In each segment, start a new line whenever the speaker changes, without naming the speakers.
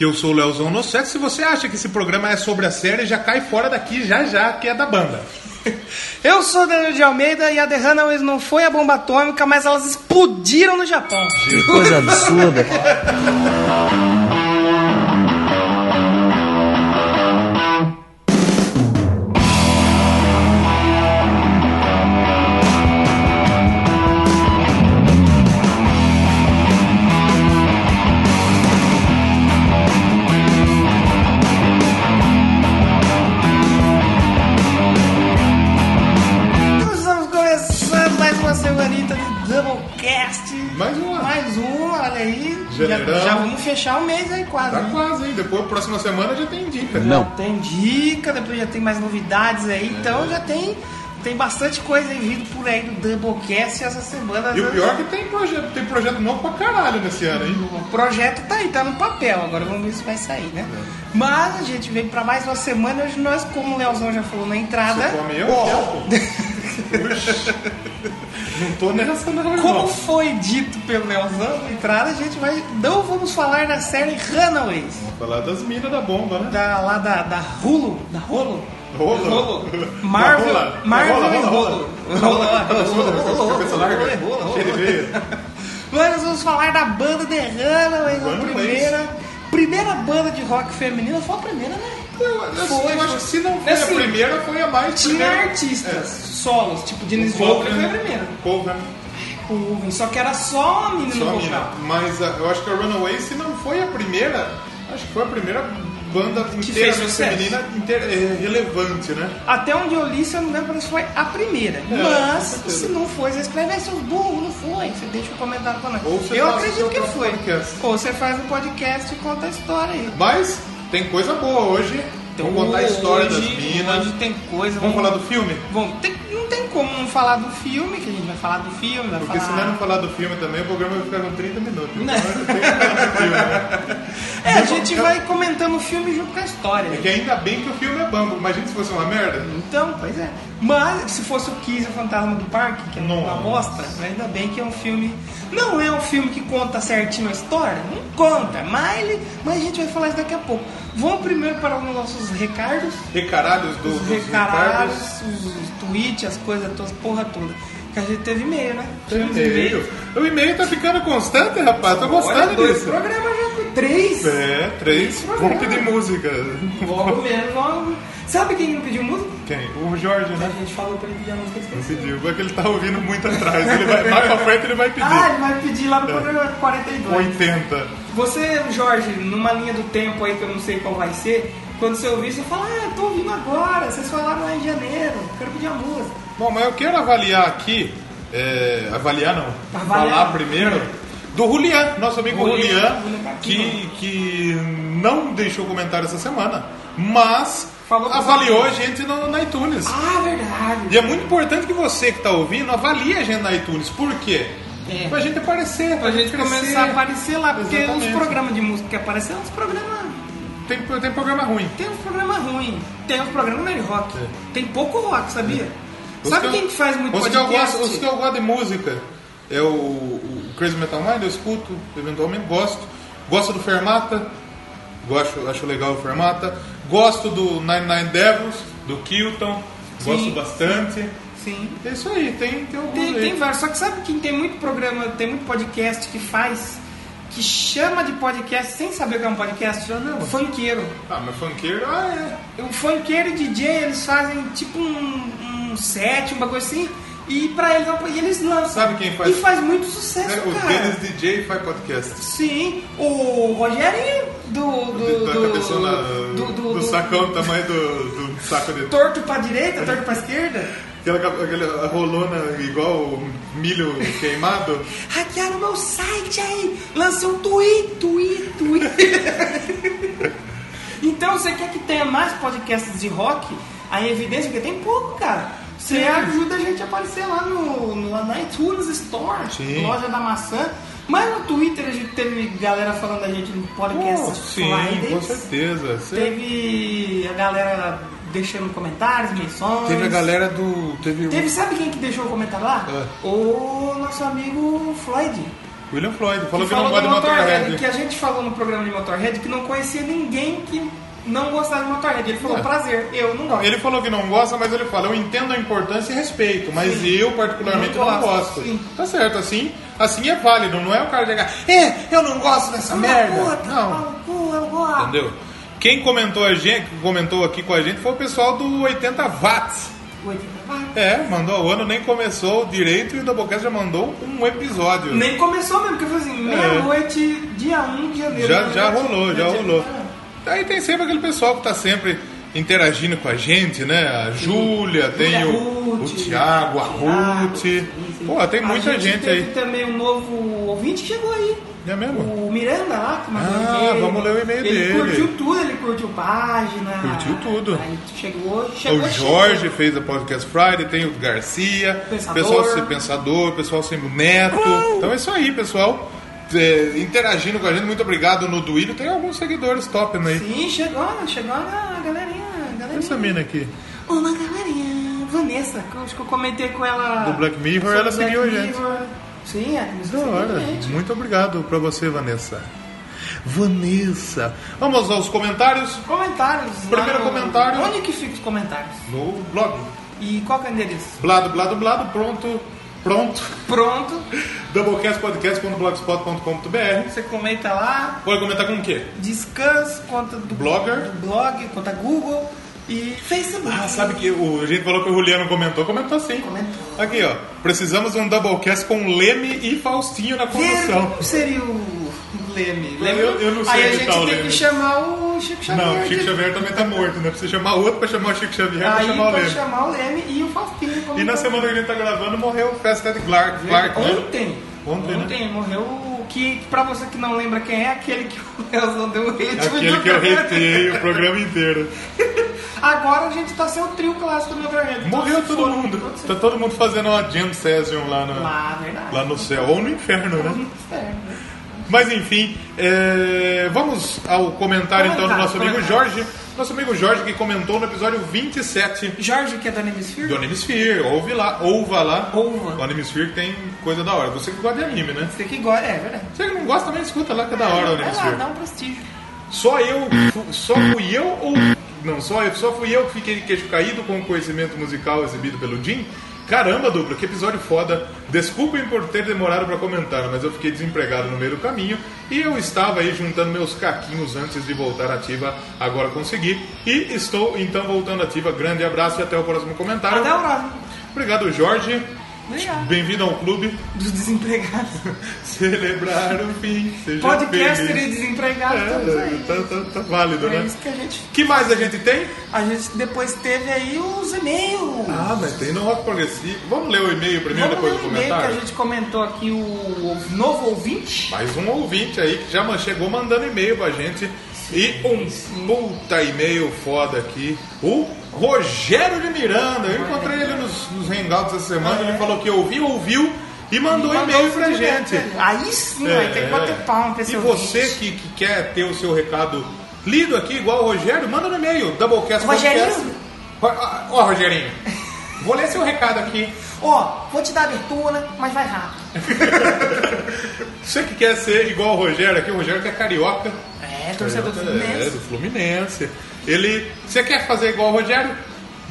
Eu sou o Leozão Nossetti. Se você acha que esse programa é sobre a série, já cai fora daqui já já, que é da banda.
Eu sou o Daniel de Almeida e a The Runaways não foi a bomba atômica, mas elas explodiram no Japão.
Que coisa absurda.
Então Estamos começando mais uma semanita de Doublecast.
Mais uma.
Mais uma, olha aí. Já,
Janeirão.
já vamos fechar o mês aí quase.
Tá
né?
quase, hein? Depois, próxima semana já tem dica.
Não.
Tem dica, depois já tem mais novidades aí.
É.
Então já tem, tem bastante coisa aí vindo por aí do Doublecast essa semana.
E o pior é que tem projeto, tem projeto novo pra caralho nesse ano, hein?
O projeto tá aí, tá no papel, agora vamos ver se vai sair, né?
É.
Mas a gente veio pra mais uma semana, hoje nós, como o Leozão já falou na entrada,
Você come eu? Eu, pô. Ux. Não tô nessa não,
como
irmão.
foi dito pelo Leozão na entrada, a gente vai. Não vamos falar da série Runaways,
Falar das minas da bomba, né?
da, lá da, da Hulu, da Rolo.
Rolo. Da
Marvel,
rola.
Marvel
Rola,
e
rola,
Rolo.
rola.
Rola,
Rola,
rola,
rola,
rola,
cabeça
rola,
larga.
rola, rola,
Cheio de
rola.
veia.
Mas nós vamos falar da banda The Runaways, a
Runaways.
primeira, primeira banda de rock feminina. Foi a primeira, né?
Eu, eu-
Foi,
eu acho
foi.
que se não foi
Assim,
a primeira, foi a mais
Tinha
primeira.
artistas
É.
solos, tipo Denise Joplin
Coven,
foi a primeira.
Coven,
Coven, só que era só a menina
só
no
a mina.
vocal.
Mas a- eu acho que a Runaway, se não foi a primeira, acho que foi a primeira banda
fez
inteiramente
sucesso.
feminina inter- é, relevante, né?
Até onde eu li, se eu não me engano, parece que foi a primeira. Mas,
É, com certeza.
se não foi, você escreve aí, seus burros, não foi. Você deixa um comentário pra nós.
Ou você
Eu
faz
acredito
o seu
que
próprio
foi.
podcast.
Ou você faz um podcast e conta a história aí.
Mas tem coisa boa hoje. Vamos Então, contar a história
um hoje,
das minas.
Hoje tem coisa.
Vamos falar do filme?
Bom, tem- não tem como não falar do filme, que a gente vai falar do filme, vai
Porque se
falar...
não falar do filme também, o programa vai ficar com 30 minutos.
Não.
Então, eu tenho que falar do filme, né?
É, a gente vai comentando o filme junto com a história.
É que ainda bem que o filme é bambo. Imagina se fosse uma merda.
Então, pois é. Mas se fosse o Kiss e o Fantasma do Parque, que é
Não.
uma amostra, ainda bem que é um filme. Não é um filme que conta certinho a história, não conta, mas, ele- mas a gente vai falar isso daqui a pouco. Vamos primeiro para os nossos recados,
Recaralhos do,
os
dos Ricardos.
recados, os, os tweets, as coisas todas, porra toda. Que a gente teve e-mail, né? Tivemos
E-mail. O e-mail tá ficando constante, rapaz. Tô gostando
Olha, dois
disso.
programas já com três.
É, três. Vamos pedir música.
Logo mesmo, logo. Sabe quem não pediu música?
Quem? O Jorge,
A
né?
gente falou pra ele pedir a música ele
Não
esqueceu.
pediu, porque ele tá ouvindo muito atrás. Ele vai mais pra frente, ele vai
Ah,
pedir.
ele vai pedir
É.
lá no programa 42.
80.
Você, Jorge, numa linha do tempo aí que eu não sei qual vai ser, quando você ouvir, você fala, ah, eu tô ouvindo agora, vocês falaram lá em janeiro, quero pedir a música.
Bom, mas eu quero avaliar aqui. é, avaliar não.
Avaliar.
Falar primeiro. Do Julian, nosso amigo
Julian,
Julian,
Julian tá aqui,
que, que não deixou comentário essa semana, mas
Falou com
avaliou a gente no, na iTunes.
Ah, verdade.
E é muito importante que você que está ouvindo avalie a gente na iTunes. Por quê?
É.
Pra gente aparecer, pra,
Pra gente
crescer.
começar a aparecer lá, porque
Exatamente.
os programas de música que aparecem, uns programas...
Tem, tem programa ruim.
Tem uns programas ruins, tem uns programas meio rock.
É.
Tem pouco rock, sabia?
Os
Sabe
eu-
quem É. que faz muito
os que eu
podcast?
gosto- os que eu gosto de música é o, o Crazy Metal Mind, eu escuto, eventualmente gosto. Gosto do Fermata, gosto, acho legal o Fermata. Gosto do Nine Nine Devils, do Kilton, gosto
Sim.
bastante.
Sim.
É isso aí, tem, tem alguns
Tem,
aí.
tem vários, só que sabe quem tem muito programa, tem muito podcast que faz, que chama de podcast sem saber o que é um podcast? Não, funkeiro.
Ah, mas funkeiro, ah,
O funkeiro e DJ, eles fazem tipo um, um set, um bagulho assim, e pra eles, é um- e eles lançam.
Sabe quem faz?
E faz muito
é.
sucesso,
Né, O
cara.
Dennis DJ faz podcast.
Sim, o Rogerinho do... Do,
Tá
do,
a cabeçona
do, do- do-
sacão, do tamanho do, do saco de.
Torto pra direita, torto pra esquerda.
Aquela, aquela rolona igual o milho queimado.
Hackearam meu site aí! Lancei um tweet, tweet, tweet. então você quer que tenha mais podcasts de rock? A evidência, porque tem pouco, cara. Você ajuda a gente a aparecer lá no, no, na iTunes Store,
Sim.
loja da maçã. Mas no Twitter a gente teve galera falando da gente no podcast
Oh, sim, com
Fridays.
certeza. Cê-
teve a galera deixando comentários, menções.
Teve a galera do. Teve, um- o-
Teve, sabe quem que deixou o comentário lá?
Ah.
O nosso amigo Floyd.
o William Floyd. Falou que,
falou
não gosta de
do né,
Motorhead.
Que é- a gente falou no programa de Motorhead que não conhecia ninguém que não gostava de Motorhead. Ele falou,
É.
prazer, eu não gosto.
Ele falou que não gosta, mas ele fala, eu entendo a importância e respeito, mas eu particularmente
Não
não
gosto,
gosto.
sim.
Tá certo, assim, assim é válido, não é o cara chegar, é, eu não gosto
Ah,
dessa merda.
tá
não, entendeu? Quem comentou a gente, que comentou aqui com a gente foi o pessoal do 80 watts. É, mandou o ano, nem começou direito e o Doublecast já mandou um episódio.
Nem começou mesmo, porque foi assim, meia-noite, dia 1 de janeiro.
É. Já, já
Meia-noite,
rolou, já
meia-noite.
rolou. Aí tem sempre aquele pessoal que tá sempre interagindo com a gente, né? A Júlia, tem
Júlia
o, o
Ruth,
Thiago, a
Thiago,
Ruth.
sim, sim.
Pô, tem
A
muita gente,
teve
aí.
também um novo ouvinte que chegou aí.
É mesmo?
O Miranda lá, que mandou um
Ah,
e-mail.
vamos ler o e-mail
ele
dele.
curtiu tudo, ele curtiu página.
Curtiu tudo.
Aí chegou, chegou.
O Jorge
chegou.
fez a Podcast Friday, tem o Garcia,
Pensador.
pessoal se pensador, pessoal sempre neto. Então é isso aí, pessoal. É, interagindo com a gente, muito obrigado no Duílio. Tem alguns seguidores top aí.
Sim, chegou, chegou a galerinha. a galerinha.
Essa mina aqui
Uma galerinha. Vanessa, que eu acho que eu comentei com ela.
do Black Mirror,
sobre
ela
Black
seguiu a gente.
Mirror. Sim, é, nos
Da hora. Muito obrigado pra você, Vanessa. Vanessa. Vamos aos comentários
Comentários. lá
Primeiro
no-
comentário.
Onde que fica os comentários?
no blog.
E qual que é o endereço?
Blado, blado, blado, pronto, pronto.
Pronto,
Doublecastpodcast.blogspot.com.br
você comenta lá,
Pode comentar com o quê?
descanso, conta do
Blogger.
do blog, conta Google e Facebook.
Ah, sabe que o a gente falou que o Juliano comentou? Comentou sim.
Comentou.
Aqui, ó. Precisamos de um Doublecast com Leme e Faustinho na
Ver-
condução.
Como seria o Leme? Leme?
eu- eu não sei
Aí a
onde
gente
tá o
tem que
Leme.
chamar o Chico Xavier.
Não, o Chico
de-
Xavier também tá morto, né? Precisa chamar outro pra chamar o Chico Xavier pra
Aí
chamar o
pode
Leme.
chamar o Leme e o Faustinho. como
E na
tá-
semana que a gente tá gravando morreu o Festa de Clark, Clark né?
Ontem.
Ontem, né?
morreu o que, pra você que não lembra quem é, aquele que o Nelson deu o ritmo.
Aquele
do
que eu
programa.
retei o programa inteiro.
Agora a gente tá sem o trio clássico do meu Então, planeta.
Morreu todo
Foram
mundo.
todos-
Tá todo mundo fazendo uma jam session lá no,
Lá, Ah, verdade.
lá no céu. Ou no inferno, né?
Inferno, né?
Mas enfim, é, vamos ao comentário então do nosso amigo
Comentário,
Jorge. Nosso amigo Jorge que comentou no episódio 27
Jorge, que é da Nemisphere?
do Anime Sphere. Ouve lá, ouva lá.
Ouva.
O Anime Sphere tem coisa da hora. Você que gosta de anime, né?
Você que gosta, é verdade.
Você que não gosta também, escuta lá que é da hora o
Vai
Anime
lá,
Sphere.
dá um prestígio.
Só eu, fu- só fui eu ou não só eu, só fui eu que fiquei de queixo caído com o conhecimento musical exibido pelo Jim. Caramba, dupla, que episódio foda. Desculpem por ter demorado pra comentar, mas eu fiquei desempregado no meio do caminho e eu estava aí juntando meus caquinhos antes de voltar ativa. Agora consegui e estou então voltando ativa. Grande abraço e até o próximo comentário.
Até o próximo.
Obrigado, Jorge.
Obrigado.
Bem-vindo ao clube.
Dos desempregados.
Celebrar o fim. Seja
Podcaster e
feliz.
desempregado, estamos
é,
aí.
tá, tá- tá válido,
É
né?
isso que a gente.
que mais a gente tem?
A gente depois teve aí os e-mails.
Ah, mas tem no Rock Progressivo. Vamos ler o e-mail primeiro,
Vamos
depois
ler
do
o e-mail que a
comentário?
gente comentou aqui, o novo ouvinte.
Mais um ouvinte aí que já man- chegou mandando e-mail pra gente. E um puta e-mail foda aqui. O Rogério de Miranda. Eu encontrei ele nos, nos hangouts essa semana. Ele falou que ouviu, ouviu e mandou, e-mail pra gente.
direto, velho. Aí sim,
É.
vai ter que bater palma pra esse
E
ouvinte.
você que, que quer ter o seu recado lido aqui, igual o Rogério, manda no e-mail. Doublecast
Rogerinho?
Podcast. Ro- Ó, ó, Rogerinho. Vou ler seu recado aqui.
Ó, vou te dar abertura, mas vai rápido.
Você que quer ser igual o Rogério aqui, o Rogério que é carioca.
É, torcedor do
É,
Fluminense.
do Fluminense. Ele. Você quer fazer igual o Rogério?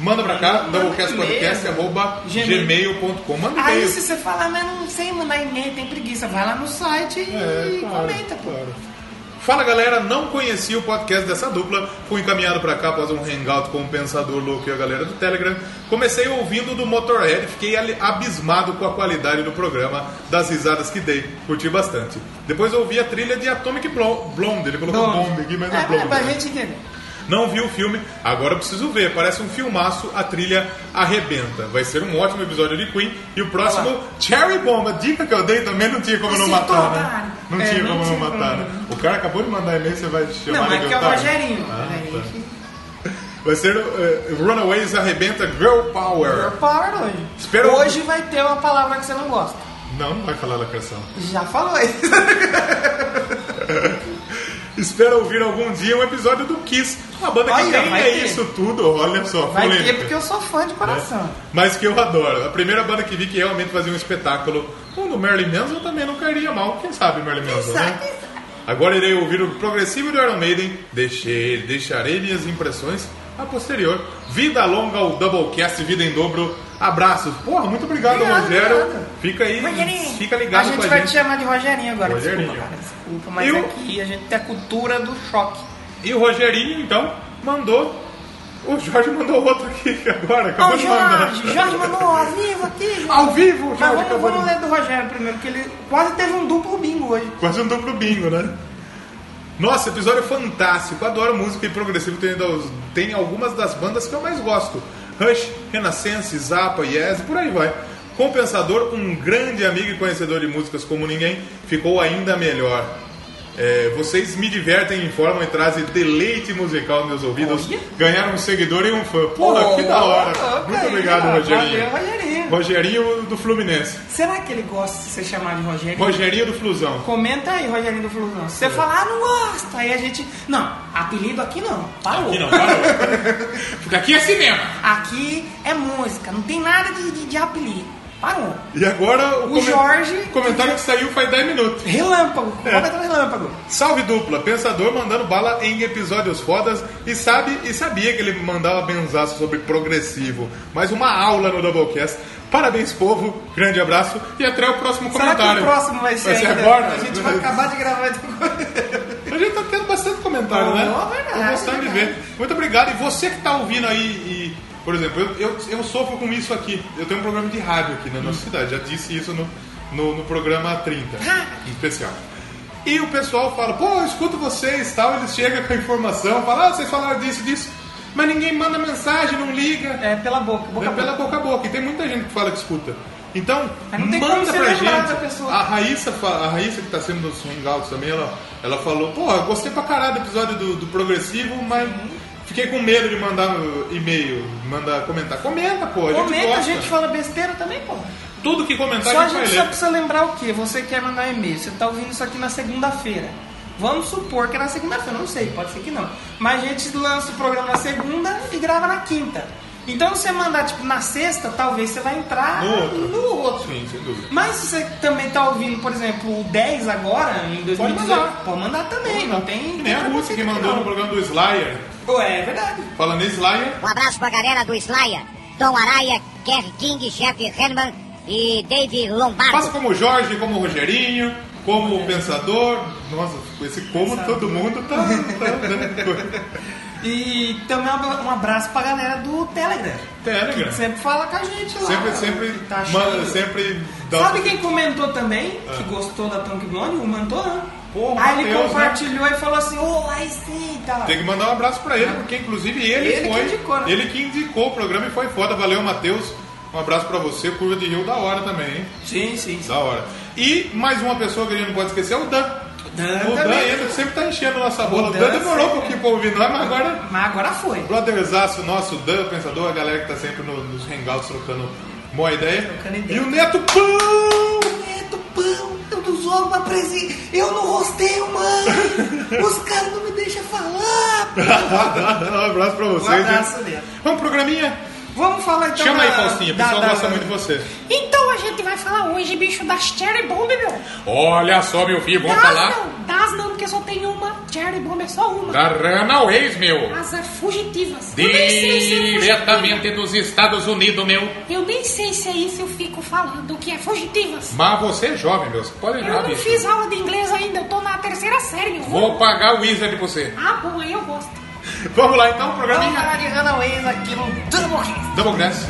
Manda pra cá,
Manda
doublecastpodcast,
e-mail.
arroba
Gmail.
gmail.com. Manda
Aí
e-mail.
se você falar, mas não sei mandar e-mail, tem preguiça, vai lá no site
É,
e
claro,
comenta, pô.
claro. Fala galera, não conheci o podcast dessa dupla, fui encaminhado pra cá após um hangout com o Pensador Louco e a galera do Telegram. Comecei ouvindo do Motorhead, fiquei ali- abismado com a qualidade do programa, das risadas que dei, curti bastante. Depois ouvi a trilha de Atomic Blo- Blonde, ele colocou Blonde, aqui, mas é,
é,
Blonde.
pra
né?
gente entender.
Não vi o filme, agora eu preciso ver. Parece um filmaço, a trilha arrebenta. Vai ser um ótimo episódio de Queen. E o próximo,
Olha
Cherry Bomb. A dica que eu dei também não tinha como não
Você
matar,
otário.
né? Não
É,
tinha
não
como não
tinha
matar,
como.
né? O cara acabou de mandar e-mail, você vai chamar
Não,
ele
mas
de
que é o
otário?
Rogerinho.
Ah,
Rogerinho
tá.
que-
Vai ser eh, Runaways arrebenta Girl Power.
Girl Power hoje.
Espero-
Hoje vai ter uma palavra que você não gosta.
Não, não vai falar lacração.
Já falou isso.
Espero ouvir algum dia um episódio do Kiss. Uma banda que
Olha,
tem
vai
é
ter.
isso tudo, olha só.
Vai
polêmica.
ter porque eu sou fã de coração.
Mas que eu adoro. A primeira banda que vi que realmente fazia um espetáculo. Um do Merlin Manson eu também não cairia mal. Quem sabe Merlin Manson, né? Agora irei ouvir o progressivo do Iron Maiden. Deixei, deixarei minhas impressões a posterior. Vida longa ao Doublecast, vida em dobro. Abraços. Porra, muito obrigado,
Obrigado,
Rogério.
obrigado.
Fica aí,
Rogerinho.
fica ligado
A gente
com a
vai
gente.
te chamar de Rogerinho agora,
Rogerinho.
desculpa, cara. Desculpa, mas
Eu-
aqui a gente tem a cultura do choque.
E o Rogerinho, então, mandou. O Jorge mandou outro aqui agora.
Ó,
Acabou
o
de mandar.
Jorge, Jorge mandou um ao vivo aqui. Jorge.
Ao vivo, o
Mas
né? Ah, Jorge
vamos,
acabou de
vamos ler do Rogério primeiro, porque ele quase teve um duplo bingo hoje.
Quase um duplo bingo, né? Nossa, episódio fantástico. Adoro música e progressivo. Tem, dos- tem algumas das bandas que eu mais gosto. Rush, Renaissance, Zappa, Yes, por aí vai. Compensador, um grande amigo e conhecedor de músicas como ninguém, ficou ainda melhor. É, vocês me divertem, informam e trazem deleite musical aos meus ouvidos.
Olha.
Ganharam um seguidor e um fã. Porra, que da hora.
Opa,
Muito
aí,
obrigado,
ó.
Rogerinho.
Ah, Valeu, Rogerinho.
Rogerinho do Fluminense.
Será que ele gosta de ser chamado de Rogério?
Rogerinho do Flusão.
Comenta aí, Rogerinho do Flusão.
É.
Se você falar, ah, não gosta, aí a gente. Não, apelido aqui não. Parou.
Aqui não, parou. Porque aqui é cinema.
Aqui é música, não tem nada de, de, de apelido. Parou.
E agora o,
O Jorge-
comentário que saiu faz 10 minutos.
Relâmpago,
É.
completamente relâmpago.
Salve dupla, pensador mandando bala em episódios fodas e sabe e sabia que ele mandava benzaço sobre progressivo, mas uma aula no Doublecast. Parabéns povo, grande abraço e até o próximo
Será que
comentário.
o próximo vai ser, ainda?
agora?
A gente vai acabar de gravar
A gente tá tendo bastante comentário,
Oh,
né?
verdade,
Tô gostando de ver.
verdade.
Muito obrigado. E você que tá ouvindo aí, e, por exemplo, eu, eu, eu sofro com isso aqui. Eu tenho um programa de rádio aqui na nossa
Hum.
cidade. Já disse isso no, no, no programa 30, em especial. E o pessoal fala, pô, eu escuto vocês tal. Eles chegam com a informação, falam, ah, vocês falaram disso, disso. Mas ninguém manda mensagem, não liga.
É pela boca, boca a
É
boca.
pela boca a boca. E tem muita gente que fala que escuta. Então,
Mas não tem
manda
como você
pra
lembrar
gente.
da pessoa.
A Raíssa, fa- a Raíssa que tá sendo dos hangouts também, ela, ela falou, pô, eu gostei pra caralho do episódio do, do Progressivo, mas fiquei com medo de mandar uh, e-mail, mandar comentar. Comenta, pô, a gente
Comenta,
gosta.
a gente fala besteira também, pô.
Tudo que comentar
Só
a
a
gente vai
gente
ler.
só precisa lembrar o que? Você quer mandar um e-mail, você tá ouvindo isso aqui na segunda-feira. Vamos supor que é na segunda-feira, não sei, pode ser que não. Mas a gente lança o programa na segunda e grava na quinta. Então se você mandar tipo na sexta, talvez você vai entrar
No outro.
no outro.
Sim, sem dúvida.
Mas se você também tá ouvindo, por exemplo, o 10 agora, em 2018,
mandar.
pode mandar também, não tem.
Que nem a Ruth que mandou no programa do Slayer.
Pô, é verdade.
Falando em Slayer,
Um abraço pra galera do Slayer, Tom Araya, Kev King, Chef Henman e Dave
faça
Lombardo.
como o Jorge, como o Rogerinho, como o Pensador. Nossa, esse como todo mundo tá, tá dando coisa.
E também um abraço pra galera do Telegram.
Telegram.
Sempre fala com a gente lá.
Sempre, sempre,
Tá
manda,
achando.
sempre dá
Sabe quem comentou também, que gostou da Tank Blonde? O Mantoan.
Pô,
Aí ele
Mateus,
compartilhou e falou assim, ô, aí sim, tá.
Tem que mandar um abraço pra ele, porque inclusive ele,
Ele que
foi.
indicou, né?
Ele que indicou o programa e foi foda. Valeu, Matheus. Um abraço pra você, curva de rio da hora também, hein?
Sim, sim. sim.
Da hora. E mais uma pessoa que a gente não pode esquecer é o Dan.
Dan
o Dan
também.
ele sempre tá enchendo nossa bola. O Dan,
Dan
demorou um
sempre. é.
pouquinho pra ouvir nós, mas agora.
Mas agora foi.
Brotherzaço nosso, Dan, pensador, a galera que tá sempre no- nos hangouts trocando boa ideia.
Trocando ideia.
E o Neto Pão!
Neto Pão, eu dos olhos pra presi... Eu não rosteio, mano. Os caras não me deixam falar.
um abraço pra vocês.
Um abraço,
hein?
Neto.
Vamos, programinha?
Vamos falar então
Chama
da-
aí, Faustinha. O
da-
pessoal
da-
gosta muito de você.
Então a gente vai falar hoje, bicho, das Cherry Bomb, meu.
Olha só, meu filho, vamos
das
falar
não, das não, porque só tem uma. Cherry Bomb é só uma.
da Runaways, meu.
As é, fugitivas. Eu nem sei se é
Diretamente dos Estados Unidos, meu.
fugitiva. Eu nem sei se é isso eu fico falando que é fugitivas.
Mas você é jovem, meu. Você pode
Eu
lá,
não
bicho.
fiz aula de inglês ainda, eu tô na terceira série. eu
Vou pagar o Wizard pra você.
Ah, bom, aí eu gosto.
Vamos lá então,
Vamos
programinha.
falar de Runaways aqui no Doublecast.
Doublecast.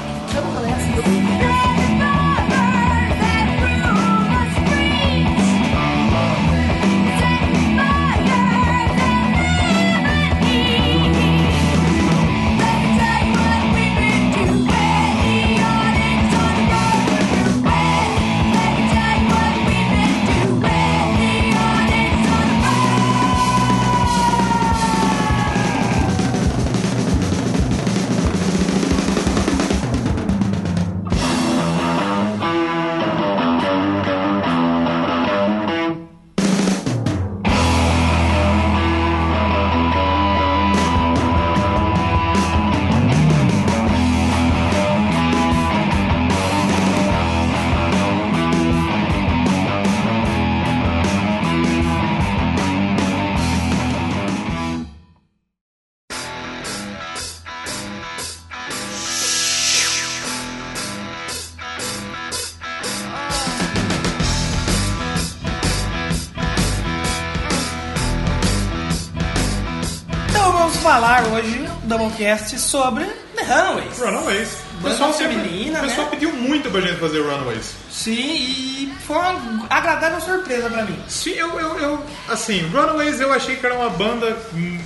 Thank
Então vamos falar hoje, Doublecast, sobre The Runaways.
Runaways.
Bandas feminina,
o pessoal
né?
pediu muito pra gente fazer Runaways.
Sim, e foi uma agradável surpresa pra mim.
Sim, eu, eu, eu- Assim, Runaways eu achei que era uma banda. hum,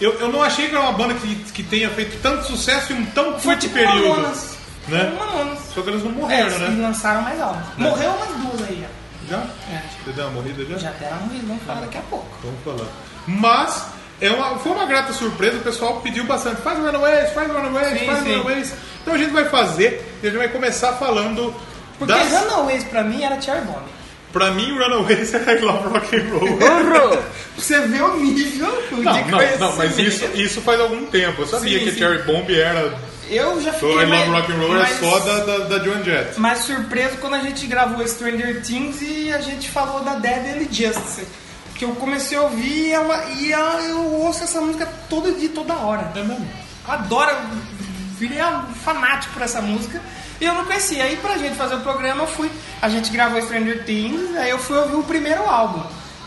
Eu, eu não achei que era uma banda que, que tenha feito tanto sucesso em um tão curto
Foi tipo
período.
Mamonas. Foi
Né?
Mamonas.
Só que eles não
É,
morreram,
eles
né?
lançaram mais álbuns. Morreu umas duas aí já.
Já?
É,
Você deu uma morrida já?
já deram e vamos falar daqui a pouco.
Vamos falar. Mas é uma, foi uma grata surpresa, o pessoal pediu bastante. Faz Runaways, faz Runaways,
Sim,
faz
sim.
Runaways. Então a gente vai fazer, a gente vai começar falando
Porque
das...
Runaways pra mim era Cherry Bomb.
Pra mim, Runaways é I Love Rock and Roll.
Você vê o nível
Não,
de
não, não, mas
conhecimento.
isso, isso faz algum tempo. Eu sabia
Sim,
que
sim.
Cherry Bomb era.
Eu já
O
fiquei.
Então, I Love
mais-
Rock and Roll é era
mais-
só da, da, da Joan Jett.
Mais surpreso quando a gente gravou Stranger Things e a gente falou da Dead and Justice. Que eu comecei a ouvir e, ela, e ela- eu ouço essa música todo dia, toda hora.
É mesmo?
Adoro, eu virei um fanático por essa música. E eu não conhecia. Aí pra gente fazer o programa, eu fui. A gente gravou Stranger Things, aí eu fui ouvir o primeiro álbum.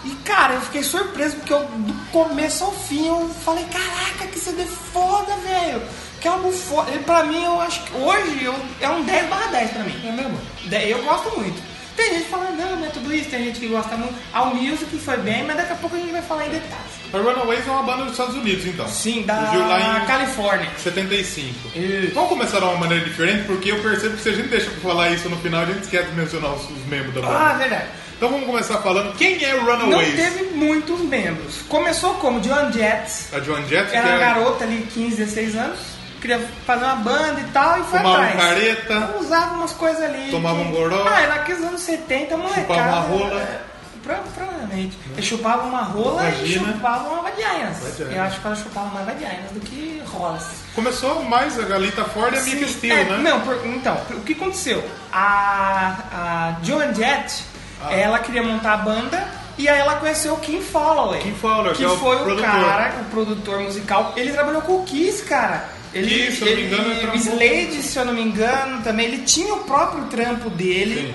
E cara, eu fiquei surpreso porque eu, do começo ao fim eu falei: caraca, que CD foda, velho! Que álbum foda. E pra mim, eu acho que hoje eu, é um 10 barra 10 pra mim.
É mesmo?
Daí eu gosto muito. Tem gente falando, não, não é tudo isso, tem gente que gosta muito. Ao Music foi bem, mas daqui a pouco a gente vai falar em detalhes.
A Runaways é uma banda dos Estados Unidos, então.
Sim, da
Surgiu lá em
Califórnia.
75.
Isso.
Vamos começar de uma maneira diferente, porque eu percebo que se a gente deixa pra falar isso no final, a gente esquece de mencionar os, os membros da banda.
Ah, verdade.
Então vamos começar falando quem é o
Não
Runaways.
teve muitos membros. Começou como Joan Jett,
A Joan Jett,
era uma
que é
garota ali, 15, 16 anos, queria fazer uma banda e tal, e foi
fumava um
atrás.
careta,
Usava umas coisas ali.
Tomava um goró.
Ah, era aqueles anos 70, molecada.
uma rola.
é, pro- Provavelmente. Eu chupava uma rola
Vagina.
e chupava uma vaginas.
Vaginas.
Eu acho que ela chupava mais vaginas do que rolas.
começou mais a Galita Ford e a Mick
Sim,
Steele,
é,
né?
Não, por- então, o que aconteceu? A, a Joan Jett,
Ah.
ela queria montar a banda e aí ela conheceu o Kim Fowler.
Kim Fowler,
que
que é o
foi o,
produtor.
cara, o produtor musical. Ele trabalhou com o Kiss, cara. Ele,
Kiss, se eu não me engano, ele
ele, o
trampou-
Slade, se eu não me engano, também. Ele tinha o próprio trampo dele.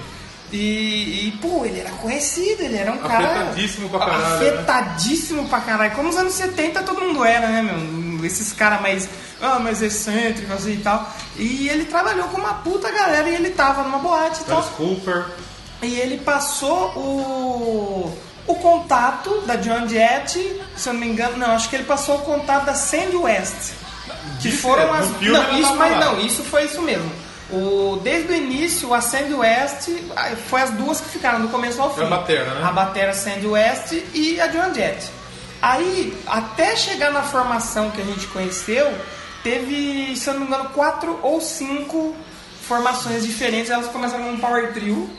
E, e, pô, ele era conhecido, ele era um cara.
Afetadíssimo pra caralho, né?
Afetadíssimo pra caralho. Como nos anos 70 todo mundo era, né, meu? Esses caras mais. Ah, mais excêntricos assim, e tal. E ele trabalhou com uma puta galera e ele tava numa boate e tal.
Alice Cooper.
E ele passou o, o contato da John Jett, se eu não me engano, não, acho que ele passou o contato da Sandy West. Que
Isso,
foram
é,
as.
no filme
Não,
ela
isso,
tava
mas
lá.
não, isso foi isso mesmo. O, desde o início, a Sandy West ah, foi as duas que ficaram, do começo ao fim.
Foi a batera, né?
A batera Sandy West e a John Jett. Aí, até chegar na formação que a gente conheceu, teve, se eu não me engano, quatro ou cinco formações diferentes. Elas começaram com um power trio,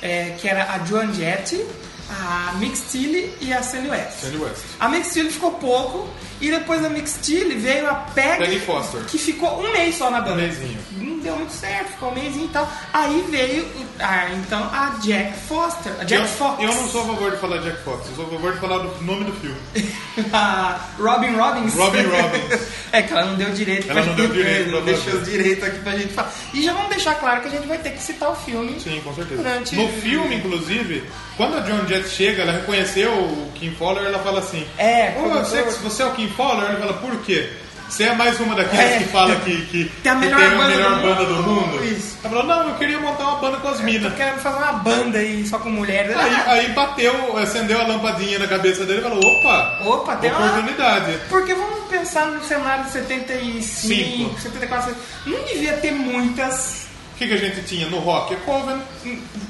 é, que era a Joan Jett, a Mick Steele e a Sandy West.
Sandy West.
A Mick Steele ficou pouco, e depois da Mick Steele veio a Peg,
Peggy Foster.
que ficou um mês só na banda.
mesinho.
Não deu muito certo, ficou um mês e tal. Aí veio, ah, então, a Jack Foster, a Jack
eu,
Fox.
eu não sou a favor de falar Jack Fox, eu sou a favor de falar do nome do filme.
a Robin Robbins.
Robin Robbins.
é que ela não deu direito
Ela
pra
não
gente.
deu direito
não
pra
deixou
fazer.
direito aqui pra gente falar. E já vamos deixar claro que a gente vai ter que citar o filme.
Sim, com certeza.
Durante-
No filme, inclusive, quando a John Jett chega, ela reconheceu o Kim Fowler ela fala assim:
É,
"Ô, eu
produtor."
sei que você é o Kim Fowler? Ele fala: Por quê? Você é mais uma daquelas
É.
que fala que, que
Tem a
que
melhor
a
banda do
melhor
mundo."
banda do mundo?
Isso.
Ela falou: Não, eu queria montar uma banda com as minas.
Querendo fazer uma banda aí só com mulheres.
Aí, aí bateu, acendeu a lampadinha na cabeça dele e falou: Opa,
Opa, tem uma-
oportunidade.
Porque vamos pensar no cenário de 75,
Cinco.
74, 75. não devia ter muitas.
O que, que a gente tinha no rock? É Coven.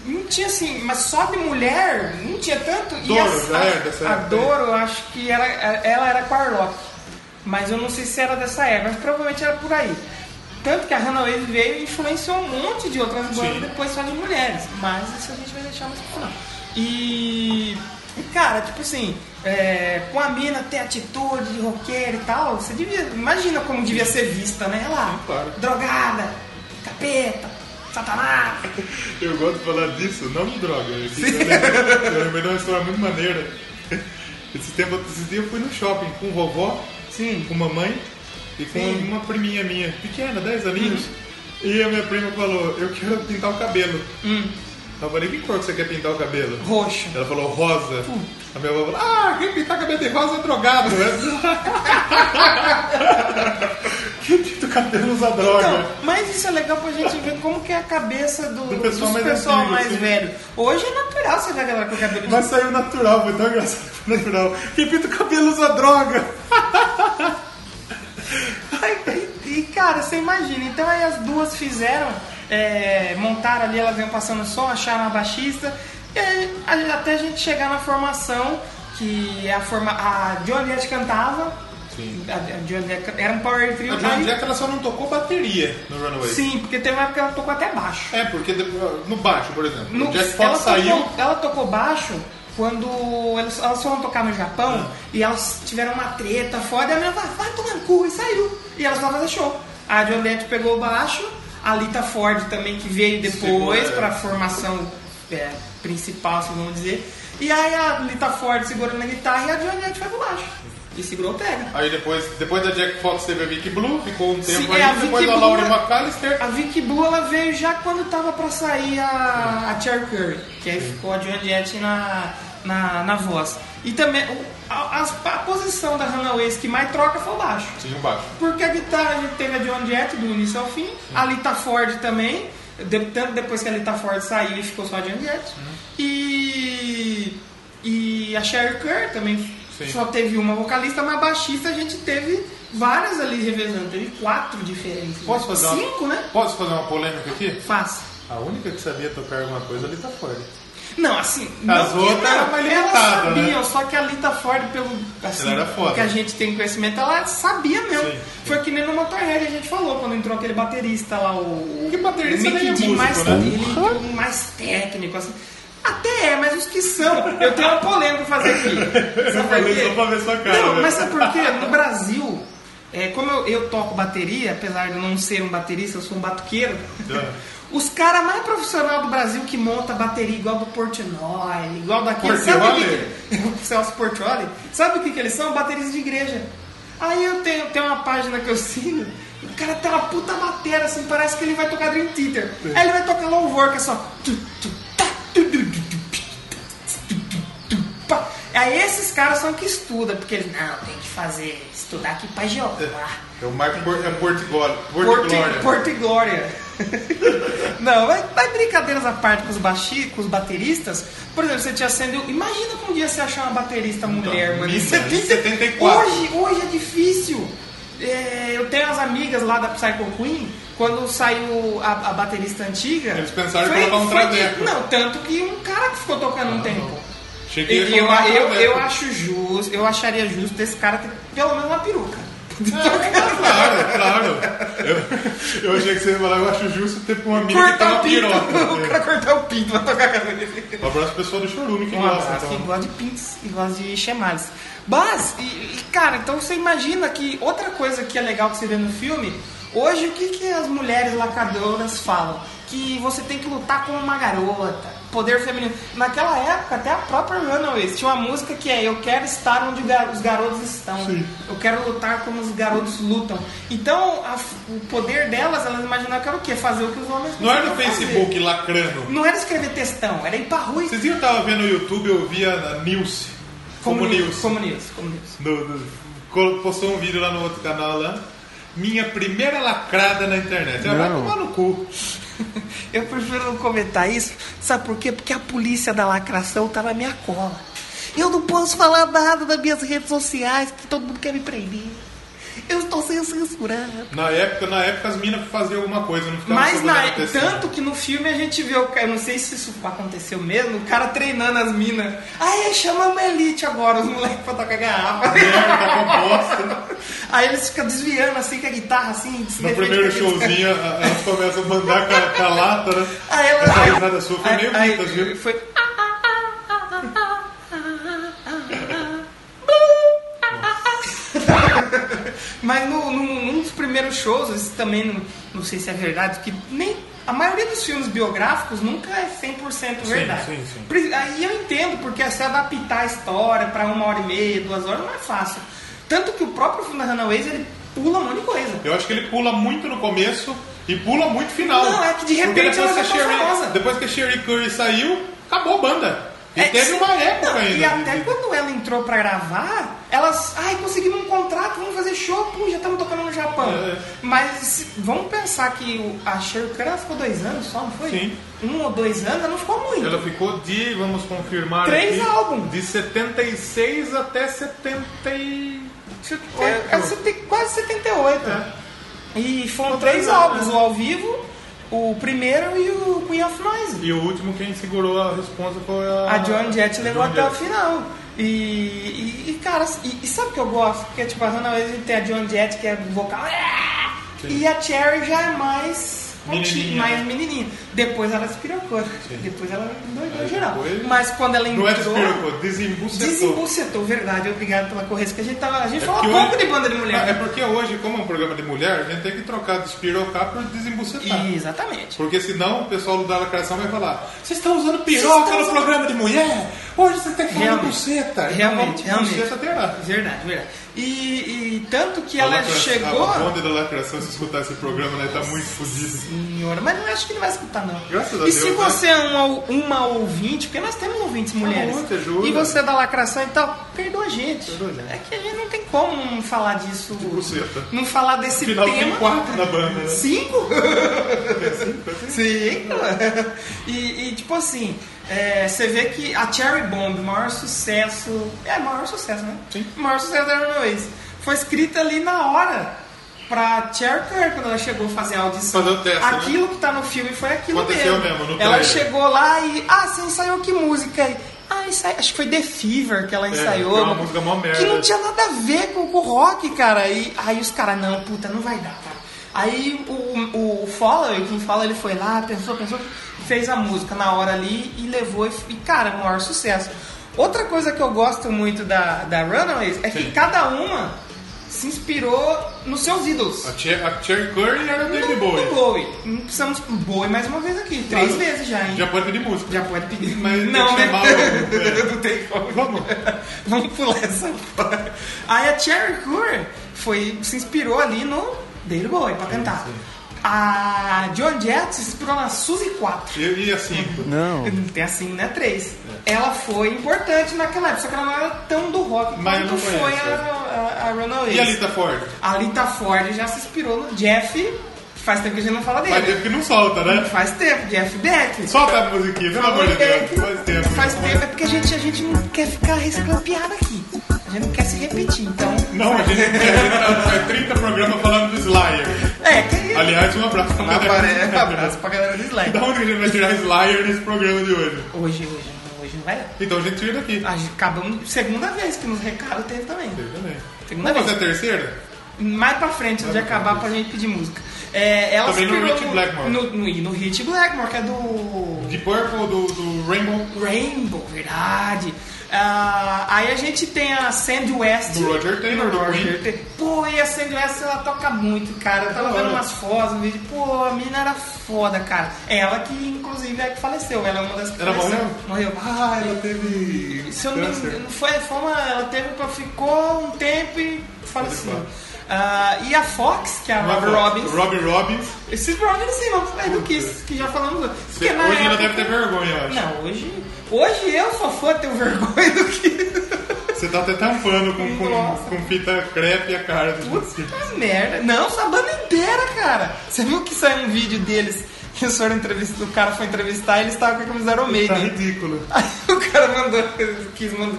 Não tinha assim, mas só de mulher não tinha tanto.
Doro,
as-
já era dessa
a, a
época.
Doro, eu acho que era, ela era com a Arlock. Mas eu não sei se era dessa época, mas provavelmente era por aí. Tanto que a Hannah Waves veio e influenciou um monte de outras bandas
Sim.
depois só de mulheres. Mas isso a gente vai deixar mais pro final. E, e, cara, tipo assim, é, com a mina ter atitude de roqueira e tal, você devia. Imagina como devia ser vista, né? Lá,
claro.
drogada, capeta, satanás.
Eu gosto de falar disso, não de droga. é Eu lembrei- eu lembrei de uma história muito maneira. Esse, tempo, esse dia eu fui no shopping com vovó,
Sim.
com mamãe e com
Sim. Uhum.
uma priminha minha, pequena, 10 aninhos. E a minha prima falou, eu quero pintar o cabelo.
Hum.
Eu falei, que cor que você quer pintar o cabelo?
Roxo. Hum.
Ela falou rosa. A minha avó falou, ah, quem pintar cabelo de rosa é drogado. né? Que Tito Cabelo usa droga.
Então, mas isso é legal pra gente ver como que é a cabeça do,
Do pessoal
dos
mais
pessoal
antigo,
mais
sim.
velho. Hoje é natural você ver a galera com cabelo
Mas saiu natural, foi tão engraçado que foi natural. Que Tito Cabelo usa droga.
E cara, você imagina. Então aí as duas fizeram, é, montaram ali, elas iam passando som, acharam a baixista, e aí, a- até a gente chegar na formação, que é a, forma, a Joliet cantava.
Sim.
A, a Joliet can- era um power trio.
A
aí-
Joan Jett, ela só não tocou bateria no Runaway.
sim, porque teve uma época que ela tocou até baixo.
É, porque depois- no baixo, por exemplo.
No-
o Jack Fox saiu.
Tocou, ela tocou baixo quando elas, elas foram tocar no Japão e elas tiveram uma treta foda. E a menina falou, vai tomar no cu e saiu. E elas foram fazer show. A Violette pegou o baixo, a Lita Ford também, que veio
Segunda,
depois
é.
pra formação é, principal, assim, vamos dizer. E aí a Lita Ford segurando a guitarra e a Violette foi pro baixo. E segurou o né? pega.
Aí depois, depois da Jack Fox teve a Vicky Blue, ficou um tempo
Sim,
aí.
é, a
depois
Vicky
a Laurie
Blue-
McAllister.
A Vicky Blue ela veio já quando tava pra sair a, a Cher Curry, que aí ficou a Joan Jett na, na, na voz. E também o- a, as- a posição da Hannah Ways que mais troca foi o baixo.
Sim, o baixo.
Porque a guitarra a gente teve a Joan Jett do início ao fim, a Lita Ford também, de- tanto depois que a Lita Ford saiu e ficou só a Joan Jett. E, e a Cher Curry também
Sim.
só teve uma vocalista, mas baixista a gente teve várias ali revezando, teve quatro diferentes. né?
Posso fazer uma-
Cinco, né?
Posso fazer uma polêmica aqui?
Faz.
A única que sabia tocar alguma coisa ali tá fora.
Não, assim, não que
outras
não,
eram mais
elas
limitadas,
sabiam, só que a Lita Ford, pelo assim,
Ela era foda.
que a gente tem conhecimento, ela sabia mesmo.
Sim, sim.
Foi que nem no Motorhead a gente falou, quando entrou aquele baterista lá, o.
Que baterista
o Mick
nem é
Dean
músico,
mais,
né?
ele tem um mais técnico, assim. Até é, mas os que são. Eu tenho uma polêmica pra fazer aqui. Sabe por
falei
quê?
só pra ver sua cara,
Não,
né?
mas sabe por quê? No Brasil, é, como eu, eu toco bateria, apesar de eu não ser um baterista, eu sou um batuqueiro.
É.
Os caras mais profissionais do Brasil que monta bateria igual do Portnoy, igual daquele.
Portioli?
Sabe o que que- o Celso Portioli? Sabe o que, que eles são? Bateristas de igreja. Aí eu tenho, tenho uma página que eu sigo, o cara tem uma puta bateria, assim, parece que ele vai tocar Dream Theater. Aí ele vai tocar louvor, que é só. tu, tu, tá, tu, du, du, du, pi, tá, tu, tu, tu, tu, pá. Aí esses caras são que estudam, porque eles, não, tem que fazer, estudar aqui pra Jeová.
É o Marco Por, é Portiglória.
Porto,
Portiglória.
Porto e Glória. Não, mas, mas brincadeiras à parte com os, baixi, com os bateristas. Por exemplo, você tinha sendo. Imagina que um dia você achar uma
Então,
baterista mulher, mano.
mina,
Em 70
74.
Hoje, hoje é difícil. É, eu tenho as amigas lá da Psycho Queen. Quando saiu a, a baterista antiga.
Eles pensaram em colocar um traveco. Ah,
Não, tanto que um cara que ficou tocando um tempo.
Cheguei
E eu,
a falar
eu,
pra
eu
Beto.
acho justo, eu acharia justo desse cara ter pelo menos uma peruca.
Claro, claro. Eu, eu achei que você ia falar, eu acho justo ter uma amiga que tá
cortar o
uma
pinto. O
piroca.
cara cortar o pinto vai tocar a cabeça dele.
Um abraço pro pessoal do Chorume que
Um
gosta.
abraço, que
então.
gosta de pintos e gosta de chemales. Mas, e, e, cara, então você imagina que outra coisa que é legal que você vê no filme, hoje o que, que as mulheres lacadoras falam? Que você tem que lutar como uma garota, poder feminino. Naquela época, até a própria Runaways tinha uma música que é Eu quero estar onde gar- os garotos estão. Eu quero lutar como os garotos lutam. Então, a f- o poder delas, elas imaginavam que era o quê? Fazer o que os homens
Não era no
conseguiam fazer.
Facebook lacrando.
Não era escrever textão, era ir pra rua e
Vocês iam tava vendo no YouTube, eu via a Nilce. Como, Nilce.
Como news, como news.
No- no- col- postou um vídeo lá no outro canal lá. Minha primeira lacrada na internet. Ela vai
Não.
tomar no cu.
Eu prefiro não comentar isso, sabe por quê? Porque a polícia da lacração tá na minha cola. Eu não posso falar nada nas minhas redes sociais, que todo mundo quer me prender. Eu estou sendo censurado.
Na época, na época as minas faziam alguma coisa, não ficava
Mas
só
na,
mandando texto.
tanto que no filme a gente vê o cara, eu não sei se isso aconteceu mesmo, o cara treinando as minas. Aí chamamos a elite agora, os moleques pra tocar garrafa.
Merda, tá com bosta.
Aí eles ficam desviando assim com a guitarra, assim, se
No
defende
primeiro
com a guitarra.
showzinho, a- elas começam a mandar com a, com a lata, né?
Aí ela.
Essa risada sua foi
Aí-
meio
aí-
Vitas, viu?
Foi. Mas no, no- num dos primeiros shows, isso também não, não sei se é verdade, que nem. A maioria dos filmes biográficos nunca é 100% verdade.
sim, sim.
Pri- Aí eu entendo, porque se adaptar a história para uma hora e meia, duas horas, não é fácil. Tanto que o próprio filme da Runaways, ele pula um monte de coisa.
Eu acho que ele pula muito no começo e pula muito final.
Não, é que de
Porque
repente
depois
ela
que, a
já tá famosa.
Sherry, depois que a Sherry Curry saiu, acabou a banda. E
É,
teve
se-
uma época
não,
ainda.
E até
de-
quando ela entrou pra gravar, elas. Ai, conseguimos um contrato, vamos fazer fazer show, pô, já estamos tocando no Japão.
É.
Mas se- vamos pensar que o- a Cheryl Crow ela ficou dois anos só, não foi?
Sim.
Um ou dois anos, ela não ficou muito.
Ela ficou de, vamos confirmar.
Três
aqui,
álbuns.
De 76 até 78.
É, é sete- quase 78. E foram três
É. três né?
álbuns,
álbuns.
o ao vivo, o primeiro e o Queen of Noise.
E o último quem segurou a responsa foi a.
A John Jett levou
Joan
até o
Jett.
final. E, e, e, cara, e, e sabe o que eu gosto? Porque, tipo, a Hannah Waddingham tem a John Jett, que é vocal. "Ah!" E a Cherry já é mais.
Menininha, né?
conti- mais menininha. Depois ela despirocou. Depois ela doidou
Aí
geral.
depois-
Mas quando ela
Não é
entrou.
despirocou, desembucetou.
Desembucetou, verdade. Obrigado pela correção. que a gente tava. A gente
É
falou um
porque
pouco
hoje-
de banda de mulher.
É porque hoje, como é um programa de mulher, a gente tem que trocar despirocar por desembucetar.
E- né? Exatamente.
Porque senão o pessoal da lacração vai falar: vocês estão usando piroca
Vocês
no
estão
programa de mulher? Hoje você tem que falar de
Realmente.
buceta.
Realmente,
Então,
realmente.
Buceta terá.
Verdade, verdade. E, e tanto que
A
ela
lacra-
chegou.
A onda da lacração, se é escutar esse programa, né, tá muito fodido.
Senhora, mas não acho que ele vai escutar, não.
Graças a
e
Deus,
se
né? Tá
você é uma, uma ouvinte, porque nós temos ouvintes mulheres,
muito, ajuda.
e você é da lacração e tal, perdoa a gente.
Perdoa a gente.
É que a gente não tem como não falar disso.
buceta.
não falar desse
Afinal, tem
tema.
quatro na banda, né? tá
Cinco? Cinco? E, e, tipo assim, é, você vê que a Cherry Bomb, o maior sucesso. É, o maior sucesso, né?
Sim.
O maior sucesso da Runaway Foi escrita ali na hora pra Cherry Kerr quando ela chegou a fazer a audição.
Fazer o teste, né?
aquilo que tá no filme foi aquilo
Aconteceu
mesmo.
mesmo, no
ela
trailer.
chegou lá e. Ah, você ensaiou que música aí? Ah, ensai... acho que foi The Fever que ela ensaiou.
que é uma música mó merda.
Que não tinha nada a ver com, com o rock, cara. E, aí os caras, não, puta, não vai dar, cara. Aí o, o Fowler, quem fala, ele foi lá, pensou, pensou, fez a música na hora ali e levou. E, e, cara, o maior sucesso. Outra coisa que eu gosto muito da, da Runaways é que cada uma se inspirou nos seus ídolos.
A Cher- A Cherry Curry era David
Não,
Bowie.
do Bowie. Não precisamos Bowie mais uma vez aqui. Três
Claro.
vezes já, hein?
Já pode pedir música.
Já pode pedir.
Mas
não,
tem que
né?
chamar o-
não tem como.
Vamos.
Vamos pular essa parte. Aí a Cherry Cur foi, se inspirou ali no Daily Boy pra cantar. A John Jett se inspirou na Suzy 4.
E, e a cinco.
Não.
Tem assim, né? Três.
É.
Ela foi importante naquela época, só que ela não era tão do rock
Mas eu
quanto
não conheço,
foi
é.
a, a, a Runaways.
E a Lita Ford?
A Lita Ford já se inspirou no Jeff. Faz tempo que a gente não fala
Faz
dele.
tempo que é não solta, né?
Faz tempo, Jeff Beck.
Solta a musiquinha, pelo amor de Deus. Faz tempo.
é Faz tempo. É porque a gente, a gente não quer ficar reciclando piada aqui. A gente não quer se repetir, então.
Não, a gente, a gente tá- faz 30 programas falando do Slayer.
É, que
Aliás, um abraço pra
Um apare- um abraço pra galera do Slayer.
Da onde a gente vai tirar Slayer nesse programa de hoje?
Hoje, hoje, não, hoje não vai. dar.
Então a gente tira daqui.
A gente acabamos. Segunda vez que nos recados teve também.
Eu também.
Segunda
Vamos
vez.
fazer a terceira?
Mais pra frente, antes de acabar, pra gente pedir música. É, ela
Também
se
no
inspirou
Rich Blackmore.
No, no, e no Hit Blackmore, que é do.
De Purple, do, do Rainbow,
Rainbow, verdade. Ah, aí a gente tem a Sandy West.
Do Roger Taylor, do Queen.
Taylor. Pô, e a Sandy West ela toca muito, cara. Eu tava
Da
vendo
hora.
umas fotos, um vídeo. Pô, a mina era foda, cara. É Ela que, inclusive, é que faleceu. Ela é uma das que
Ela
faleceu.
morreu?
Morreu.
Ah, ela teve.
Se eu não me engano, não foi, foi uma, ela teve, ficou um tempo e faleceu.
Faleceu.
Ah, e a Fox, que é a Robbie Robbins.
Robbie Robbins.
Esses Robbins, sim, vamos é do Kiss, que já falamos. Porque na
Hoje ela
época-
deve ter vergonha, eu acho.
não, hoje, hoje eu só for ter vergonha do que.
Você tá até tampando com, com,
Nossa.
com fita crepe a cara do
Puta merda. Não, essa banda inteira, cara. Você viu que saiu um vídeo deles que o senhor entrevista, o cara foi entrevistar e eles estavam com a camisa do Iron
Tá
Maiden.
ridículo.
Aí o cara mandou, quis, mandou,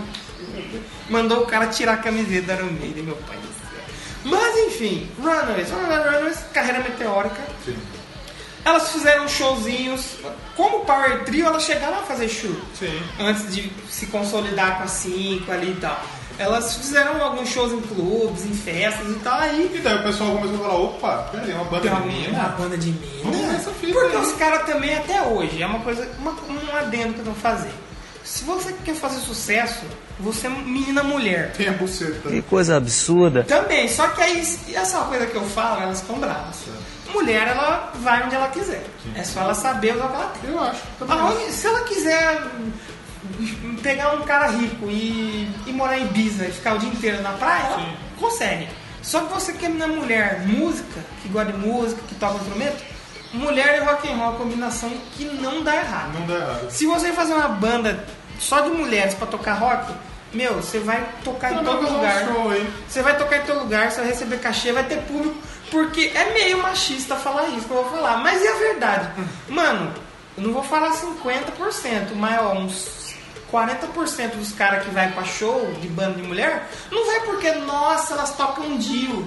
mandou o cara tirar a camiseta do Iron Maiden, meu pai do céu. Mas enfim, Runaways, Runaways, Runaways, carreira meteórica.
Sim.
Elas fizeram showzinhos. Como Power Trio, elas chegaram a fazer show.
Sim.
Antes de se consolidar com a 5 ali e tal. Elas fizeram alguns shows em clubes, em festas e tal. Aí
E daí o pessoal começou a falar, opa, peraí, é uma banda
tem
de
uma, uma
menina?
banda de mina.
Vamos ver essa fita
Porque
aí.
os caras também, até hoje, é uma coisa, uma, um adendo que eu vou fazer. Se você quer fazer sucesso, você é menina mulher.
Tem a buceta.
Que coisa absurda.
Também, só que aí, essa coisa que eu falo, elas ficam bravas. Mulher, ela vai onde ela quiser. É só ela saber o que ela quer.
Eu acho. também acho.
Aonde- se ela quiser pegar um cara rico e, e morar em Ibiza e ficar o dia inteiro na praia, ela
Sim.
consegue. Só que você quer uma mulher música, que gosta de música, que toca instrumento, mulher e rock and roll é uma combinação que não dá errado.
Não dá errado.
Se você fazer uma banda só de mulheres pra tocar rock, Meu, você vai tocar em
Pelo
todo
menos um
lugar.
show aí.
Você vai tocar em teu lugar, você vai receber cachê, vai ter público. Porque é meio machista falar isso que eu vou falar. Mas é a verdade. Mano, eu não vou falar 50%, mas ó, uns 40% dos caras que vai pra show de banda de mulher, não vai porque, nossa, elas tocam Dio.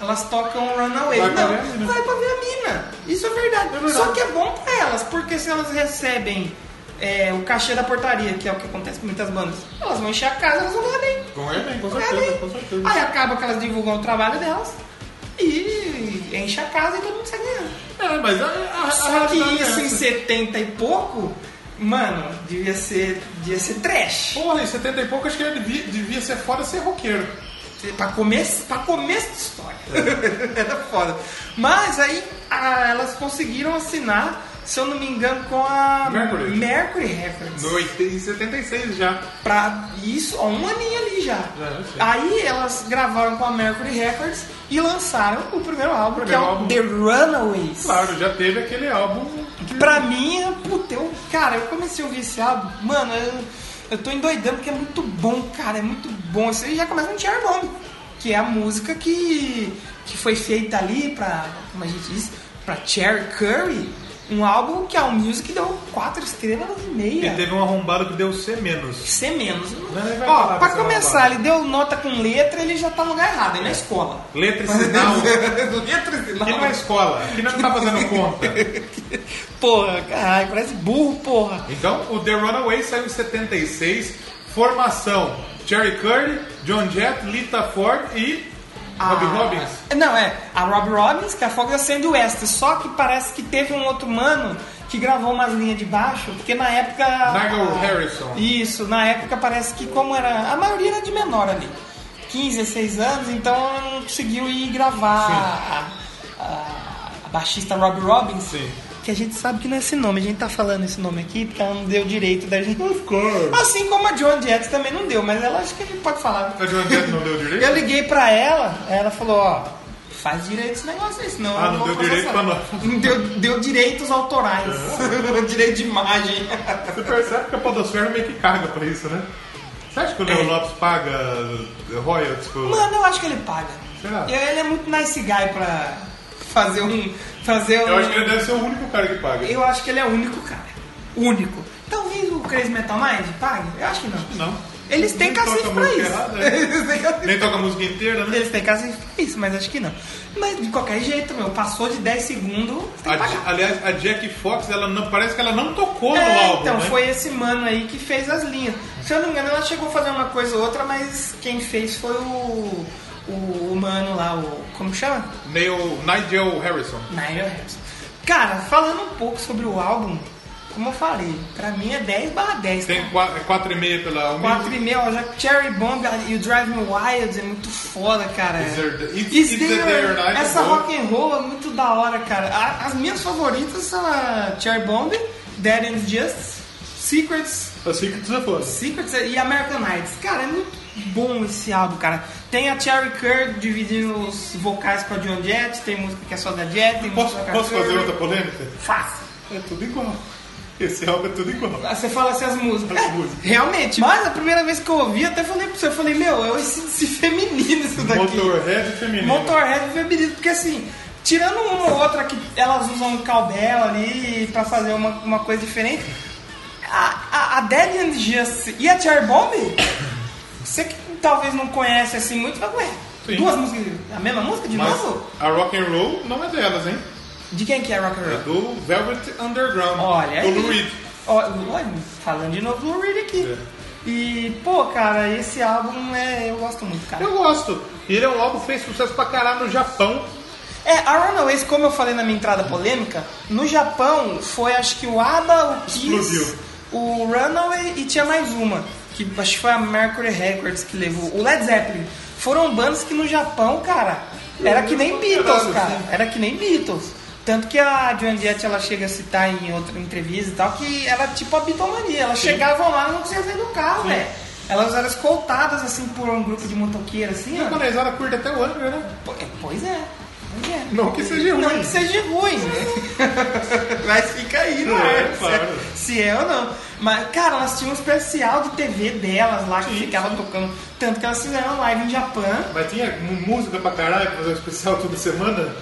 Elas tocam Runaway.
Vai pra
não,
ver a mina.
vai pra ver a mina. Isso é verdade. Só que é bom pra elas, porque se elas recebem é, o cachê da portaria, que é o que acontece com muitas bandas, elas vão encher a casa, elas vão ganhar bem.
Com ele, hein? com
Olha
certeza,
aí.
com certeza.
Aí acaba que elas divulgam o trabalho delas e enche a casa e todo mundo sai ganhando.
É, mas a, a, a
Só que
realidade é
isso em
essa.
70 e pouco, mano, devia ser, devia ser trash.
Porra, em 70 e pouco acho que ele devia, devia ser foda ser roqueiro.
Pra começo, pra começo de história.
É.
Era foda. Mas aí a- elas conseguiram assinar, se eu não me engano, com a
Mercury.
Mercury Records.
No, oit- em 76 já.
pra isso, ó, um aninho ali já.
Já, eu sei.
Aí elas gravaram com a Mercury Records e lançaram o primeiro álbum,
Primeiro
que é o
álbum.
The Runaways.
Claro, já teve aquele álbum de...
Pra mim, é, puta, eu, cara, eu comecei a ouvir esse álbum, mano, eu, eu tô endoidando porque é muito bom, cara, é muito bom. Você já começa a tirar nome, que é a música que, que foi feita ali pra, como a gente diz, pra Cherry Curry, um álbum que a Music deu quatro estrelas e meia.
E teve um arrombado que deu C menos.
C menos.
Não, ele vai
Ó,
falar
pra
pra você
começar,
arrombar.
ele deu nota com letra, ele já tá no lugar errado, ele é na escola.
Letra e sinal.
letra e
Aqui não é escola, aqui não tá fazendo conta.
Porra, caralho, parece burro, porra.
Então, o The Runaways saiu em 76. Formação: Jerry Curry, John Jett, Lita Ford e Robbie
Ah.
Robbins.
Não, é, a Rob Robbins, que é a folga sendo West, só que parece que teve um outro mano que gravou umas linhas de baixo, porque na época...
Nigel
Ah,
Harrison.
Isso, na época parece que como era... A maioria era de menor ali, 15, 16 anos, então não conseguiu ir gravar a, a- a baixista Rob Robbins.
Sim.
Que a gente sabe que não é esse nome, a gente tá falando esse nome aqui porque ela não deu direito da gente. Assim como a Joan Jett também não deu, mas ela acho que a gente pode falar.
A John Jett não deu direito?
Eu liguei pra ela, ela falou, ó, faz direito esse negócio aí, senão
Ah,
eu
não
vou
deu direito
processar."
pra É.
Não deu, deu direitos autorais. direito de imagem.
Você percebe que a Podosfera meio que caga pra isso, né? Você acha que o Leo Lopes paga royalties pro.
É. Mano, eu acho que ele paga.
Será?
Eu- Ele é muito nice guy pra fazer um. Fazer um.
Eu acho que ele é deve ser o único cara que paga.
Eu acho que ele é o único, cara. Único. Talvez o Crazy Metal Mind pague? Eu acho que não.
Não.
Eles têm
Nem toca
cacete pra
música
isso.
errada, né?
Eles têm cacete.
Nem toca a música inteira, né?
Eles têm cacete pra isso, mas acho que não. Mas de qualquer jeito, meu, passou de 10 segundos, você tem
A
que pagar.
Ja- aliás, a Jack Fox, ela não, parece que ela não tocou no
É,
álbum.
então,
né?
foi esse mano aí que fez as linhas. Se eu não me engano, ela chegou a fazer uma coisa ou outra, mas quem fez foi o. O, o mano lá, o. Como chama?
Neil- Nigel Harrison.
Nigel Harrison. Cara, falando um pouco sobre o álbum, como eu falei, pra mim é 10 barra 10.
Tem é um 4,5 pela Almir.
4 e meia, ó, já Cherry Bomb e o Drive Me Wild é muito foda, cara.
Is there- it's-
Is
it's the
there-
Day or Night,
essa
é boa.
rock and roll é muito da hora, cara. A- as minhas favoritas são a Cherry Bomb, Dead and Justice, Secrets,
Assim que você fosse.
Secrets e American Nights. Cara, é muito bom esse álbum, cara. Tem a Cherry Curd dividindo os vocais com a John Jett, tem música que é só da Jett, tem
Posso,
música
posso
com a
fazer
Curry.
outra polêmica?
Fácil.
É tudo igual. Esse álbum é tudo igual.
Você fala assim as músicas.
As
É,
músicas.
realmente. Mas a primeira vez que eu ouvi, até falei pra você, eu falei, meu, é o esse feminino isso daqui.
Motorhead feminino.
Motorhead feminino, porque assim, tirando uma ou outra que elas usam um caudel ali pra fazer uma, uma coisa diferente, a, a, a Dead and Justice e a Cherry Bomb, você que talvez não conhece assim muito, fala, ué,
Sim.
duas músicas, a mesma música de
Mas
novo?
a rock and roll não é delas, hein?
De quem que é Rock and
É
Roll?
do Velvet Underground.
Olha
do
aí.
Lou Reed.
Ó, olha, falando de novo do Reed aqui.
É.
E, pô, cara, esse álbum é, eu gosto muito, cara.
Eu gosto. E ele é um álbum que fez sucesso pra caralho no Japão.
É, a Runaways, como eu falei na minha entrada polêmica, no Japão foi acho que o ABBA, o Kiss,
Explodiu.
o Runaway e tinha mais uma, que acho que foi a Mercury Records que levou, o Led Zeppelin. Foram bandas que no Japão, cara, era que nem Beatles, cara, era que nem Beatles. Tanto que a Joan Jett, ela chega a citar em outra entrevista e tal, que era tipo a Beatlemania, elas chegavam lá e não conseguiam sair do carro, velho. Elas eram escoltadas, assim, por um grupo de motoqueiros, assim,
E
ó.
a japonesada curta até o Angra, né?
Po- Pois é. Pois é.
Não que seja ruim.
Não que seja ruim, né? Mas fica aí, não
É,
é?
claro.
Se, é ou não. Mas, cara, elas tinham um especial de TV delas lá que
Sim,
ficava tocando. Tanto que elas fizeram live em Japão.
Mas tinha m- música pra caralho, pra fazer um especial toda semana.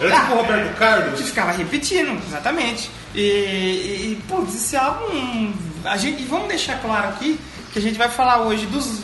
Era tipo o Roberto
que
Carlos.
ficava repetindo, exatamente. E, e, e, putz, esse álbum. A gente, e vamos deixar claro aqui que a gente vai falar hoje dos,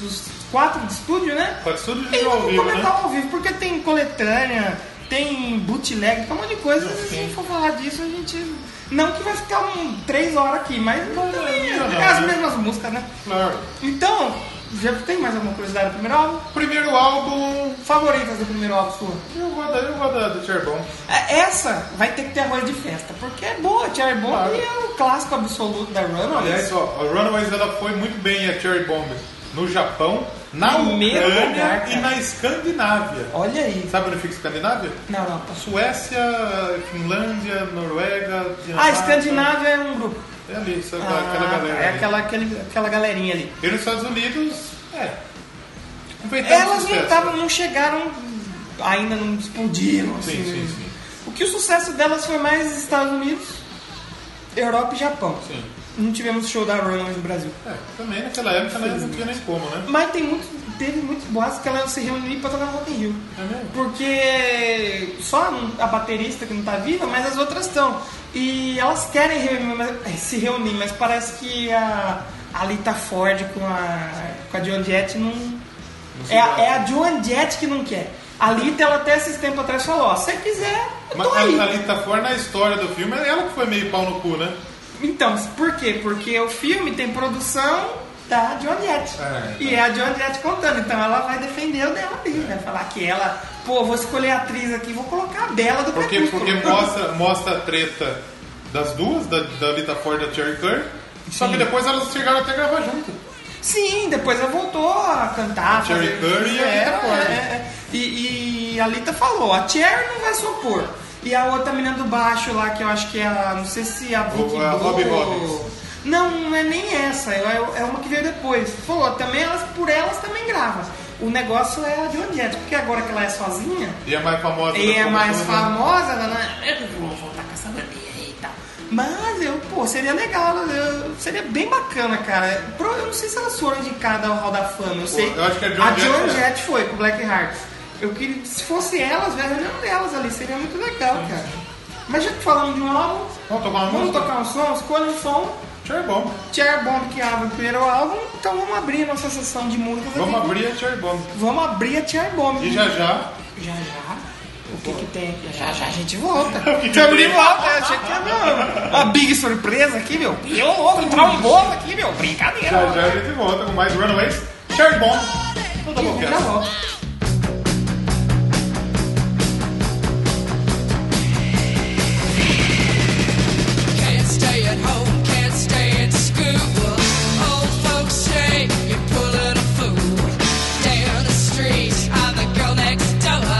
dos quatro de estúdio, né?
Quatro de estúdio
e
e ao
vamos
vivo,
comentar
né?
ao vivo, porque tem coletânea, tem bootleg, tem um monte de coisa. e Se a gente for falar disso, a gente. Não que vai ficar um, três horas aqui, mas também é,
não,
é as
né?
mesmas músicas, né?
Claro.
Então, já tem mais alguma curiosidade do primeiro álbum?
Primeiro álbum.
Favoritas do primeiro álbum sua?
Eu vou dar, eu vou dar do Cherbon.
É, Essa vai ter que ter arroz de festa, porque é boa, Cherry Bomb
Claro.
e é o clássico absoluto da Runaways.
Aliás, ó, a Runaways ela foi muito bem a Cherry Bomb no Japão, na
Primeiro
Ucrânia
lugar, cara.
e na Escandinávia.
Olha aí.
Sabe onde fica a Escandinávia?
Não, não. tá su-
Suécia, Finlândia, Noruega. Dinamarca.
Ah, Escandinávia é um grupo.
É ali, sabe, aquela
Ah,
galera.
é
ali.
aquela, aquele, aquela galerinha ali.
E nos Estados Unidos, é. inventaram
Elas não,
sucesso.
tavam, não chegaram, ainda não explodiram. Assim,
Sim, sim,
né?
sim.
O que o sucesso delas foi mais Estados Unidos, Europa e Japão.
Sim.
Não tivemos show da Runaways no Brasil.
É, também naquela época elas não tinha nem como, né?
Mas tem muito, teve muitos boatos que elas se reuniram pra tocar no Rock in Rio.
É mesmo?
Porque só a baterista que não tá viva, mas as outras estão. E elas querem reunir, mas- eh, se reunir, mas parece que a a Alita Ford com a, com a Joan Jett não.
se
É, a-
dá.
é a Joan Jett que não quer. A Alita, ela até esses tempos atrás falou: ó, se você quiser, eu
Mas
tô
a
aí.
Thalita Ford na história do filme, é ela que foi meio pau no cu, né?
Então, por quê? Porque o filme tem produção da John Jett.
É.
E é a John Jett contando. Então ela vai defender o dela ali. Vai falar que ela, pô, vou escolher a atriz aqui, vou colocar a Bela do
Porque,
Crepúsculo.
porque mostra, mostra a treta das duas, da, da Lita Ford e da Cherry Kerr. Só
Sim.
que depois elas chegaram até a gravar junto.
Sim, depois ela voltou a cantar.
A Cherry
fazer-
Curry e a
É,
Lita Ford.
é, é. E, e a Lita falou, a Cherry não vai se opor. E a outra menina do baixo lá, que eu acho que é a. Não sei se é a Vicky
a
Bo-
Robbie Robbins.
Não, não é nem essa, é é uma que veio depois. Falou, também elas, por elas também gravam. O negócio é a de onde é, porque agora que ela é sozinha,
E é mais famosa.
e
da
é mais
formação, né?
famosa, ela não é, eu vou voltar com essa bandeira e tal. Mas eu, pô, seria legal, eu- seria bem bacana, cara. Pro- Eu não sei se elas foram indicadas ao Hall da Fama, eu sei.
eu acho que a Joan
a
Jett
Joan
é.
Jett foi com Black Hearts. Eu queria, se fosse elas, velho, reunião delas ali, seria muito legal, cara. Mas já que falamos de um álbum,
Vamos tocar uma
vamos
música?
tocar um som, escolha um som.
Cherry Bomb.
Cherry Bomb que abre o primeiro álbum, então vamos abrir nossa sessão de músicas
Vamos
aqui.
abrir a Cherry Bomb.
Vamos abrir a Cherry Bomb.
E já já.
Já já. O que, que tem aqui? Já já a gente volta.
que que
Tamo de
tem?
volta. Eu achei que era uma, uma big surpresa aqui, meu. E eu louco, tromboso aqui, meu. Brincadeira.
Já já a gente volta com mais Runaways. Cherry Bomb. Toda
E já
boquete.
volta.
Can't stay at home, can't stay at school. Old folks say you're pulling a fool. Down the street, I'm the girl next door.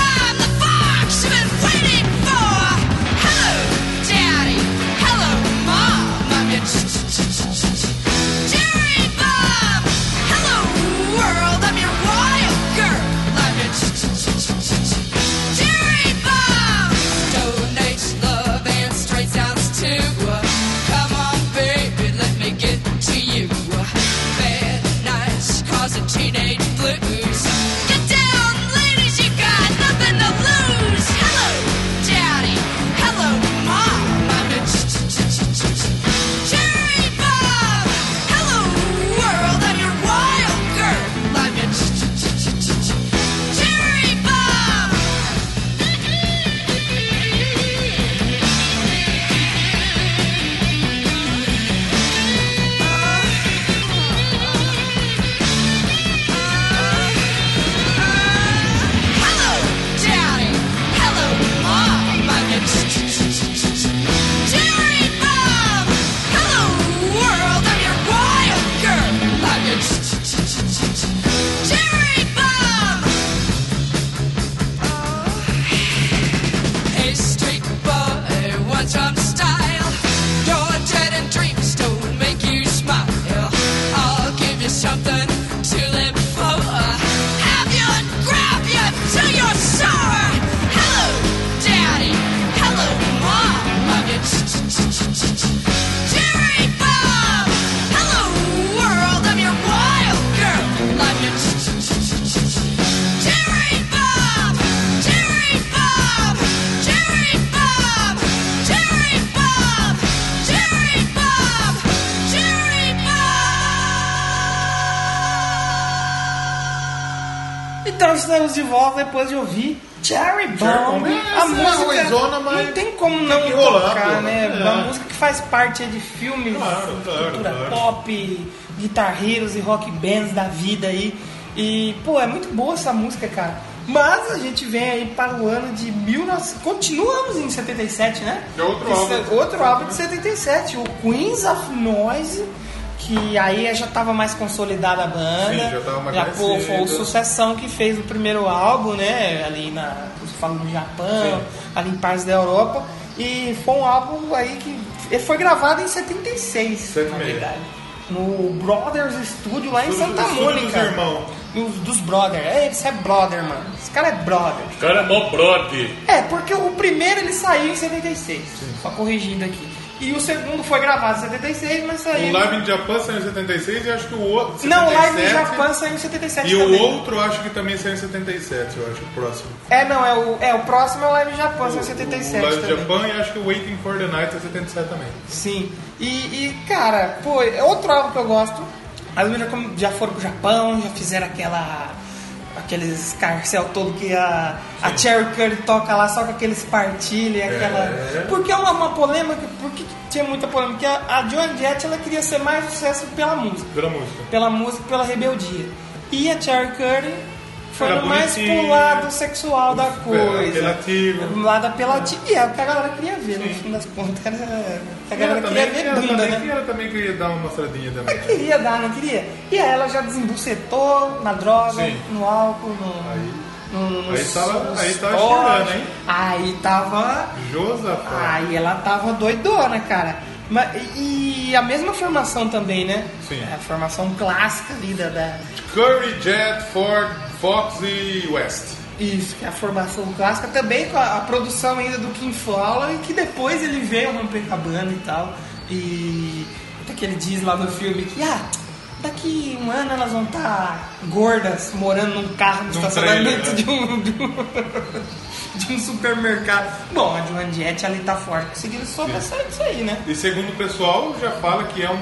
I'm the fox you've been waiting for. Hello, daddy. Hello, mom. I'm your dairy bomb. Hello, world. I'm your wild
Oh.
Então, estamos de volta depois de ouvir Cherry Bomb.
Bomb.
A
Essa é uma
música
ruizona, mas
não tem como não
que rolar,
tocar,
pô.
né?
É.
Uma música que faz parte de filmes,
Claro, claro,
cultura
claro.
pop, guitarreiros e rock bands da vida aí. E, pô, é muito boa essa música, cara. Mas a gente vem aí para o ano de 19... Continuamos em 77, né?
É outro
Esse-
álbum. né?
Outro álbum de 77, o Queens of Noise, que aí já tava mais consolidada a banda.
Sim, já tava mais
pô, foi um o
conhecida.
sucessão que fez o primeiro álbum, né? Ali na. Você fala no Japão, ali em partes da Europa. E foi um álbum aí que. Ele foi gravado em 76, na
76.
verdade. No Brothers Studio lá em
Estúdio-
Santa
estúdio dos
Mônica.
irmão.
Dos, dos Brothers. É, Esse é brother, mano. Esse cara é brother.
O cara é mó brode.
É, porque o primeiro ele saiu em 76. Só corrigindo aqui. E o segundo foi gravado em 76, mas saiu.
O Um Live in Japan saiu em 76 e acho que o outro. 77,
Não, o Live in Japan saiu em 77
E
também.
o outro acho que também saiu em 77, eu acho, o próximo.
É, não, é o, é, o próximo é o Live in Japan, saiu em
o
77
Live in
também.
Japan e acho que o Waiting for the Night é 77 também.
Sim. E, e, cara, pô, é outro álbum que eu gosto. As meninas como- já foram pro Japão, já fizeram aquela. aqueles carcel todo que a, a Cherry Curry toca lá só com aqueles partilha, aquela. Porque é uma, uma polêmica, porque tinha muita polêmica. Porque a, a Joan Jett ela queria ser mais sucesso pela música.
Pela música.
Pela música pela rebeldia. E a Cherry Curry foi
Era
no mais
bonitinha.
pro lado sexual da coisa.
apelativo.
Um lado apelativo. E é o que a galera queria ver, no fim das contas. Era, a galera
Ela
queria
também,
ver
ela
bunda,
também,
né?
ela também queria dar uma mostradinha também.
Mas queria dar, não queria? E aí ela já desembucetou na droga,
Sim.
no álcool, no.
Aí,
no, no
aí tava- aí tava
esporte.
chorando, hein?
Aí tava.
Josafá.
Aí ela tava doidona, cara. Ma- E e a mesma formação também, né?
Sim.
A formação clássica ali da, da-
Curry, Jet, Ford, Fox e West.
Isso, que é a formação clássica, também com a, a produção ainda do Kim Fowler, que depois ele veio romper com a banda e tal. E até que ele diz lá no filme que, ah, daqui um ano elas vão estar gordas, morando num carro no
Num
estacionamento
trailer, né?
de, um, de, um, de um supermercado. Bom, a Joan Jett ali tá forte, conseguindo sobressair disso aí, né?
E segundo o pessoal, já fala que é um.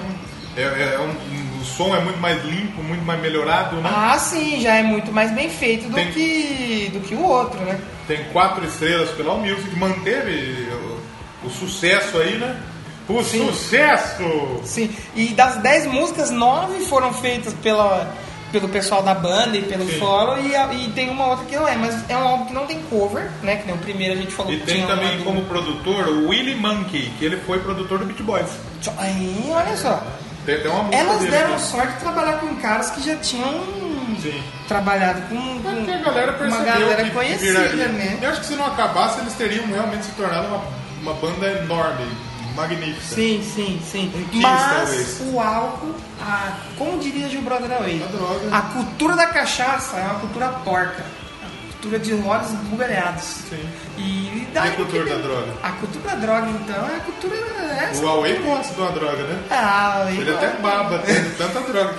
É, é- é um- o som é muito mais limpo, muito mais melhorado, né?
Ah, sim, já é muito mais bem feito do,
Tem-
que, do que o outro, né?
Tem quatro estrelas pela All Music, manteve o, o sucesso aí, né? O
Sim.
sucesso!
Sim, e das 10 músicas, 9 foram feitas pela, pelo pessoal da banda e pelo
Sim.
solo, e, a- e tem uma outra que não é, mas é um álbum que não tem cover, né? Que nem o primeiro a gente falou
E
que
tem
tinha
também
uma-
como produtor o Willie Monkey, que ele foi produtor do Beat Boys.
Aí, olha só.
Ah, Tem até uma música
Elas
dele
deram um
aqui.
sorte de trabalhar com caras que já tinham
Sim.
trabalhado com, com
Porque a galera
uma
percebeu
galera
que
conhecida,
viraria.
né?
Eu acho que se não acabasse, eles teriam realmente se tornado uma, uma banda enorme, magnífica.
Sim, sim, sim.
Um Kiss,
Mas
talvez.
o álcool, a, como diria Gil Brother Away,
A droga.
a cultura da cachaça é uma cultura porca. A cultura de olhos bugalhados.
Sim.
E, daí
E a cultura
que-
da droga?
A cultura da droga, então, é a cultura. É
O Huawei gosta de uma droga, né?
Ah,
Ele até baba, tem tanta droga.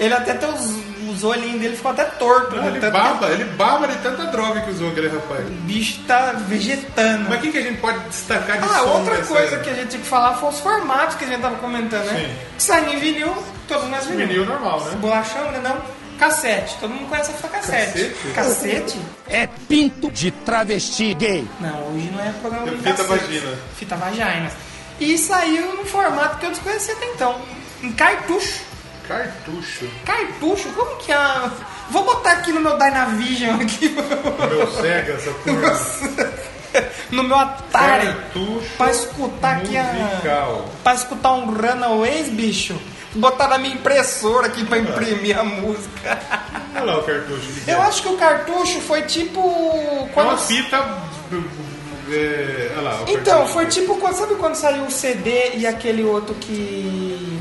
ele até tem os, os olhinhos dele ficam até torto.
Não,
né?
ele
Tanto
baba, ele baba de tanta droga que usou aquele rapaz.
que O bicho tá vegetando.
Mas o é que, é que a gente pode destacar de
Ah,
som
outra
dessa-
coisa que a gente tinha que falar foi os formatos que a gente tava comentando, né?
Sim.
Que saem em vinil, todos nós vinil.
Vinil normal, né?
Bolachão, né? Não. Cassete. Todo mundo conhece a cassete.
Cassete?
Cassete?
É pinto de travesti gay.
Não, hoje não é programa
É
de
fita
cassete.
vagina.
Fita vagina. E saiu num formato que eu desconhecia até então. Em cartucho.
Cartucho.
Cartucho? Como que é? Vou botar aqui no meu Dynavision aqui.
Meu cega, essa porra.
no meu Atari.
Cartucho
Pra escutar aqui a.
musical.
Pra escutar um Runaways, bicho. Botar na minha impressora aqui pra imprimir a música.
Olha lá o cartucho. que que
Eu
é.
acho que o cartucho foi tipo.
É
Quando
uma fita. É, olha lá, o
Então,
cartucho.
foi tipo, quando- sabe quando saiu o CD e aquele outro que.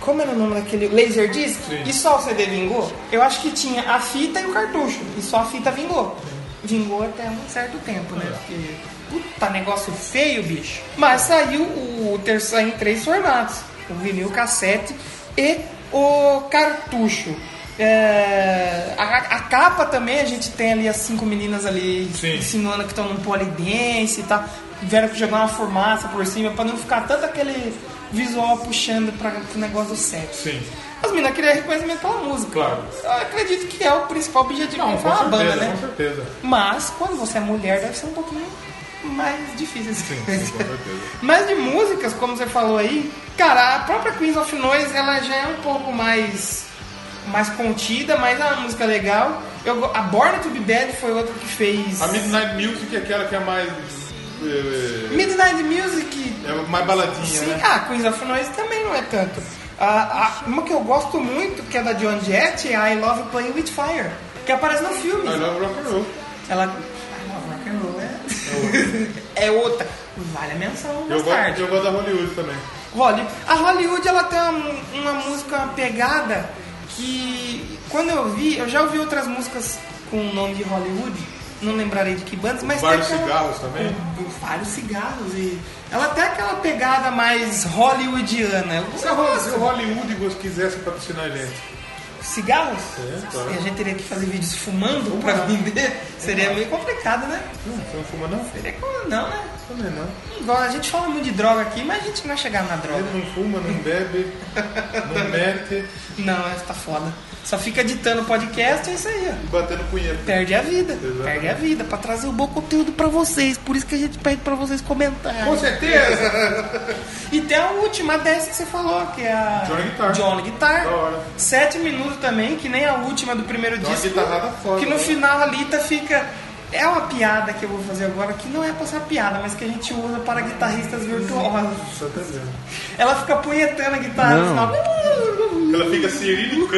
Como era o nome daquele? Laserdisc? E só o CD vingou? Eu acho que tinha a fita e o cartucho. E só a fita vingou. Vingou até um certo tempo, né? Porque. Puta, negócio feio, bicho. Mas saiu o terceiro em três formatos: o vinil, o cassete e o cartucho. É, a, a capa também, a gente tem ali as cinco meninas ali
Sim.
ensinando que estão num polidense e tal. Tiveram que jogar uma fumaça por cima pra não ficar tanto aquele visual puxando pra, pro negócio do sexo.
Sim.
As meninas queriam reconhecimento pela música.
Claro.
Eu acredito que é o principal objetivo
Não,
de
com
uma
certeza,
banda,
com
né?
certeza.
Mas quando você é mulher deve ser um pouquinho mais difícil.
Sim, sim, com certeza.
Mas de músicas, como você falou aí, cara, a própria Queens of Noise ela já é um pouco mais mais contida, mas é uma música legal. Eu, go- a Born to Be Bad foi outra que fez.
A Midnight Music é aquela que é mais. eh,
Midnight Music.
É mais baladinha,
Sim,
né?
ah, Queens of Noise também não é tanto. A- a- uma que eu gosto muito, que é da John Jett, é I Love Playing with Fire, que aparece no filme.
I love é rock and roll.
Ela. I Love Rock and Roll né? é. é outra. Vale a menção mais
Eu
tarde.
gosto, eu gosto da Hollywood também.
Holly, a Hollywood ela tem uma, uma música uma pegada que quando eu vi, eu já ouvi outras músicas com o nome de Hollywood, não lembrarei de que bandas, mas
Vários
tem aquela-
cigarros também.
Com vários cigarros e ela tem aquela pegada mais hollywoodiana. Eu
Se a Hol- se o
gosto.
Hollywood gos- quisesse patrocinar a gente,
Cigarros?
É, claro.
E a gente teria que fazer vídeos fumando pra vender. Seria meio complicado, né?
Hum, você não fuma não?
Seria como não, né?
Também não.
Igual a gente fala muito de droga aqui, mas a gente não vai chegar na droga.
Ele não fuma, não bebe, não mete,
Não, essa tá foda. Só fica editando podcast, é isso aí, ó.
batendo punheta.
Perde a vida.
Exatamente.
Perde a vida pra trazer o bom conteúdo pra vocês. Por isso que a gente pede pra vocês comentarem.
Com certeza!
E tem a última, a dessa que você falou, que é a.
Johnny Guitar.
Johnny Guitar.
Da hora.
Sete minutos também, que nem a última do primeiro
Dá uma
disco.
guitarrada foda,
que no
né?
final a Lita fica. É uma piada que eu vou fazer agora, que não é pra ser uma piada, mas que a gente usa para guitarristas virtuosos.
Só tá vendo.
Ela fica punhetando a guitarra no final. uh,
Ela fica ciriricando,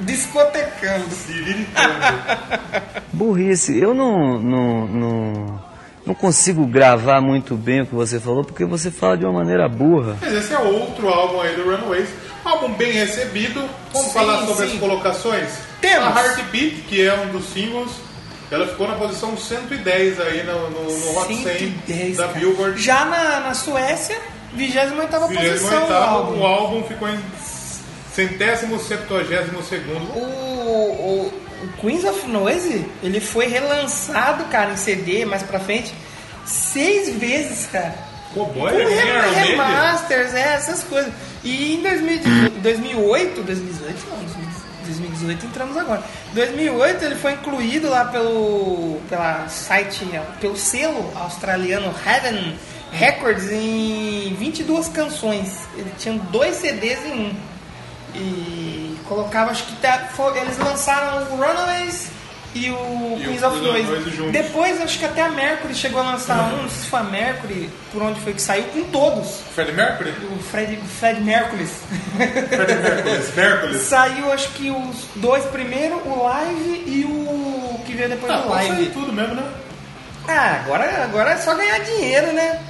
Discotecando.
ciriricando.
Burrice. Eu não, não, não, não consigo gravar muito bem o que você falou, porque você fala de uma maneira burra.
Mas esse é outro álbum aí do Runaways. Álbum bem recebido. Vamos
Sim,
falar sobre
sim.
as colocações?
Temos.
A Heartbeat, que é um dos singles, ela ficou na posição 110 aí no, no, no Hot 100 da
cara.
Billboard.
Já na, na Suécia, 28 posição do
28º, o
álbum.
álbum ficou em centésimo, septuagésimo segundo.
O, o- o Queens of Noise, ele foi relançado, cara, em CD mais pra frente, seis vezes, cara.
Cowboy,
Com
ele
rem-
era dele.
é remasters, é, essas coisas. E em 2018, 2008, 2018 não, 2018 entramos agora. 2008 ele foi incluído lá pelo pela site, pelo selo australiano Heaven Records em 22 canções. Ele tinha dois CDs em um. E colocava, acho que tá- foi- eles lançaram o Runaways e o
E o
Queens of
Queens of
Noise
Noise juntos.
depois, acho que até a Mercury chegou a lançar um, não sei se foi a Mercury, por onde foi que saiu, com todos.
Freddie Mercury?
O Fred, Fred Mercury.
Freddie Mercury. Mercury.
saiu, acho que os dois primeiro, o Live e o que veio depois
Ah,
do
passa
Live.
aí tudo mesmo, né?
Ah, agora, agora é só ganhar dinheiro, né?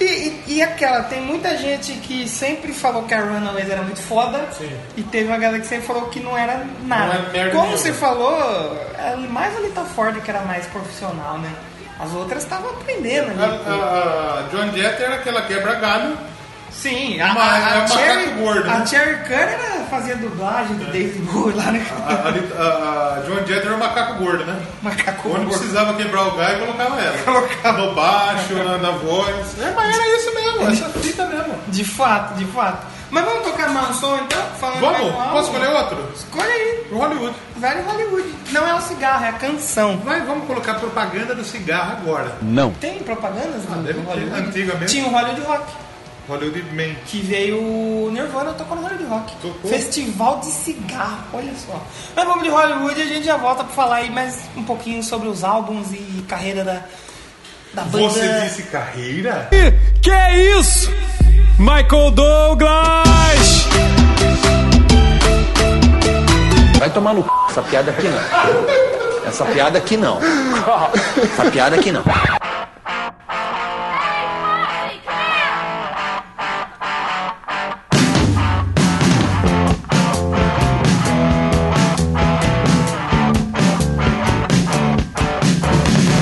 E, e, e aquela, tem muita gente que sempre falou que a Runaways era muito foda
Sim.
e teve uma galera que sempre falou que não era nada.
Não é merda
Como
nenhuma.
você falou, é mais a Lita Ford que era mais profissional, né? As outras estavam aprendendo.
A,
né?
a, a John Jett era aquela quebra galho.
Sim, a,
Uma-
a,
é
a,
um
Cherry,
macaco gordo,
a
né? É.
Cherry Cunn era fazia dublagem do David Bowie lá né? no
A, a, a- a John Jett era um macaco gordo, né?
Macaco
Quando
Gordo.
precisava quebrar o galho, colocava ela. Colocava no baixo, na, na voz. É, mas era isso mesmo, essa fita mesmo.
De fato, de fato. Mas vamos tocar mais um som então? Falando mais
Vamos,
um álbum?
posso escolher outro?
Escolhe aí.
Pro Hollywood.
Velho Hollywood. Não é o cigarro, é a canção.
Vai, vamos colocar propaganda do cigarro agora.
Não.
Tem propagandas do,
deve
do
ter,
Hollywood?
antigamente.
Tinha o Hollywood Rock,
Hollywood Man.
que veio o Nirvana tocou no Hollywood Rock.
Tocou.
Festival de cigarro, olha só. Mas vamos de Hollywood e a gente já volta pra falar aí mais um pouquinho sobre os álbuns e carreira da, da banda.
Você disse carreira?
Que é isso? Michael Douglas!
Vai tomar no c... Essa piada aqui não. Essa piada aqui não. Essa piada aqui não.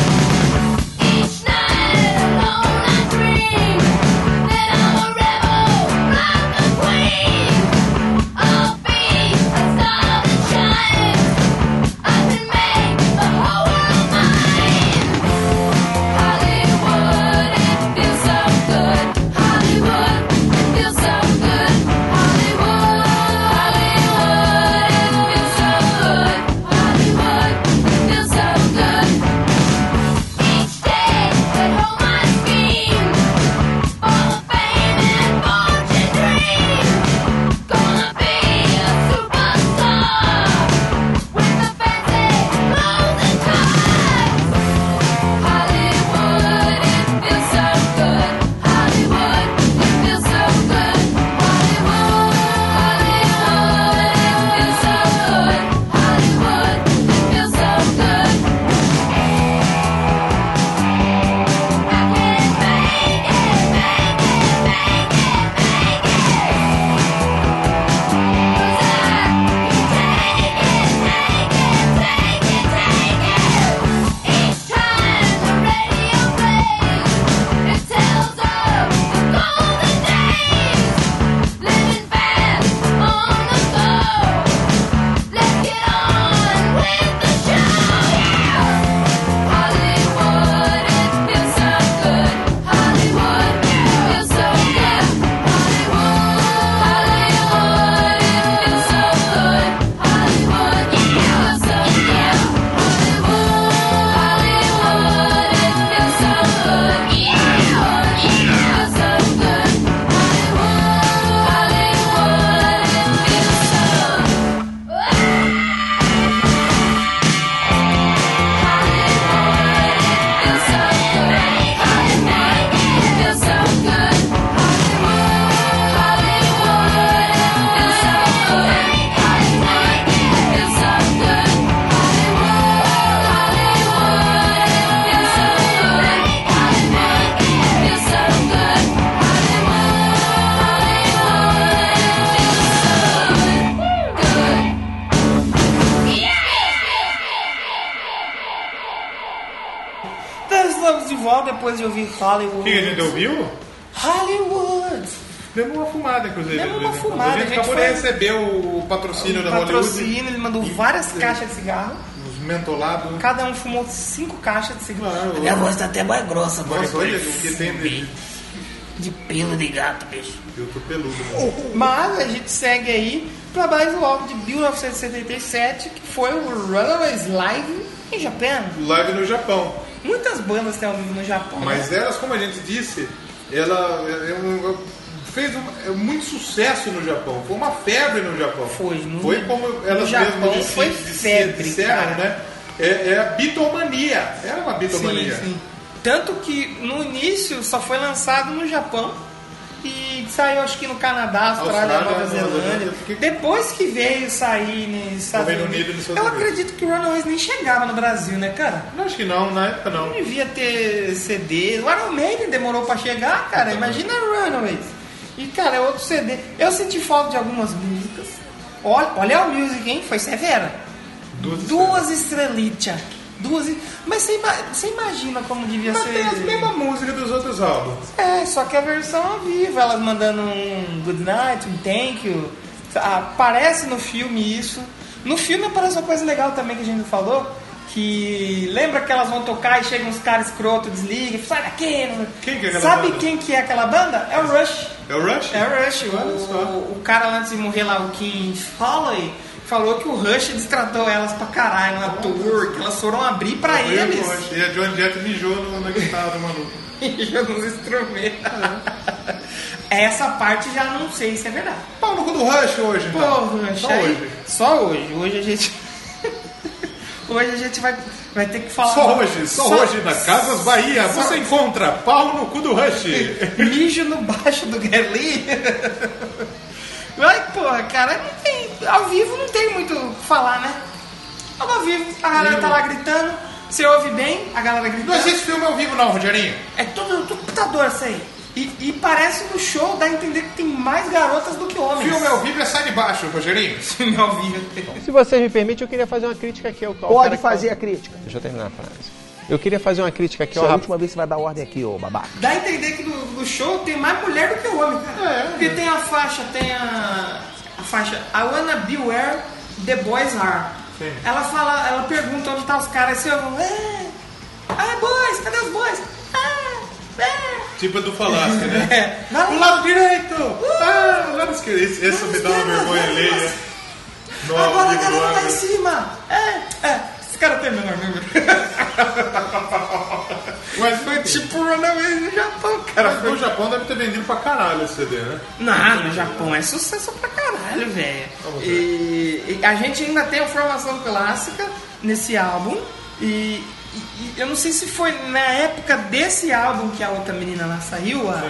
Each night alone I dream that I'm a rebel, rock and queen. I'll be a star that shines. I can make the whole world mine.
anos de volta depois de ouvir Hollywood.
O que, que a gente ouviu?
Hollywood!
Demos uma fumada, inclusive.
Demos
por
uma
exemplo.
fumada,
A
a
gente
gente
acabou
foi-
de receber o patrocínio da Hollywood.
Um Patrocínio, ele mandou várias caixas de cigarro.
Os mentolados. né?
Cada um fumou cinco caixas de cigarro.
Claro.
minha voz tá até mais grossa, mano.
Nossa, olha o que tem de
De pelo de gato, bicho.
filtro peludo. né?
Mas a gente segue aí pra mais um álbum de 1977, que foi o Runaways Live em Japão.
Live no Japão.
Muitas bandas têm ao vivo no Japão. né?
Mas elas, como a gente disse, ela é um- é- fez um- é muito sucesso no Japão. Foi uma febre no Japão.
Foi, no-
foi como elas
no Japão
mesmas disse-
foi
disse-
febre, cara.
disseram, né? É, é a bitomania. Era uma bitomania.
Sim, sim. Tanto que no início só foi lançado no Japão e saiu acho que no Canadá, Austrália,
Austrália,
Nova
Nova
Zelândia.
Zelândia. Porque-
Depois que veio sair nos Estados
Reino
Unidos,
Unido e nos Estados
eu
Unidos.
acredito que o Runaways nem chegava no Brasil, né, cara?
Não, Acho que não, na época não.
Não devia ter CD. O Iron Maiden demorou pra chegar, cara. Imagina o Runaways. E, cara, é outro CD. Eu senti falta de algumas músicas. Olha, olha a music, hein? Foi severa.
Duas
Duas estrelitas. Duas. e- Mas você, ima- você imagina como devia
Mas
ser.
tem as mesmas músicas dos outros álbuns.
É, só que a versão ao vivo, elas mandando um good night, um thank you. Ah, Aparece no filme isso. No filme aparece uma coisa legal também que a gente não falou. Que lembra que elas vão tocar e chegam uns caras escroto, desliga, sai daqui. não-
Quem que é aquela
Sabe
banda?
quem que é aquela banda? É o Rush.
É o Rush?
É o Rush. O,
Olha só.
o cara antes de morrer lá, o Kim Holloway, falou que o Rush destratou elas pra caralho na tour, que elas foram abrir pra
Foi o
eles.
Rush. E a Johnny Jett mijou no- na guitarra, maluco.
E alguns instrumentos. É. Essa parte já não sei se é verdade.
Pau no cu do Rush hoje,
Pô,
então.
Rush,
Só
aí-
hoje.
Só hoje. Hoje a gente. hoje a gente vai, vai ter que falar.
Só hoje, só, hoje na Casas Bahia você encontra pau no cu do Rush.
Mijo no baixo do Guerli. Ai, porra, cara, não tem. Ao vivo não tem muito o que falar, né? Ao vivo, a galera tá lá gritando. Você ouve bem, a galera
Não
gritando.
existe filme ao vivo não, Rogerinho.
É tudo tudo computador isso aí. E, e parece que no show dá a entender que tem mais garotas do que homens.
Filme ao vivo é sai de baixo, Rogerinho.
Filme ao vivo.
Se você me permite, eu queria fazer uma crítica aqui ao Pode fazer a crítica. Deixa eu terminar a frase. Eu queria fazer uma crítica aqui ao rapaz.
Dá a entender que no, no show tem mais mulher do que homem, cara. Porque tem a faixa, tem a, a faixa I wanna be where the boys are.
Sim.
Ela fala, ela pergunta onde tá os caras, assim, eu vou, "É, ah, boys, cadê os boys? Ah, é.
Tipo do Falasca, né?
É, vai
O
lá.
lado direito!
Uh,
Ah, o lado esquerdo. Esse, esse me dá uma vergonha alheia. No ao
Agora a
vivo do
galera lá em
Anderson.
cima! É, é, esse cara tem o menor número.
Mas foi tipo...
tipo Runaways no Japão, cara.
Cara, o Japão deve ter vendido pra caralho esse CD, né?
Não, no Japão é sucesso pra caralho, velho. E, e a gente ainda tem a formação clássica nesse álbum. E, e- e eu não sei se foi na época desse álbum que a outra menina lá saiu, a,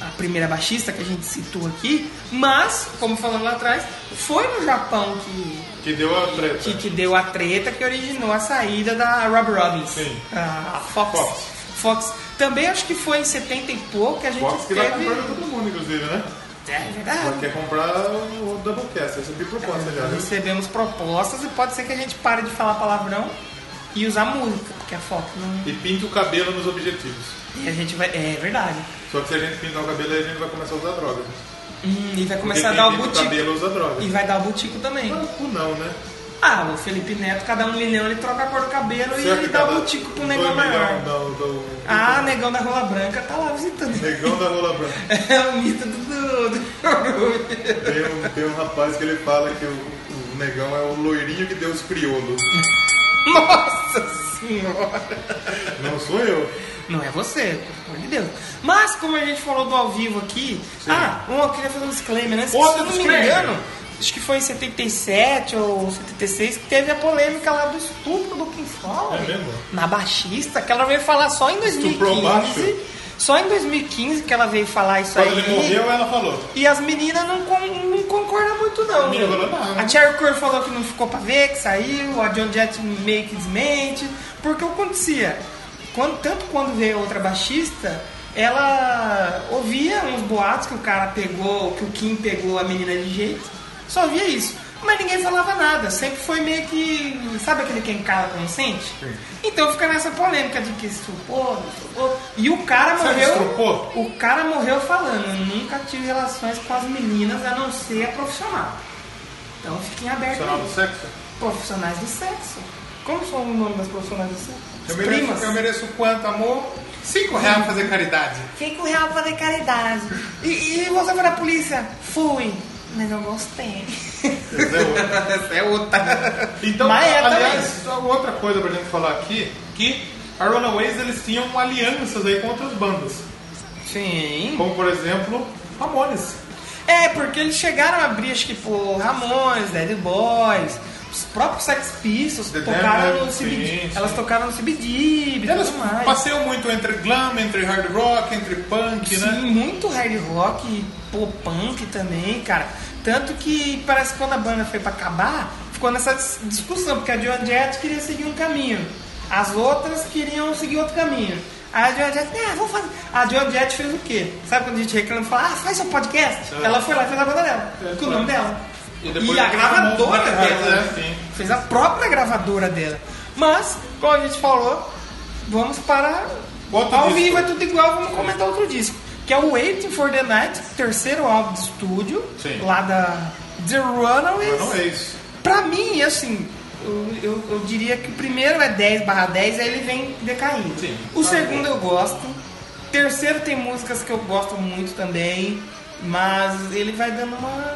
a primeira baixista que a gente citou aqui, mas, como falando lá atrás, foi no Japão que,
Que deu a treta.
que, que deu a treta que originou a saída da Rob Robbins.
Sim.
A Fox.
Fox.
Fox. Também acho que foi em 70 e pouco que a gente
Fox que vai
teve.
comprar pra todo mundo, inclusive, né?
É verdade.
Ela quer comprar o Doublecast. Recebi é proposta já, né?
Recebemos propostas e pode ser que a gente pare de falar palavrão e usar música, porque a Fox não.
E pinta o cabelo nos objetivos.
E a gente vai. É verdade.
Só que se a gente pintar o cabelo, aí a gente vai começar a usar droga.
Hum, e vai
Porque
começar a
quem
dar o
pinta
butico.
cabelo usa droga.
E vai dar o butico também.
Não, cu não, né?
Ah, o Felipe Neto, cada um milhão, ele troca a cor do cabelo e
Será
ele
que
dá
cada
o butico pro
dois
negão
milhão
maior.
do- do-
Ah, negão da rola branca tá lá visitando.
Negão da Rola Branca.
É o mito do. do, do...
Tem um, tem um rapaz que ele fala que o, o negão é o loirinho que deu os crioulos.
Nossa senhora!
Não sou eu.
Não é você, pelo amor de Deus. Mas, como a gente falou do ao vivo aqui. Ah, um, eu queria fazer um disclaimer, né? Se
Outro
eu não me
disclaimer.
engano, acho que foi em 77 ou 76 que teve a polêmica lá do estupro do Kim Fowler.
É mesmo?
Na baixista, que ela veio falar só em
Estuprou
2015.
baixo?
Só em 2015 que ela veio falar isso
Quando
aí.
ele morreu, ela falou.
E as meninas não, con- não concordam muito, não.
Não falou nada.
A Cherry Cor falou que não ficou pra ver, que saiu. A John Jett meio que desmente. Porque o que acontecia? Quando, tanto quando veio outra baixista, ela ouvia uns boatos que o cara pegou, que o Kim pegou a menina de jeito. Só via isso. Mas ninguém falava nada, sempre foi meio que. Sabe aquele quem cala consente? Então fica nessa polêmica de que estrupou, não estrupou. E o cara
Sabe
morreu.
estrupou?
O cara morreu falando, eu nunca tive relações com as meninas a não ser a profissional. Então fiquem abertos.
Profissional
aí.
do sexo?
Profissionais do sexo. Como são o nome das profissionais do sexo?
Eu
As
mereço,
primas.
eu mereço quanto, amor? Cinco reais pra fazer caridade.
Fica o real pra fazer caridade. E, e você foi na polícia? Fui. Mas não gostei.
Essa é outra. Então,
Mas é
aliás, outra coisa pra gente falar aqui, que a Runaways eles tinham alianças aí com outras bandas.
Sim.
Como por exemplo, Ramones.
É, porque eles chegaram a abrir, acho que, pô, Ramones, Dead Boys, os próprios Sex Pistols
The
tocaram
Damned,
no
sim,
CBD.
sim.
Elas tocaram no CBD e
Elas
tudo mais.
passeiam muito entre glam, entre hard rock, entre punk,
Sim,
né?
muito hard rock, pô, punk também, cara. Tanto que parece que quando a banda foi pra acabar, ficou nessa dis- discussão, porque a Joan Jett queria seguir um caminho, as outras queriam seguir outro caminho. A Joan Jett, ah, vou fazer. A Joan Jett fez o quê? Sabe quando a gente reclama e fala, ah, faz seu podcast?
Ah.
Ela foi lá e fez a banda dela,
É,
com o
foi.
nome dela.
E
E,
depois
a
ela chamou
gravadora
o Black
dela,
Heart, né?
né?
Sim.
fez a própria gravadora dela. Mas, como a gente falou, vamos para
Outro
ao
disco.
vivo é tudo igual, vamos comentar outro disco. Que é o Waiting for the Night, terceiro álbum de estúdio,
Sim.
lá da The Runaways.
Não é isso.
Pra mim, assim, eu, eu, eu diria que o primeiro é 10 barra 10, aí ele vem decaindo.
Sim.
O segundo eu gosto. Terceiro tem músicas que eu gosto muito também, mas ele vai dando uma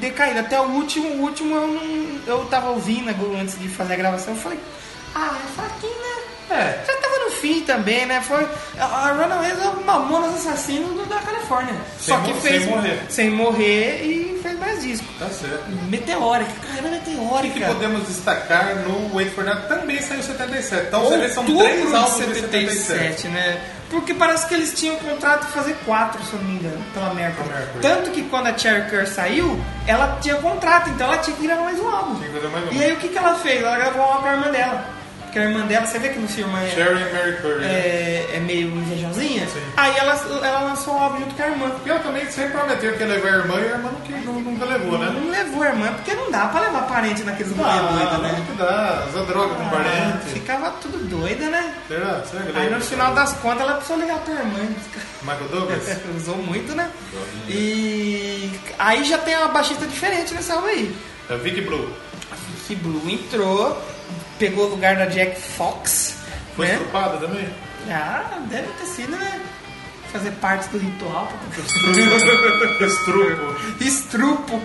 decaída. Até o último, o último eu não. Eu tava ouvindo agora antes de fazer a gravação, eu falei, ah, é fraquinho, né?
É.
Já tava no fim também, né? Foi, a- a Runaways é o Mamonas Assassino do- da Califórnia.
Sem
Só que
mo-
fez.
sem morrer.
Sem morrer e fez mais disco.
Tá certo.
Meteórica, carreira
O que né?
meteórica.
podemos destacar no Wait for Now também saiu 77. Então você vê, são
Outubro
três
de
álbuns
77,
de 77.
né? Porque parece que eles tinham contrato de fazer quatro, se eu não me engano, pela Mercury.
Pela Mercury.
Tanto que quando a Cherry Kerr saiu, ela tinha contrato, então ela tinha que gravar mais um álbum.
Tinha que fazer mais um.
E aí o que, que ela fez? Ela gravou um álbum com a irmã dela. Porque a irmã dela, você vê que no filme é,
Sherry and Mary Curry. né?
é, é meio invejosinha.
Sim.
Aí ela, ela lançou um álbum junto com a irmã.
E ela também sempre prometeu que ia levar a irmã e a irmã nunca, nunca levou, né? Ah,
Não levou a irmã, porque não dá pra levar parente naqueles rolê doido, né?
que dá, usa droga com
Ah,
parente.
ficava tudo doida, né?
Será? Será que ele-
Aí no final das contas ela precisou ligar pra irmã.
Michael Douglas?
Usou muito, né? E aí já tem uma baixista diferente nessa aula aí.
É Vic Blue.
Que Blue entrou, pegou o lugar da Jack Fox.
Foi
né?
estrupada também?
Ah, deve ter sido, né? Fazer parte do ritual.
Estrupo.
Estrupo.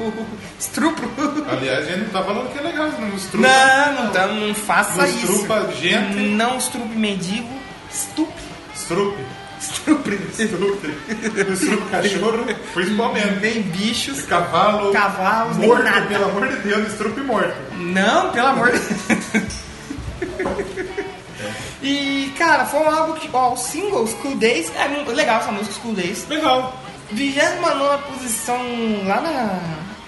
Estrupo.
Aliás, a gente não tá falando que é legal, não estrupa.
Não, não, tá- não faça
Não
isso.
estrupa gente.
Não estrupe mendigo. Estupe.
Estrupe.
Estrupe.
Estrupe. Não Estrupe cachorro, principalmente.
Nem bichos.
Cavalo.
Cavalos, nem
Morto,
nada.
pelo amor de Deus, estrupe morto.
Não, pelo amor de Deus. E, cara, foi um álbum que, ó, o single School Days, é muito legal essa música School Days.
Legal.
29 posição lá na,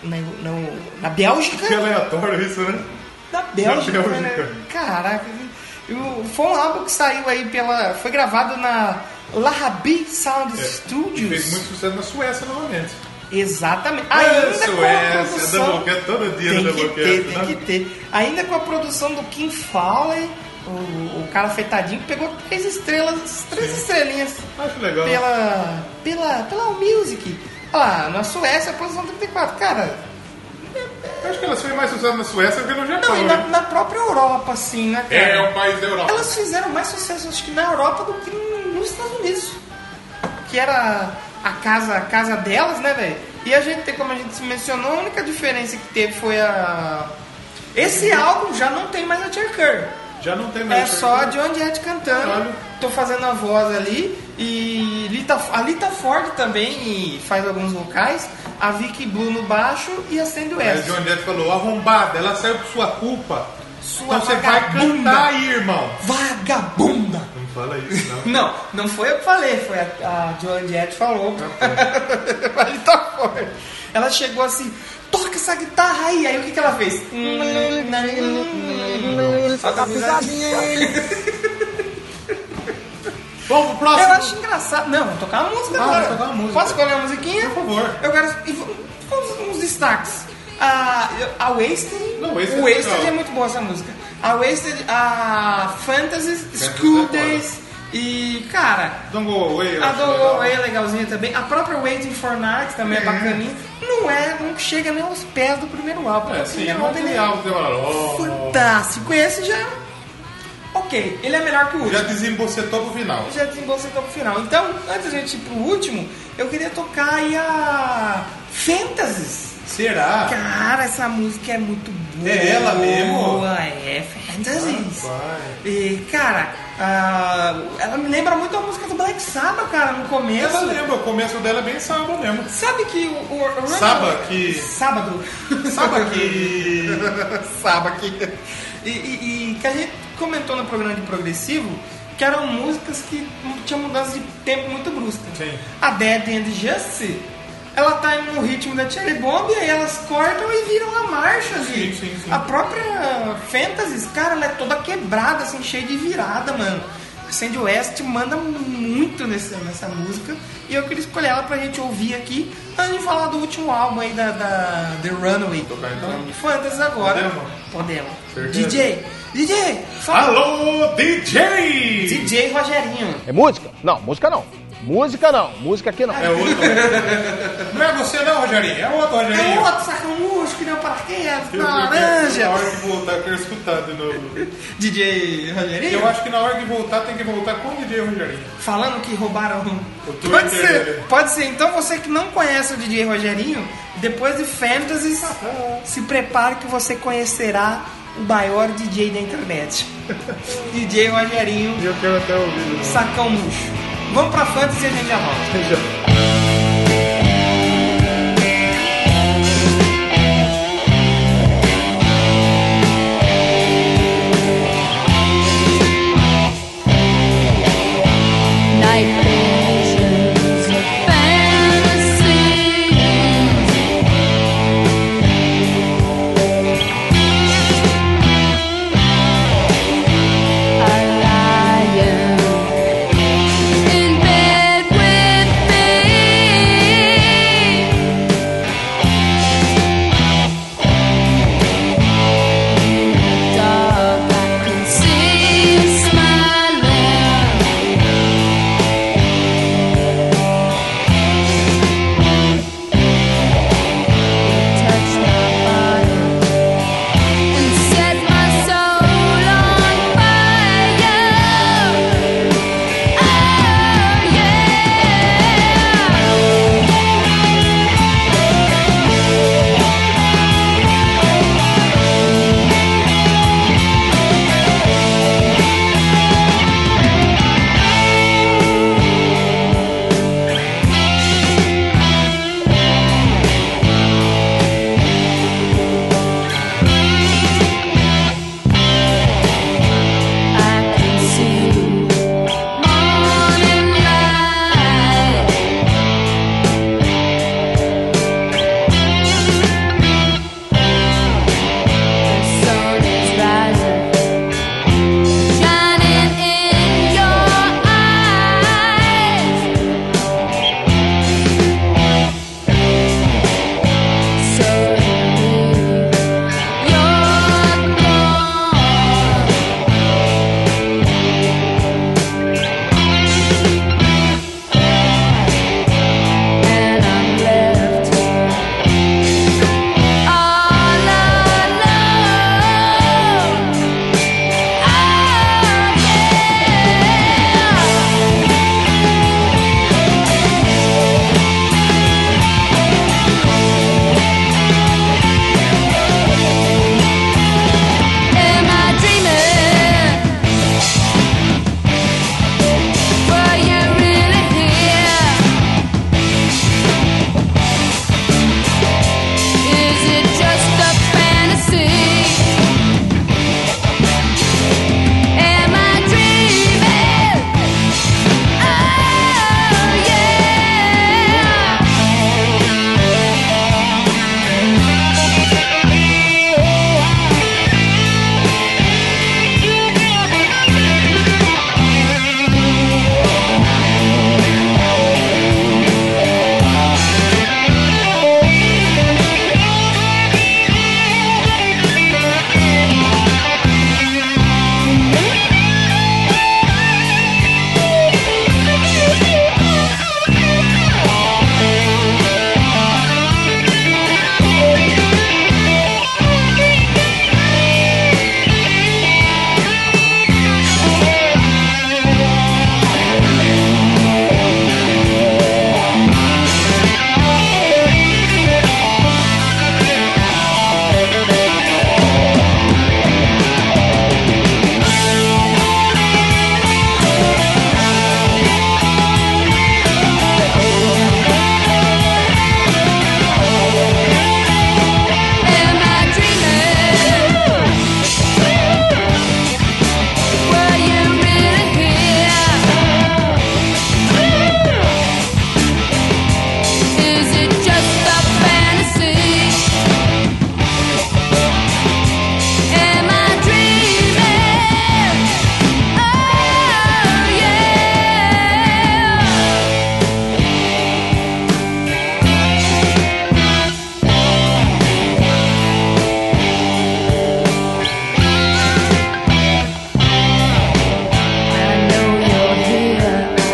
na, na, na Bélgica.
Que aleatório isso, né?
Da Bélgica,
Da Bélgica.
né? Caraca. eu- Foi um álbum que saiu aí pela. Foi gravado na La Rabi Sound
É,
Studios.
Fez muito sucesso na Suécia novamente.
Exatamente.
É,
Ainda com a
Suécia,
produção.
Doublecast, todo dia
Tem
no
que ter,
Doublecast.
tem que
né?
ter. Ainda com a produção do Kim Fowler, o, o cara afetadinho que pegou três estrelas, três estrelinhas
Acho legal.
pela pela pela Allmusic. Olha lá, na Suécia, a é posição 34. Cara,
Acho que elas fez mais sucesso na Suécia do que no
não,
Japão.
e na,
né?
na própria Europa, assim, né, cara?
É, é um país da Europa.
Elas fizeram mais sucesso, acho que na Europa do que no- nos Estados Unidos. Que era a casa, a casa delas, né, velho? E a gente tem, como a gente se mencionou, a única diferença que teve foi a. Esse álbum já não tem mais a Cher Kerr.
Já não tem
É
mais. né?
só a John Jett cantando.
Caralho.
Tô fazendo a voz ali. E Lita, a Lita Ford também faz alguns vocais. A Vicky Blue no baixo e a Sandy
Aí o
West.
John Jett É, falou, arrombada, ela saiu por sua culpa.
Sua
então você vai
vagabunda.
cantar aí, irmão.
Vagabunda!
Não fala isso, não.
Não, não foi eu que falei, foi a, a Joan Jett falou. Mas tá fora. Ela chegou assim, toca essa guitarra aí. Aí o que, que ela fez?
Hum. Vamos pro
Eu
próximo.
acho engraçado. Não, tocar a música
Ah,
agora.
vou tocar uma música.
Posso escolher uma musiquinha?
Por favor.
Eu quero. E v- vamos uns destaques. A, a Wasted.
Não, Wasted
o
é
Wasted
legal.
é muito boa essa música. A Wasted, a Fantasy,
Fantasy
School
é foda.
Days e, cara,
Don't go away. eu
a
acho
Don't
assim, legal.
Go Away é legalzinha também. A própria Waiting for Night também é, bacaninha. Não é, não chega nem aos pés do primeiro álbum.
É,
o
sim,
primeiro
não
álbum ele
tem
é
algo demorado.
fantástico. Esse já. é um- Ok, ele é melhor que o último.
Já desembocetou pro final.
já desembolsei até pro final. Então, antes da gente ir pro último, eu queria tocar aí a Fantasies.
Será?
Cara, essa música é muito boa.
Ah. É ela mesmo?
É Fantasies.
Vai.
E, cara, ah, ela me lembra muito a música do Black Sabbath, cara, no começo.
Ela lembra, o começo dela é bem sábado mesmo.
Sabe que o... o, o
Saba que-
Sábado.
Saba que.
Saba que... E, e- e que a gente comentou no programa de Progressivo que eram músicas que tinham mudança de tempo muito brusca.
Sim.
A Dead End Justice, ela tá em um ritmo da Cherry Bomb e aí elas cortam e viram a marcha. assim.
Sim, sim, sim.
A própria Fantasy, cara, ela é toda quebrada, assim, cheia de virada, mano. A Sandy West manda muito nessa, nessa música e eu queria escolher ela pra gente ouvir aqui antes de falar do último álbum aí da, da The Runaway.
tocar então?
De Fantasy agora.
Podemos?
Podemos.
Certeza. Ah,
DJ, DJ, fala.
Alô, DJ!
DJ Rogerinho.
É música? Não, música não. Música não, música aqui não.
É outro. Não é você não, Rogerinho. É outro,
É
Rogerinho.
outro sacamucho que deu paraquedas,
Eu- eu-
na
Na
laranja.
hora que voltar, eu quero escutar de novo.
DJ Rogerinho.
Eu acho que na hora que voltar, tem que voltar com o DJ Rogerinho.
falando que roubaram.
O Twitter
Pode ser,
dele.
pode ser. Então você que não conhece o DJ Rogerinho, depois de Fantasies,
Ah, tá
se prepare que você conhecerá o maior DJ da internet. DJ Rogerinho,
Eu quero até ouvir.
sacão murcho. Vamos pra Fantasy e a gente já volta.
Night visions of fantasies. Are lying in bed with me.
Oh, Oh, Oh,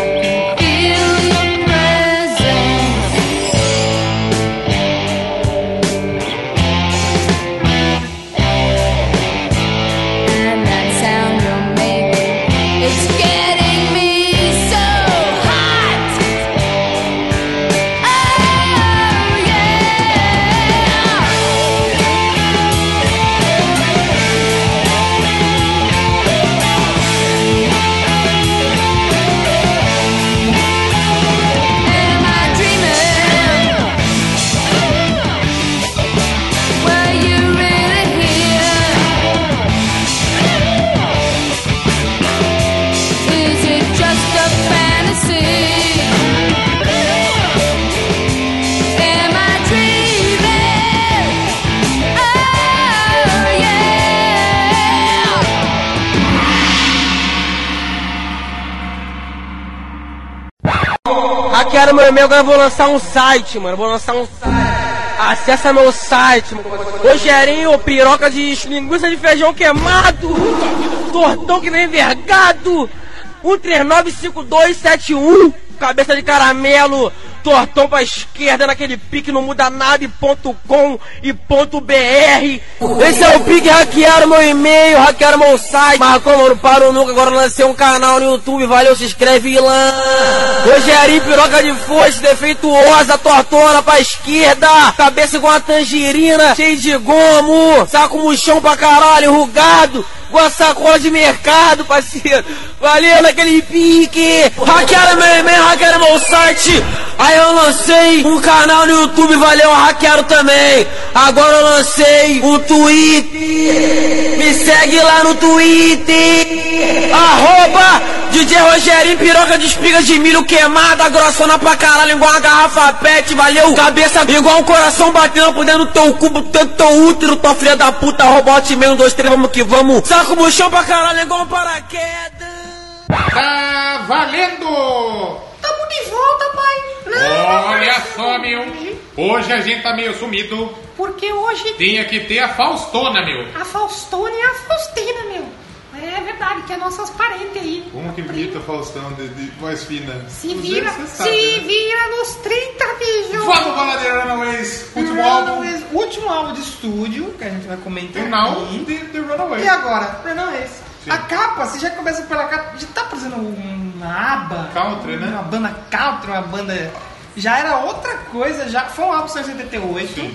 Oh, Oh, Oh, Oh,
quero, meu amigo, eu vou lançar um site, mano. Vou lançar um site. Acessa meu site, mano. Rogerinho, piroca de linguiça de feijão queimado. Tortão que nem vergado. 1395271. Cabeça de caramelo. Tortão pra esquerda naquele pique não muda nada e ponto com e ponto br. Esse é o pique, hackearam meu e-mail, hackearam meu site. Mas como não parou nunca, agora lancei um canal no YouTube, valeu, se inscreve lá. Rogerinho, piroca de foice, defeituosa, tortona pra esquerda, cabeça igual uma tangerina, cheio de gomo, saco murchão pra caralho, enrugado. Igual a sacola de mercado, parceiro. Valeu naquele pique. Hackearam meu e-mail, hackearam meu site. Aí eu lancei um canal no YouTube, valeu, hackearam também. Agora eu lancei um Twitter. Me segue lá no Twitter. Arroba DJ Rogerinho, piroca de espiga de milho queimada, grossona pra caralho, igual uma garrafa pet, valeu. Cabeça igual um coração batendo por dentro do teu cubo, tanto teu útero, tua filha da puta, robot meio, um, dois, três, vamos que vamos. Saco buchão pra caralho, igual um paraquedas.
Tá valendo!
Tamo de volta, pai.
Olha só, meu. Hoje a gente tá meio sumido.
Porque hoje
Tinha que ter a Faustona, meu.
a Faustona e a Faustina, meu. É verdade, que é nossas parentes aí.
Uma que imita o Faustão de, de mais fina.
Se vira,
Você sabe,
se
né?
vira nos 30 bichos.
Vamos, baladeira, Runaways. Último álbum.
Runaways, Último álbum de estúdio, que a gente vai comentar
Final
aqui.
de The um, Runaways.
E agora? Runaways. A capa, você já começa pela capa, já tá fazendo uma aba.
Country, né?
Uma banda country, uma banda... Já era outra coisa, já foi um álbum de 78.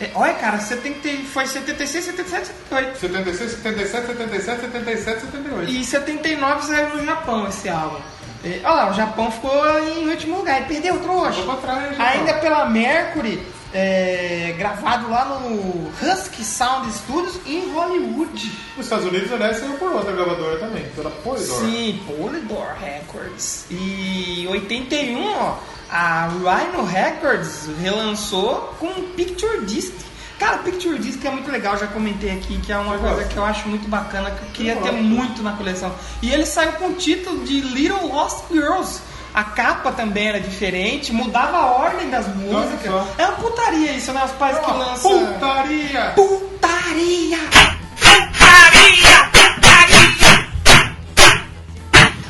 É, olha, cara, 70, foi 76, 77, 78.
76, 77, 77, 77, 78.
E em 79 saiu no Japão esse álbum. E, olha lá, o Japão ficou em último lugar e perdeu o trouxa.
Ficou pra trás, Japão.
Ainda pela Mercury, é, gravado lá no Husky Sound Studios em Hollywood.
Os Estados Unidos, aliás, saiu por outra gravadora também, pela Polydor.
Sim, Polydor Records. E 81, ó, a Rhino Records relançou com um Picture Disc. Cara, Picture Disc é muito legal, já comentei aqui, que é uma coisa que eu acho muito bacana, que eu queria ter muito na coleção. E ele saiu com o título de Little Lost Girls. A capa também era diferente, mudava a ordem das músicas.
só. É
É uma putaria isso, né? Os pais que lançam.
Putaria!
Putaria!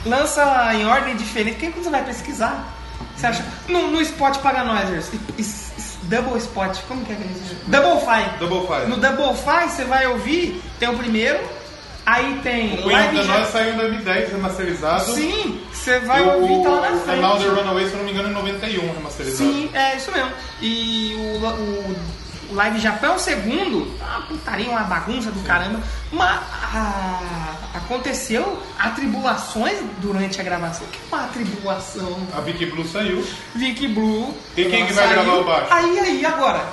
Lança em ordem diferente. Quem é que você vai pesquisar? Você acha? No, no spot paga nós, Ers. Es- es- Double spot. Como que é que é isso? Double five.
Double Fire.
No Double Five você vai ouvir, tem o primeiro, aí
O
tem
é Queen
Live
da
in
Nós
Ja-
saiu em 2010, remasterizado.
Sim, você vai
E o-
ouvir tá lá na
O canal The
frente.
Runaways, se eu não me engano, em 91, remasterizado.
Sim, é isso mesmo. E o, la- o, o Live Japão é o segundo, tá uma putaria, uma bagunça do caramba. Mas ah, aconteceu atribulações durante a gravação. O que é uma atribulação?
A Big Blue saiu.
Vicky Blue.
E quem que vai
saiu.
gravar o baixo?
Aí, aí, agora.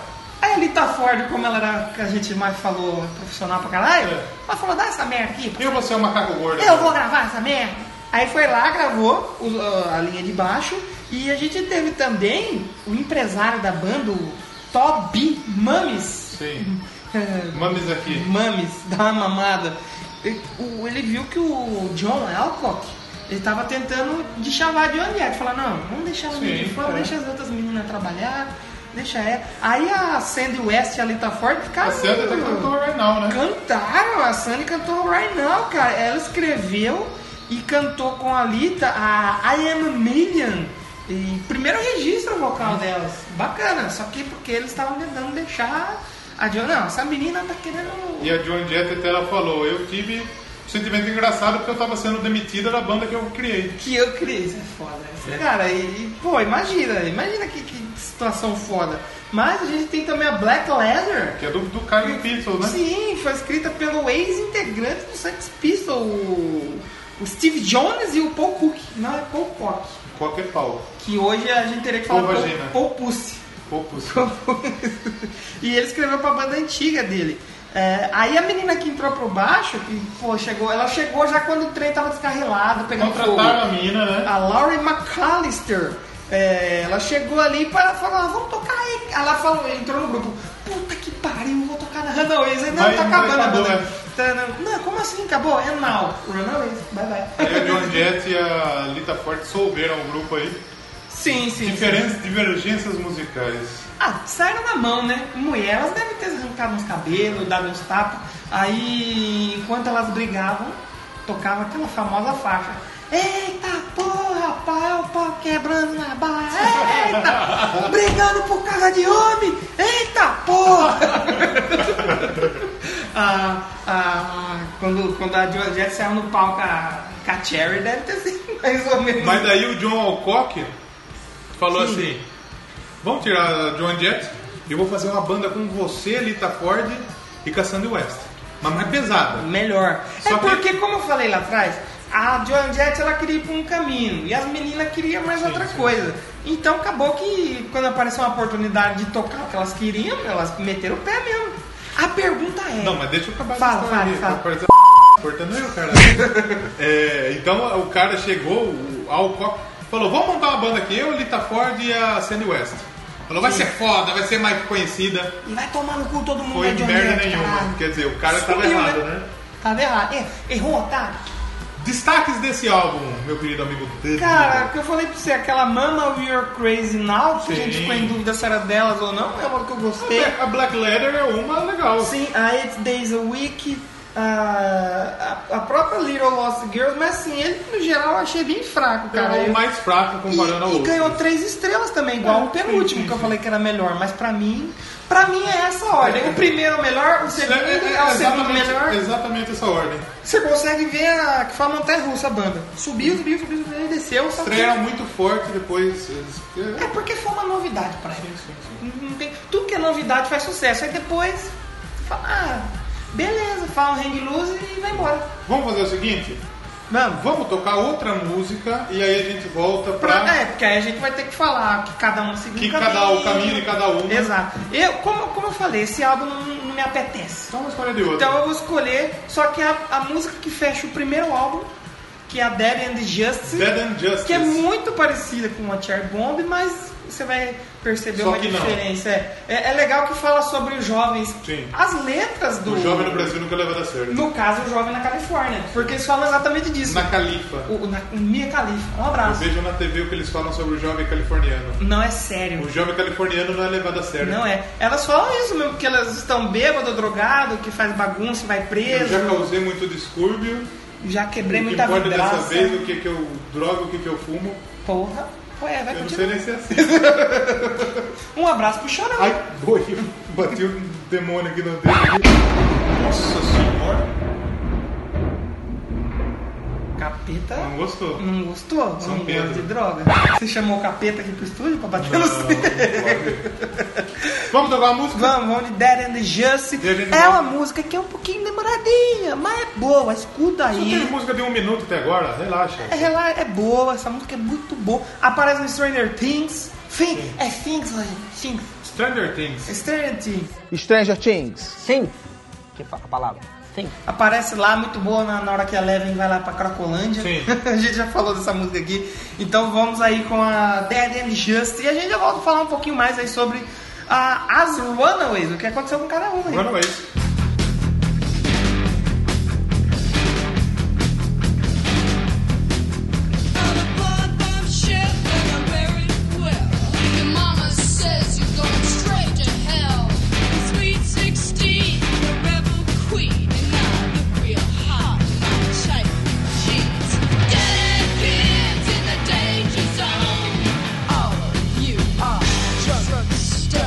A Elita Ford, como ela era que a gente mais falou profissional pra caralho,
É.
ela falou: dá essa merda aqui,
E você é um macaco gordo.
eu vou gravar essa merda. Aí foi lá, gravou o- a linha de baixo. E a gente teve também o empresário da banda, o Toby Mames.
Sim. Mames aqui.
Mames, dá uma mamada. Ele, o- ele viu que o John Alcock ele tava tentando deschavar de onde é. Falar, não, vamos deixar o menino
Sim,
de fora,
é.
deixa as outras meninas trabalhar, deixa ela. Aí a Sandy West tá e a Lita Ford ficaram.
A tá Sandra até cantou right now, né?
Cantaram, a Sandy cantou Right Now, cara. Ela escreveu e cantou com a Lita a I Am a Million. E primeiro registro vocal delas. Bacana, só que porque eles estavam tentando deixar a John. Não, essa menina tá querendo.
E a Joan Jett até ela falou, eu tive um sentimento engraçado porque eu tava sendo demitida da banda que eu criei.
Que eu criei, isso é foda. Isso é- Cara, e, e, pô, imagina, imagina que, que situação foda. Mas a gente tem também a Black Leather.
Que é do, do Caio Pistol, né?
Sim, foi escrita pelo ex-integrante do Sex Pistol, o o Steve Jones e o Paul Cook. Não, é Paul Cook.
Qualquer pau.
Que hoje a gente teria que
Paul
falar Paul,
Vagina.
Paul Pussy.
Poucos.
e ele escreveu pra banda antiga dele. É, aí a menina que entrou pro baixo, que pô, chegou, ela chegou já quando o trem tava descarrilado, pegando fogo.
Contrataram a menina, né?
A Laurie McAllister. é, ela chegou ali para falar, vamos tocar aí. Ela falou, entrou no grupo, puta que pariu, vou tocar na Runaways. Aí, Não,
Vai-
tá
vai,
acabando a
acabou,
banda.
é.
Tá, Não, não, como assim? Acabou? É now. Runaways, bye bye.
É, Aí a Joan Jett e a Lita Forte souberam o grupo aí.
Sim, sim.
Diferen- Divergências musicais.
Ah, saíram na mão, né? Mulher, elas devem ter arrancado uns cabelos, dado uns tapas. Aí, enquanto elas brigavam, tocava aquela famosa faixa. Eita porra, pau, pau quebrando na barra. Eita, brigando por causa de homem. Eita porra. Ah, ah, quando, quando a Joan Jett saiu no palco com a, com a Cherry, deve ter sido mais ou menos.
Mas daí o John Alcock falou assim: vamos tirar a John Jett e eu vou fazer uma banda com você, Lita Ford e Cassandra West. Mas mais pesada.
Melhor.
Só
é
que
porque, como eu falei lá atrás, a Joan Jett ela queria ir pra um caminho e as meninas queriam mais outra coisa. Então acabou que quando apareceu uma oportunidade de tocar o que elas queriam, elas meteram o pé mesmo. A pergunta é.
Não, mas deixa eu acabar
Fala,
de
fala, fala.
Cortando eu, cara. É, então o cara chegou, o Alcock, falou: vamos montar uma banda aqui, eu, Lita Ford e a Sandy West. Falou, vai
Sim.
ser foda, vai ser mais conhecida.
E vai tomar no cu todo mundo
Foi
é Joan
merda
Jett,
nenhuma.
caralho.
Quer dizer, o cara tava
Sumiu,
errado, né?
Tava errado. É, errou, tá?
Destaques desse álbum, meu querido amigo Dani.
Cara, o que eu falei pra você, aquela Mama We Are Crazy Now, que a gente
Sim.
ficou em dúvida se era delas ou não, é uma que eu gostei.
A Black Leather é uma legal.
Sim, a Eight Days a Week, a, a, a própria Little Lost Girls, mas assim, ele no geral eu achei bem fraco, cara.
é o
Eu-
mais fraco comparando É, ao
e, e
outro.
ganhou três estrelas também, igual o penúltimo que eu falei que era melhor, mas pra mim, pra mim é essa a ordem. O primeiro é o melhor, o segundo
É, é,
é o segundo
exatamente-
melhor.
Exatamente essa ordem.
Você consegue ver a que foi uma montanha russa a banda. Subiu, subiu, subiu, subiu, desceu, só que-
Estreia muito forte depois. eles-
É porque foi uma novidade pra eles. Não tem- Tudo que é novidade faz sucesso. Aí depois, fala, ah, beleza, fala um hang loose e vai embora.
Vamos fazer o seguinte?
Vamos.
tocar outra música e aí a gente volta pra.
Pra- É, porque aí a gente vai ter que falar que cada um seguiu
Que
um
cada um- o caminho de cada um.
Exato. Eu, como, como eu falei, esse álbum não, não me apetece.
Então, escolha de outro.
então eu vou escolher, só que a, a música que fecha o primeiro álbum, que é a Dead and Justice.
Dead and Justice.
Que é muito parecida com a Cherry Bomb, mas você vai perceber
Só
uma
que não.
diferença. É, é, é legal que fala sobre os jovens.
Sim.
As letras do.
O jovem no Brasil nunca leva da certo.
No caso, o jovem na Califórnia. Porque eles falam exatamente disso.
Na Califa.
O, o, na, o Mia Califa. Um
Eu
abraço.
vejo na TV o que eles falam sobre o jovem californiano.
Não é sério.
O jovem californiano não é levado a sério.
Não é. Elas falam isso mesmo, que elas estão bêbado, drogado, que faz bagunça, e vai
Eu
preso.
já causei muito distúrbio.
Já quebrei
o que
muita
importa
vidraça.
dessa vez o que, que eu drogo, o que, que eu fumo.
Porra. Ué, vai
eu não sei
continuar.
nem se é assim.
Um abraço pro Chorão.
Ai, boi, bati um demônio aqui no dedo. aqui. Nossa senhora.
Capeta.
Não gostou.
Não gostou?
São
não
Pedro.
gosta de droga? Você chamou o capeta aqui pro estúdio pra bater no
Não, Vamos tocar uma música?
Vamos, vamos de Dead and the Justice.
Dead and
É
the-
uma música que é um pouquinho demoradinha, mas é boa, escuta
Só teve
aí.
música de um minuto até agora, relaxa.
É, rela- é boa, essa música é muito boa. Aparece no Stranger Things. Fim, é Things, Rogério, Things.
Stranger Things.
Stranger Things.
Stranger Things.
Sim. Que fa- a palavra? Sim.
Aparece lá, muito boa, na, na hora que a Eleven vai lá pra Cracolândia.
Sim.
a gente já falou dessa música aqui. Então vamos aí com a Dead and Just. E a gente já volta a falar um pouquinho mais aí sobre ah, as Runaways, o que aconteceu com cada uma. aí.
Runaways.
Stone.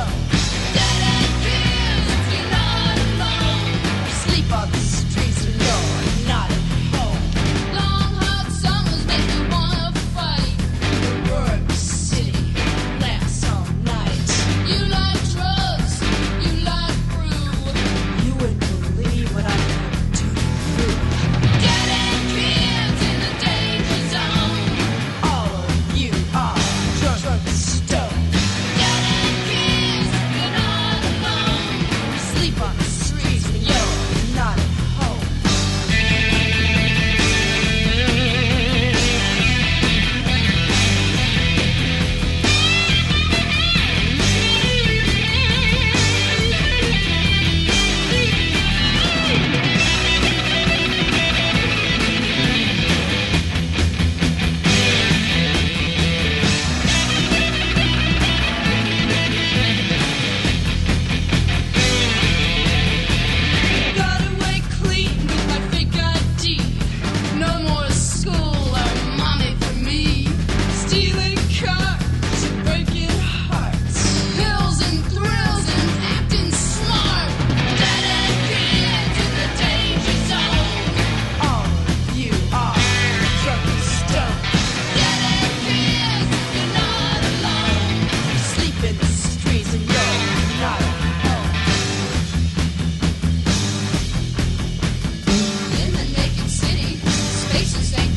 Dead end kids, you're not alone.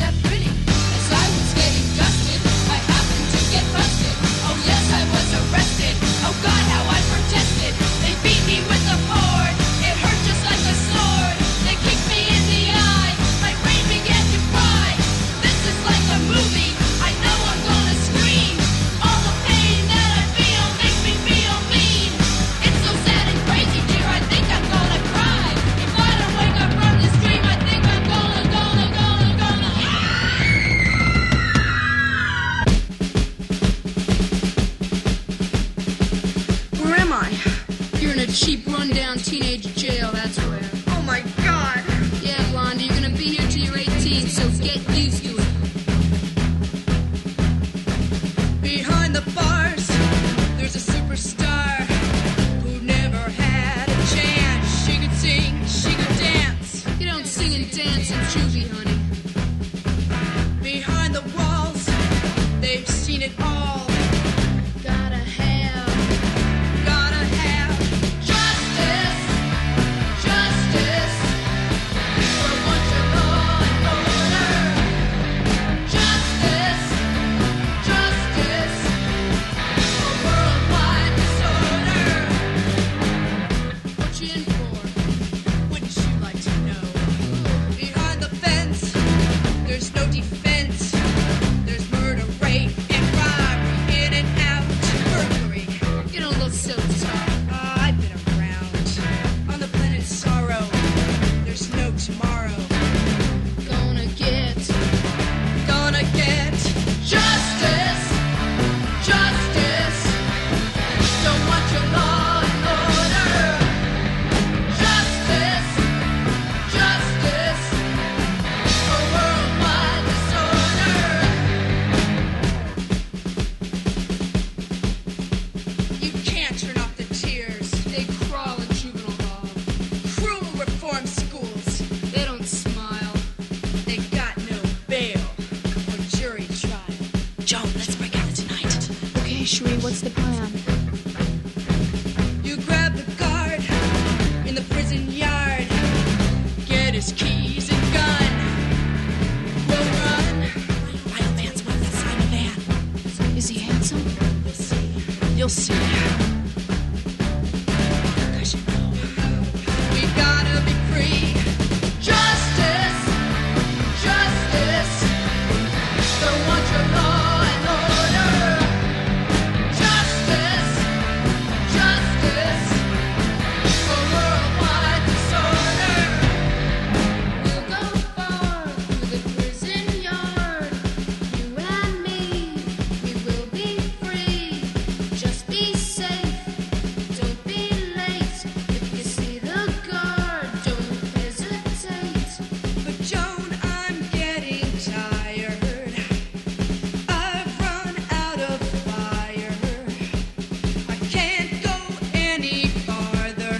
Oh, Oh Behind the walls, they've seen it all. Gotta have, gotta have justice, justice. For once and all and order. Justice, justice. For worldwide disorder. What you in for? Wouldn't you like to know? Behind the fence. There's no defense. There's murder, rape, and robbery in and out. Burglary. You don't look so tough. Ah, I've been around. On the planet sorrow. There's no tomorrow. Gonna get. Gonna get justice. Justice. Don't want your law and order. Justice. Justice. A worldwide disorder. You can't turn off the tears. They crawl in juvenile hall. Cruel reform schools. They don't smile. They got no bail or jury trial. Joe, let's break out tonight. Okay, Sheree, what's the plan? You grab the guard in the prison yard. Get his keys and gun. We'll run. Vital man's with us on the van. Is he handsome? We'll see. You'll see. Gosh, I know. We gotta be free. Justice, justice. Don't want your law and order. Justice, justice. For worldwide disorder. We'll go far through the prison yard. You and me, we will be free. Just be safe, don't be late. If you see the guard, don't hesitate. But Joan, I'm getting tired. I've run out of fire. I can't go any farther.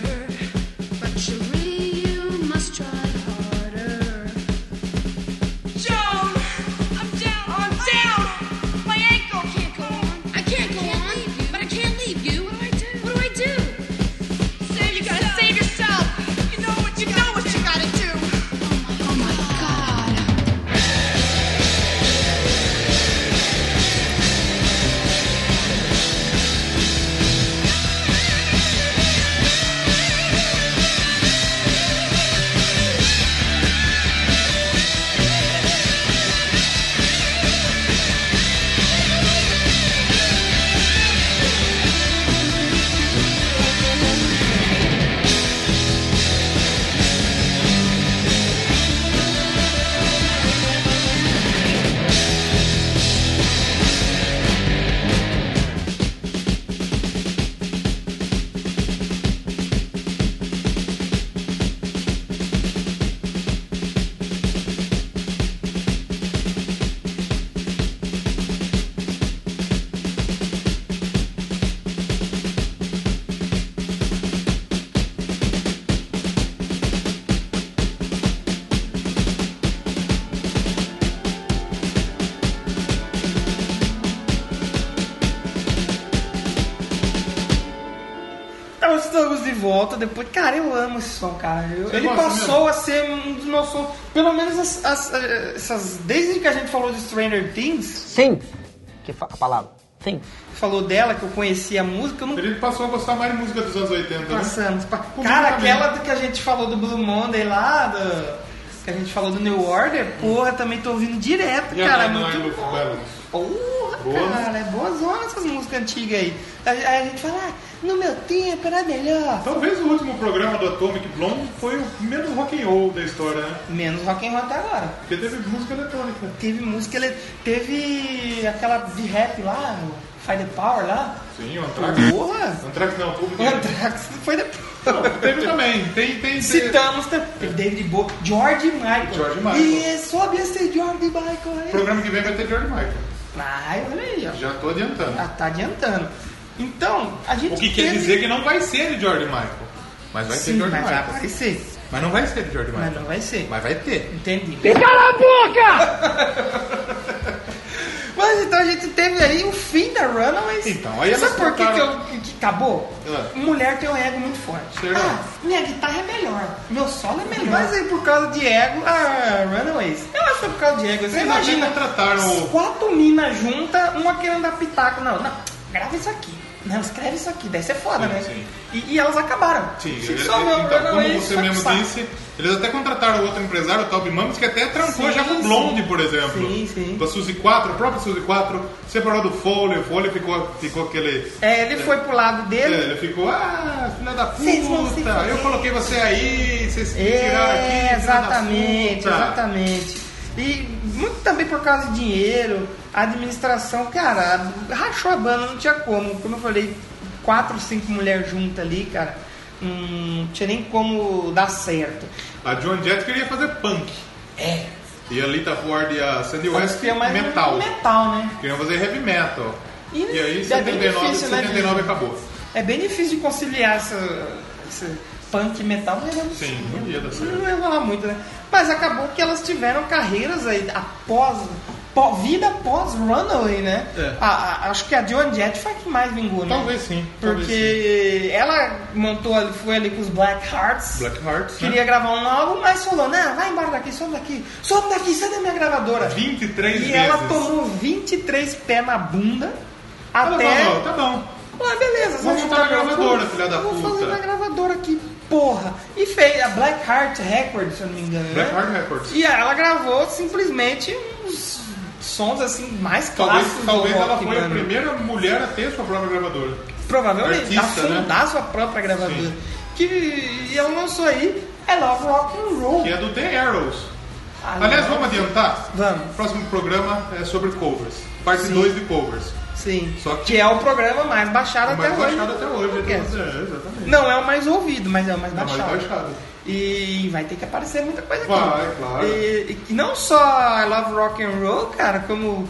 But Cherie, you must try harder. Joan, I'm down. I'm down. My ankle can't go on. I can't go on, but I can't leave you. What do I do? What do I do? Save you gotta save yourself. You know what you know what you gotta do. Oh my, oh my God.
Então estamos de volta depois. Cara, eu amo esse som, cara. Eu-
Você
ele
gosta
passou
mesmo?
a ser um dos meus sons. Pelo menos as- as- eh, essas. Desde que a gente falou de Stranger Things. Sim. Que a palavra. Sim. Falou dela, que eu conhecia a música. Eu não... Ele
passou a gostar mais de música dos anos 80, né?
Passamos. Pa-
Comigo
Cara,
também.
aquela do que a gente falou do Blue Monday lá, do... que a gente falou do New Order, porra, também tô ouvindo direto,
E a
cara. É
Nine
muito
Nine Luke Balance?
Porra,
Boa.
cara, é boa zona essas músicas antigas aí. Aí aí a gente fala, ah, no meu tempo era melhor.
Talvez o último programa do Atomic Blonde foi o menos rock and roll da história, né?
Menos rock and roll até agora.
Porque teve música eletrônica.
Teve música, ele teve aquela de rap lá, no Fire the Power lá.
Sim, o Anthrax.
Porra!
Anthrax não, público.
O Anthrax foi depois.
Teve também, tem, tem, tem.
Citamos também. Teve David Bowie, George Michael.
George Michael.
E sobe esse George Michael aí.
Programa que vem vai ter George Michael.
Ai, olha aí, ó.
Já tô adiantando.
Já tá adiantando. Então, a gente.
O que quer
teve-
dizer que não vai ser de George Michael. Mas vai ser
Sim,
George
mas vai
Michael.
aparecer.
Mas não vai ser de George Michael.
Mas não vai ser.
Mas vai ter.
Entendi.
Cala
a boca! então a gente teve aí o fim da Runaways.
Então, aí Ah.
Sabe
elas
por que, que, eu,
cortaram.
que acabou? Mulher tem um ego muito forte.
Será?
Ah, minha guitarra é melhor, meu solo é melhor. Mas aí por causa de ego,
ah,
a Runaways. Eu acho que foi por causa de ego. Você
Eles
imagina,
até contrataram o-
quatro minas juntas, uma querendo dar pitaco. Não, não, grava isso aqui. Não, escreve isso aqui, daí você é foda, né? E, e elas acabaram.
Sim,
Se
ele-
dissolveu,
então, como
Runaways,
você
só que
mesmo
saco.
disse, eles até contrataram outro empresário, o Toby Mames, que até trancou
Sim,
já com o
sim.
Blonde, por exemplo.
Sim, sim.
Da Suzy 4, a própria Suzy 4, separou do Foley, o Foley ficou, ficou aquele.
É, ele foi pro lado dele.
É, ele ficou, ah, filha da
Vocês vão se
puta, eu
fuder."
coloquei você aí, vocês me tiraram aqui. filha
É,
da
exatamente,
puta."
exatamente. E muito também por causa de dinheiro, a administração, cara, rachou a banda, não tinha como. Como eu falei, quatro, cinco mulheres juntas ali, cara, hum, não tinha nem como dar certo.
A John Jett queria fazer punk.
É.
E a Lita Ford e a Sandy
Só que
West
tinha mais um
metal.
metal, né?
Queriam fazer heavy metal.
E
E, aí,
é
79,
bem difícil, né,
79
de-
acabou.
É bem difícil de conciliar essa, esse punk e metal, mas eu não
Sim, não ia dar certo.
Não ia rolar muito, né? Mas acabou que elas tiveram carreiras aí após. pó- vida após Runaway, né?
É.
A- a- acho que a Joan Jett foi a que mais vingou, né?
Talvez sim, talvez
Porque ela montou, ali- foi ali com os Black Hearts.
Black Hearts. né?
Queria gravar um álbum, mas falou, não, vai embora daqui, some daqui, some daqui, sai da minha gravadora.
23
E
vezes.
ela tomou 23 pés na bunda até...
falou, tá bom.
Ah, beleza.
Vou
você
montar
tá
na
gravando?
gravadora, filha da
Vou fazer
puta.
na gravadora aqui, porra. E fez a Black Heart Records, se eu não me engano,
Black
né?
Heart Records.
E ela gravou simplesmente uns sons assim mais
Talvez,
clássicos
talvez
do rock,
ela foi a
mano.
primeira mulher a ter sua própria gravadora.
provavelmente a
Artista, né?
fundar sua própria gravadora. Que e ela lançou aí I Love Rock and Roll.
Que é do The Arrows.
Ah,
Aliás,
não.
vamos adiantar?
Vamos.
Próximo programa é sobre covers. Parte 2 de covers.
Sim.
Só que,
Que é o programa mais baixado
o mais
até hoje.
baixado até hoje.
Podcast.
É, exatamente.
Não é o mais ouvido, mas é o mais
É o mais
baixado.
baixado.
E vai ter que aparecer muita coisa aqui.
Vai, claro.
E, e não só I Love Rock and Roll, cara, como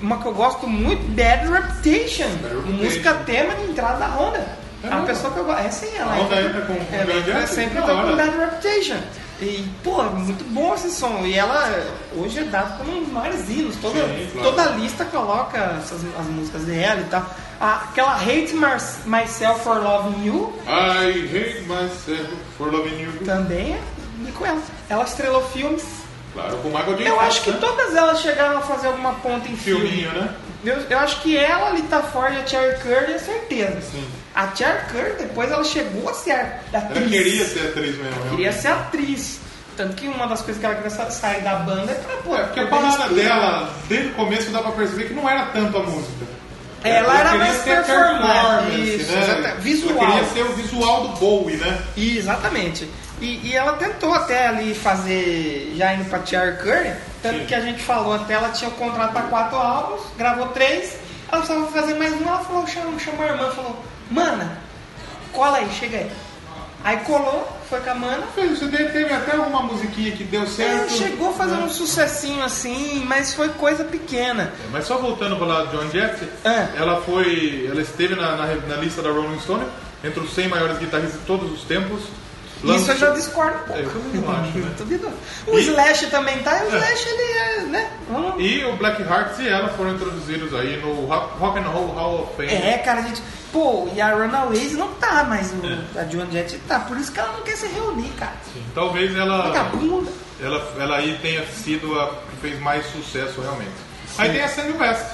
uma que eu gosto muito, Bad Reputation. Música tema de entrada da Honda. É uma pessoa que eu gosto. É sim, ela
A Honda entra com- com
ela
Bad
entra
Reputation,
sempre
da
tá com
hora.
Bad Reputation. E, pô, muito bom esse som. E ela hoje é dado como um dos maiores hinos. Toda,
Sim, claro.
toda lista coloca essas, as músicas dela e tal. A- Aquela Hate Mar- Myself for Loving You
I hate myself for loving you.
também é e com ela. Ela estrelou filmes.
Claro, com o Michael J.
Eu
Fox,
acho que
né?
todas elas chegaram a fazer alguma ponta em filme.
Filminho, né?
Eu, eu acho que ela, a Lita Ford e a Cherry Curry é certeza. A Cherry Curry, depois ela chegou a ser atriz.
Ela queria ser atriz mesmo. né? realmente.
Queria ser atriz. Tanto que uma das coisas que ela queria sa- sair da banda é pra pô,
É, porque a parada dela, desde o começo, dá pra perceber que não era tanto a música.
É, Ela era
queria
mais
ter
performance.
performance,
Isso,
né?
exata- visual.
Ela queria ser o visual do Bowie, né?
Exatamente. E, e ela tentou até ali fazer, já indo pra Cherry Curry, tanto que a gente falou até, ela tinha o contrato pra quatro álbuns, gravou três, ela precisava fazer mais um, ela falou, chamou, chamou a irmã, falou, mana, cola aí, chega aí. Aí colou, foi com a mana,
Fez o CD, teve até alguma musiquinha que deu
ela
certo.
chegou a fazer um sucessinho assim, mas foi coisa pequena.
Mas só voltando para lado de John Jett,
É.
ela foi, ela esteve na, na, na lista da Rolling Stone entre os 100 maiores guitarristas de todos os tempos.
Isso eu já discordo. um
É, eu também não acho, né?
O Slash também tá, e o Slash ele é, né? Vamos
E o Black Hearts e ela foram introduzidos aí no Rock Rock and Roll Hall of Fame.
É, cara, a gente. Pô, e a Runaways não tá, mas o,
É.
a Joan Jett tá. Por isso que ela não quer se reunir, cara.
Talvez ela,
Vagabunda.
ela, ela aí tenha sido a que fez mais sucesso realmente. Aí tem a Sandy West.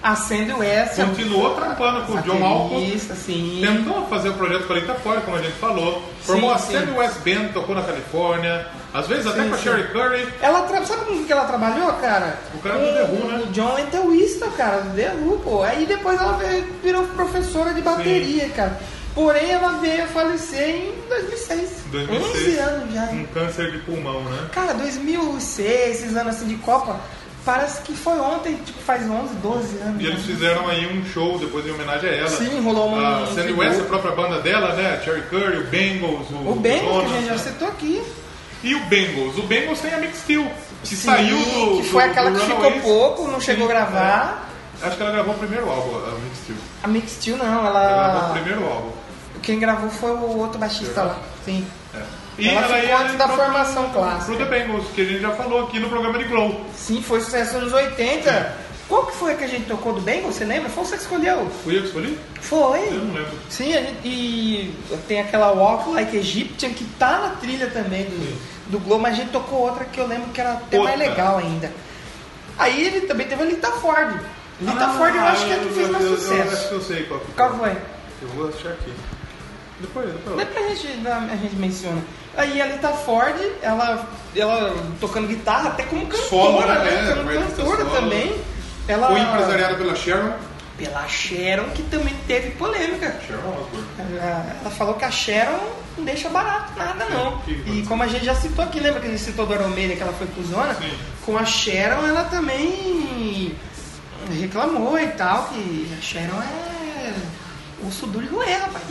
A Sandy West.
Continuou trampando com o um John um Malkovich.
Baterista, sim.
Tentou fazer o projeto com a Lita Ford, como a gente falou. Formou
sim.
a Sandy West Band, tocou na Califórnia. Às vezes
Sim,
até com a
sim.
Sherry Curry.
Ela tra... Sabe com o que ela trabalhou, cara?
O cara do The Who,
né? O John Entwistle, cara, do The Who, pô. Aí depois ela veio- virou professora de bateria, cara. Porém, ela veio a falecer em 2006.
2006.
11 anos já.
Um câncer de pulmão, né?
Cara, 2006, esses anos assim de Copa, parece que foi ontem, tipo, faz 11, 12 anos.
E eles
né?
fizeram aí um show depois em homenagem a ela.
Sim, rolou um-
A
um
Sandy
tributo.
West, a própria banda dela, né? A Cherry Curry, o Bengals, o,
O Bengals, que a
Jonas,
gente já
né?
citou aqui.
E o Bengals. O Bengals tem a Mix Steel, que
Sim,
saiu do.
que foi
do-
aquela
do
que ficou
Runaways.
pouco, não chegou a gravar.
É. Acho que ela gravou o primeiro álbum, a Mix Steel.
A Mix Steel não,
é. Ela gravou o
ela.
primeiro álbum.
Quem gravou foi o outro baixista lá. Sim.
É.
Ela ficou antes da
entrou
formação
pro- Pro
clássica.
The Bengals, que a gente já falou aqui no programa de Glow.
Sim, foi sucesso nos 80. Qual que foi que a gente tocou do bem? Você lembra? Foi você que escolheu?
Fui eu que escolhi?
Foi.
Eu não lembro.
Sim, a gente, e tem aquela Walk Like Egyptian que tá na trilha também do, do Globo, mas a gente tocou outra que eu lembro que era até mais
Outra.
legal ainda. Aí ele também teve a Lita Ford. Lita Ford eu acho que é a que fez mais
Ah, eu- eu- Eu
sucesso.
acho que eu sei qual que
Qual foi?
Eu vou achar aqui. Depois, depois. eu-
Depois a gente, a gente menciona. Aí a Lita Ford, ela, ela tocando guitarra, até como cantora,
Solo, né?
né?
É,
Como
artista
cantora
solo.
também. Ela...
Foi empresariada pela Sharon.
Pela Sharon, que também teve polêmica.
Sharon Osbourne.
Ela, ela falou que a Sharon não deixa barato nada, não. E como a gente já citou aqui, lembra que a gente citou do Aromeira que ela foi cuzona? Com a Sharon, ela também reclamou e tal, que a Sharon é urso duro e roer, rapaz.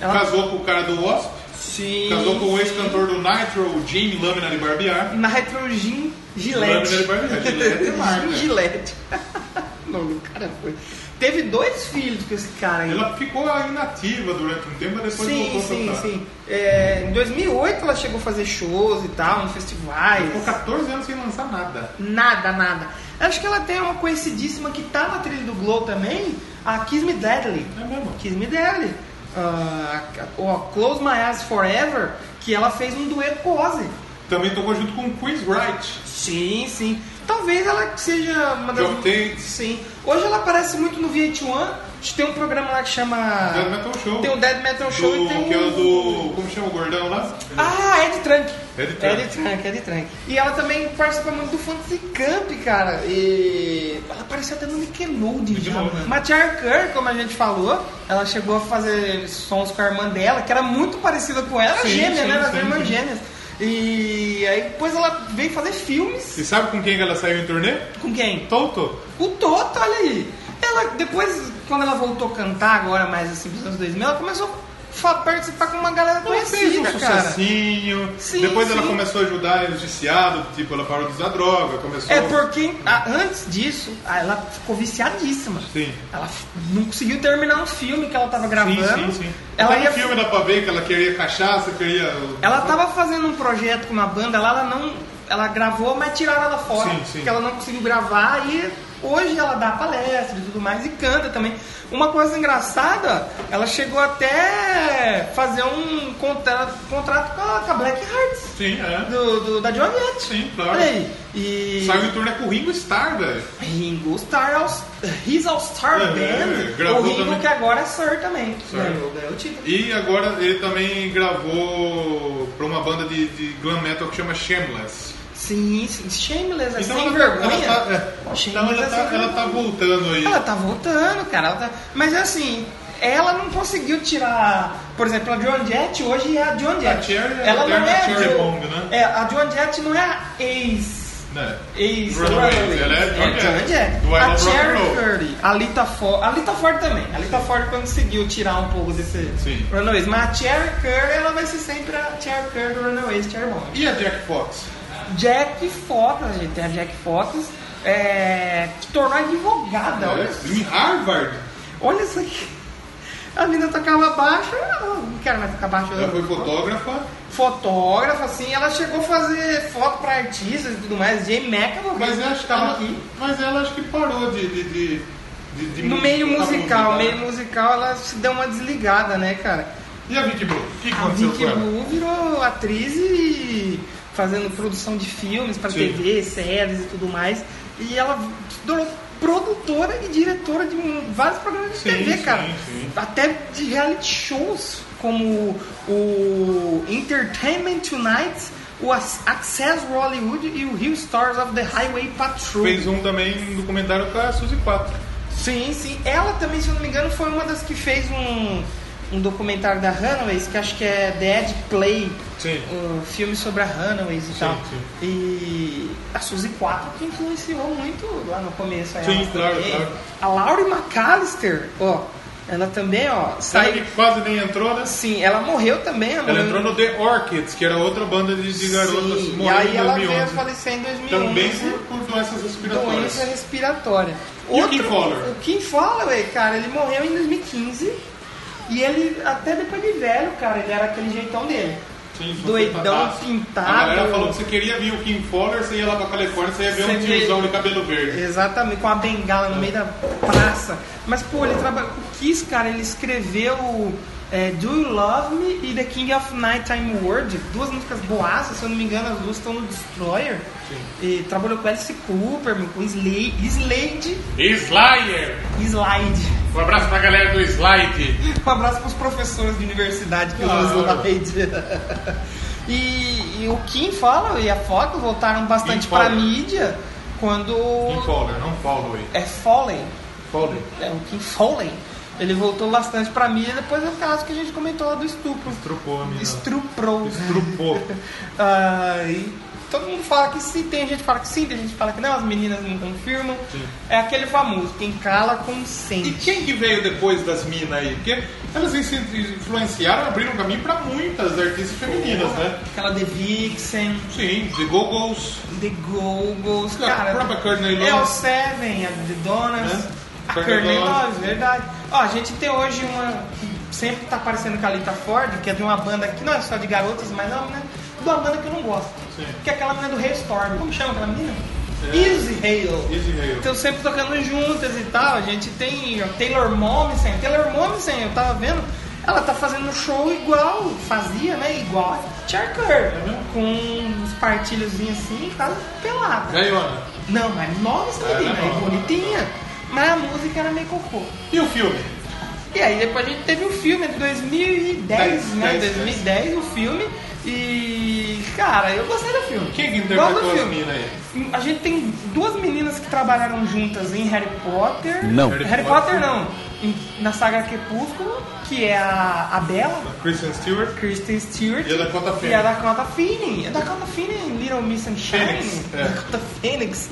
Ela-
Casou com o cara do Wasp.
Sim.
Casou com o ex-cantor do Nitro, Jimmy Lâmina de Barbear.
Nitro Jim
Lâmina de
Gillette.
Barbear. Gillette é marca.
Jim Gillette. não, o cara foi. Teve dois filhos com esse cara aí.
Ela ficou inativa durante um tempo, mas depois
Sim,
voltou a
sim,
cantar.
sim. É, em 2008 ela chegou a fazer shows e tal, em festivais.
Ficou 14 anos sem lançar nada.
Nada, nada. Acho que ela tem uma conhecidíssima que tá na trilha do Glow também, a Kiss Me Deadly.
É mesmo?
Kiss Me Deadly. Ah, a- ou a Close My Eyes Forever, que ela fez um dueto com o Ozzy.
Também tocou junto com o Chris Wright.
Sim, sim. Talvez ela seja uma das...
John Tate.
Sim. Hoje ela aparece muito no VH1. A gente tem um programa lá que chama...
Dead Metal Show.
Tem o Dead Metal Show e tem
Do, que é
o-
o do. Como chama o gordão lá?
Ah, Ed Trunk.
Ed Trunk.
Ed Trunk, Ed Trunk. E ela também participa muito do Fantasy Camp, cara. E ela apareceu até no Nickelodeon já.
Nickelodeon.
Matiar Kerr, como a gente falou, ela chegou a fazer sons com a irmã dela, que era muito parecida com ela,
Sim,
gêmea,
sim,
né? Elas
sim,
eram irmãs
sim.
gêmeas. E aí depois ela veio fazer filmes
E sabe com quem que ela saiu em turnê?
com quem?
Toto.
O Toto, olha aí. Ela, depois, quando ela voltou a cantar agora, mais assim, nos anos 2000, ela começou a fa- participar com uma galera
Ela fez um
conhecida, cara.
sucessinho.
Sim,
Depois
sim.
ela começou a ajudar o judiciado, tipo, ela parou de usar droga, começou.
É porque a- antes disso, a- ela ficou viciadíssima.
Sim.
Ela f- não conseguiu terminar um filme que ela tava gravando.
Sim, sim, sim.
Ela
Ela
ia-
no filme da Pavê que ela queria cachaça, queria.
Ela tava fazendo um projeto com uma banda lá, ela não. Ela gravou, mas tiraram ela fora.
Sim, sim.
Porque ela não conseguiu gravar e hoje ela dá palestra e tudo mais e canta também. Uma coisa engraçada, ela chegou até fazer um contrato, contrato com, a, com a Black Hearts.
Sim, é.
Do, do- da Johnny Jett.
Sim, claro.
Olha aí. E...
Saiu em turnê com o Ringo Starr, velho.
Ringo Starr, All, His All Star
É, é,
Band,
gravou
o Ringo
também.
que agora é Sir também.
Sir.
Ganhou, ganhou o Tipo. título.
E agora ele também gravou pra uma banda de, de glam metal que chama Shameless.
Sim, sim, shameless, é
Então
sem
ela tá-
vergonha.
ela tá- é.
Shameless
Então ela
é
tá,
sem vergonha.
ela tá voltando aí.
Ela tá voltando, cara. ela tá- Mas assim, ela não conseguiu tirar. Por exemplo, a John Jett hoje é a John Jett.
A Cherry é
ela
a
não
eterna
é. a
Cherry
Jo-
Bomb, né?
É, a John Jett não é a ex.
Né?
Ex.
Runaways, ela é John Jett. Do I Love Rock
A
and
Cherry
Roll.
Curry. A Lita Ford. A Lita Ford também. A Lita Ford conseguiu tirar um pouco desse
Sim.
Runaways. Mas a Cherry Curry, ela vai ser sempre a Cherry Curry do Runaways, Cherry Bomb.
E a Jack Fox?
Jack Fox, a gente tem a Jack Fox, é, que tornou advogada.
Ela
Olha,
é em Harvard.
olha isso aqui. A menina tocava baixo, eu não quero mais tocar baixo.
Ela É, foi fotógrafa.
Fotógrafa, assim, ela chegou a fazer foto pra artistas e tudo mais, Jay McAvoy.
Mas eu acho que
tava
ela,
aqui.
mas ela acho que parou de. de, de, de, de
No meio
tocar
musical,
música,
meio
né?
musical, ela se deu uma desligada, né, cara?
E a Vicky Blue? O que que
A
aconteceu
Vicky
com ela?
Blue virou atriz e fazendo produção de filmes para
Sim.
TV, séries e tudo mais. E ela virou produtora e diretora de um- vários programas de
Sim,
TV,
sim,
cara.
sim.
Até de reality shows como o Entertainment Tonight, o Ac- Access Hollywood e o Rio Stars of the Highway Patrol.
Fez um também um documentário com a Suzy 4.
Sim, sim. Ela também, se eu não me engano, foi uma das que fez um, um documentário da Runaways, que acho que é The Ed Play.
Sim.
Um filme sobre a Runaways e tal.
sim.
E a Suzy 4 que influenciou muito lá no começo. a
Sim,
elas
claro,
também.
claro.
A Laurie McAllister, ó, ela também, ó,
Sabe
saiu.
que quase nem entrou, né?
Sim, ela morreu também, amor.
Ela entrou no The Orchids, que era outra banda de, de garotas
Sim, e
morrendo
aí
em
ela veio a
2011.
falecer em 2011.
Também por, por doenças respiratórias.
doença Então, é respiratória.
E o Kim Fowler?
O Kim Fowler, cara, ele morreu em 2015 e ele, até depois de velho, cara, ele era aquele jeitão dele. doidão
tá A
pintado.
galera falou que você queria vir o Kim Fowler, você ia lá pra Califórnia, você ia ver
Você
um
vê-
tiozão de cabelo verde.
Exatamente, com uma bengala no meio da praça. Mas, pô, ele trabalha. O Kiss, cara, ele escreveu é, Do You Love Me e The King of Nighttime World, duas músicas boaças, se eu não me engano, as duas estão no Destroyer. E trabalhou com Alice Cooper, com Slade. Slade.
Slayer!
Slide.
Um abraço pra galera do Slide.
Um abraço pros professores de universidade que
Claro.
usam na rede. E, e o Kim Fowler e a Fox voltaram bastante
Kim
pra
Fowler.
mídia quando.
Kim Fowler, não Fowler.
É Foley.
Foley.
É o Kim Foley. Ele voltou bastante pra mídia depois do caso que a gente comentou lá do estupro.
Estrupou a menina.
Estuprou.
Estrupou.
Ah, e todo mundo fala que sim, tem gente que fala que sim, tem gente que fala que não, as meninas não confirmam. É aquele famoso, quem cala consente.
E quem que veio depois das minas aí? Porque elas se influenciaram, abriram um caminho pra muitas artistas femininas, né?
Aquela The Vixen.
Sim, The Go-Go's.
The Go-Go's,
A
cara.
própria Courtney Love.
É o Seven, a The Donuts,
Né?
a
Courtney
Courtney
Love.
Love, verdade. Ó, a gente tem hoje uma que sempre tá aparecendo com a Lita Ford, que é de uma banda que não é só de garotas, mas não, né? De uma banda que eu não gosto. Que é aquela menina do Hailstorm. Como chama aquela menina?
É.
Easy Hail.
Easy Hail.
Então sempre tocando juntas e tal. A gente tem a Taylor Momsen. Taylor Momsen, eu tava vendo, ela tá fazendo um show igual, fazia, né? Igual a Cher Kerr. Com uns partilhozinhos assim, tá pelada.
Gaiona.
Não, mas nova essa
Ah,
menina, é
era nova.
bonitinha. Mas a música era meio cocô.
E o filme?
E aí depois a gente teve o filme de 2010,
Dez,
né?
dez,
2010 o filme. E cara, eu gostei do filme.
Quem que
Gosto do
interpretou as
filme.
minas aí?
A gente tem duas meninas que trabalharam juntas em Harry Potter.
Não.
Harry, Potter, não. Em- na saga Crepúsculo, que é a, a Bella.
Kristen Stewart.
Kristen Stewart.
E a Dakota
E
Fanning.
a Dakota Fanning. A Dakota Fanning, Little Miss Sunshine.
Fênix, é.
Dakota Phoenix.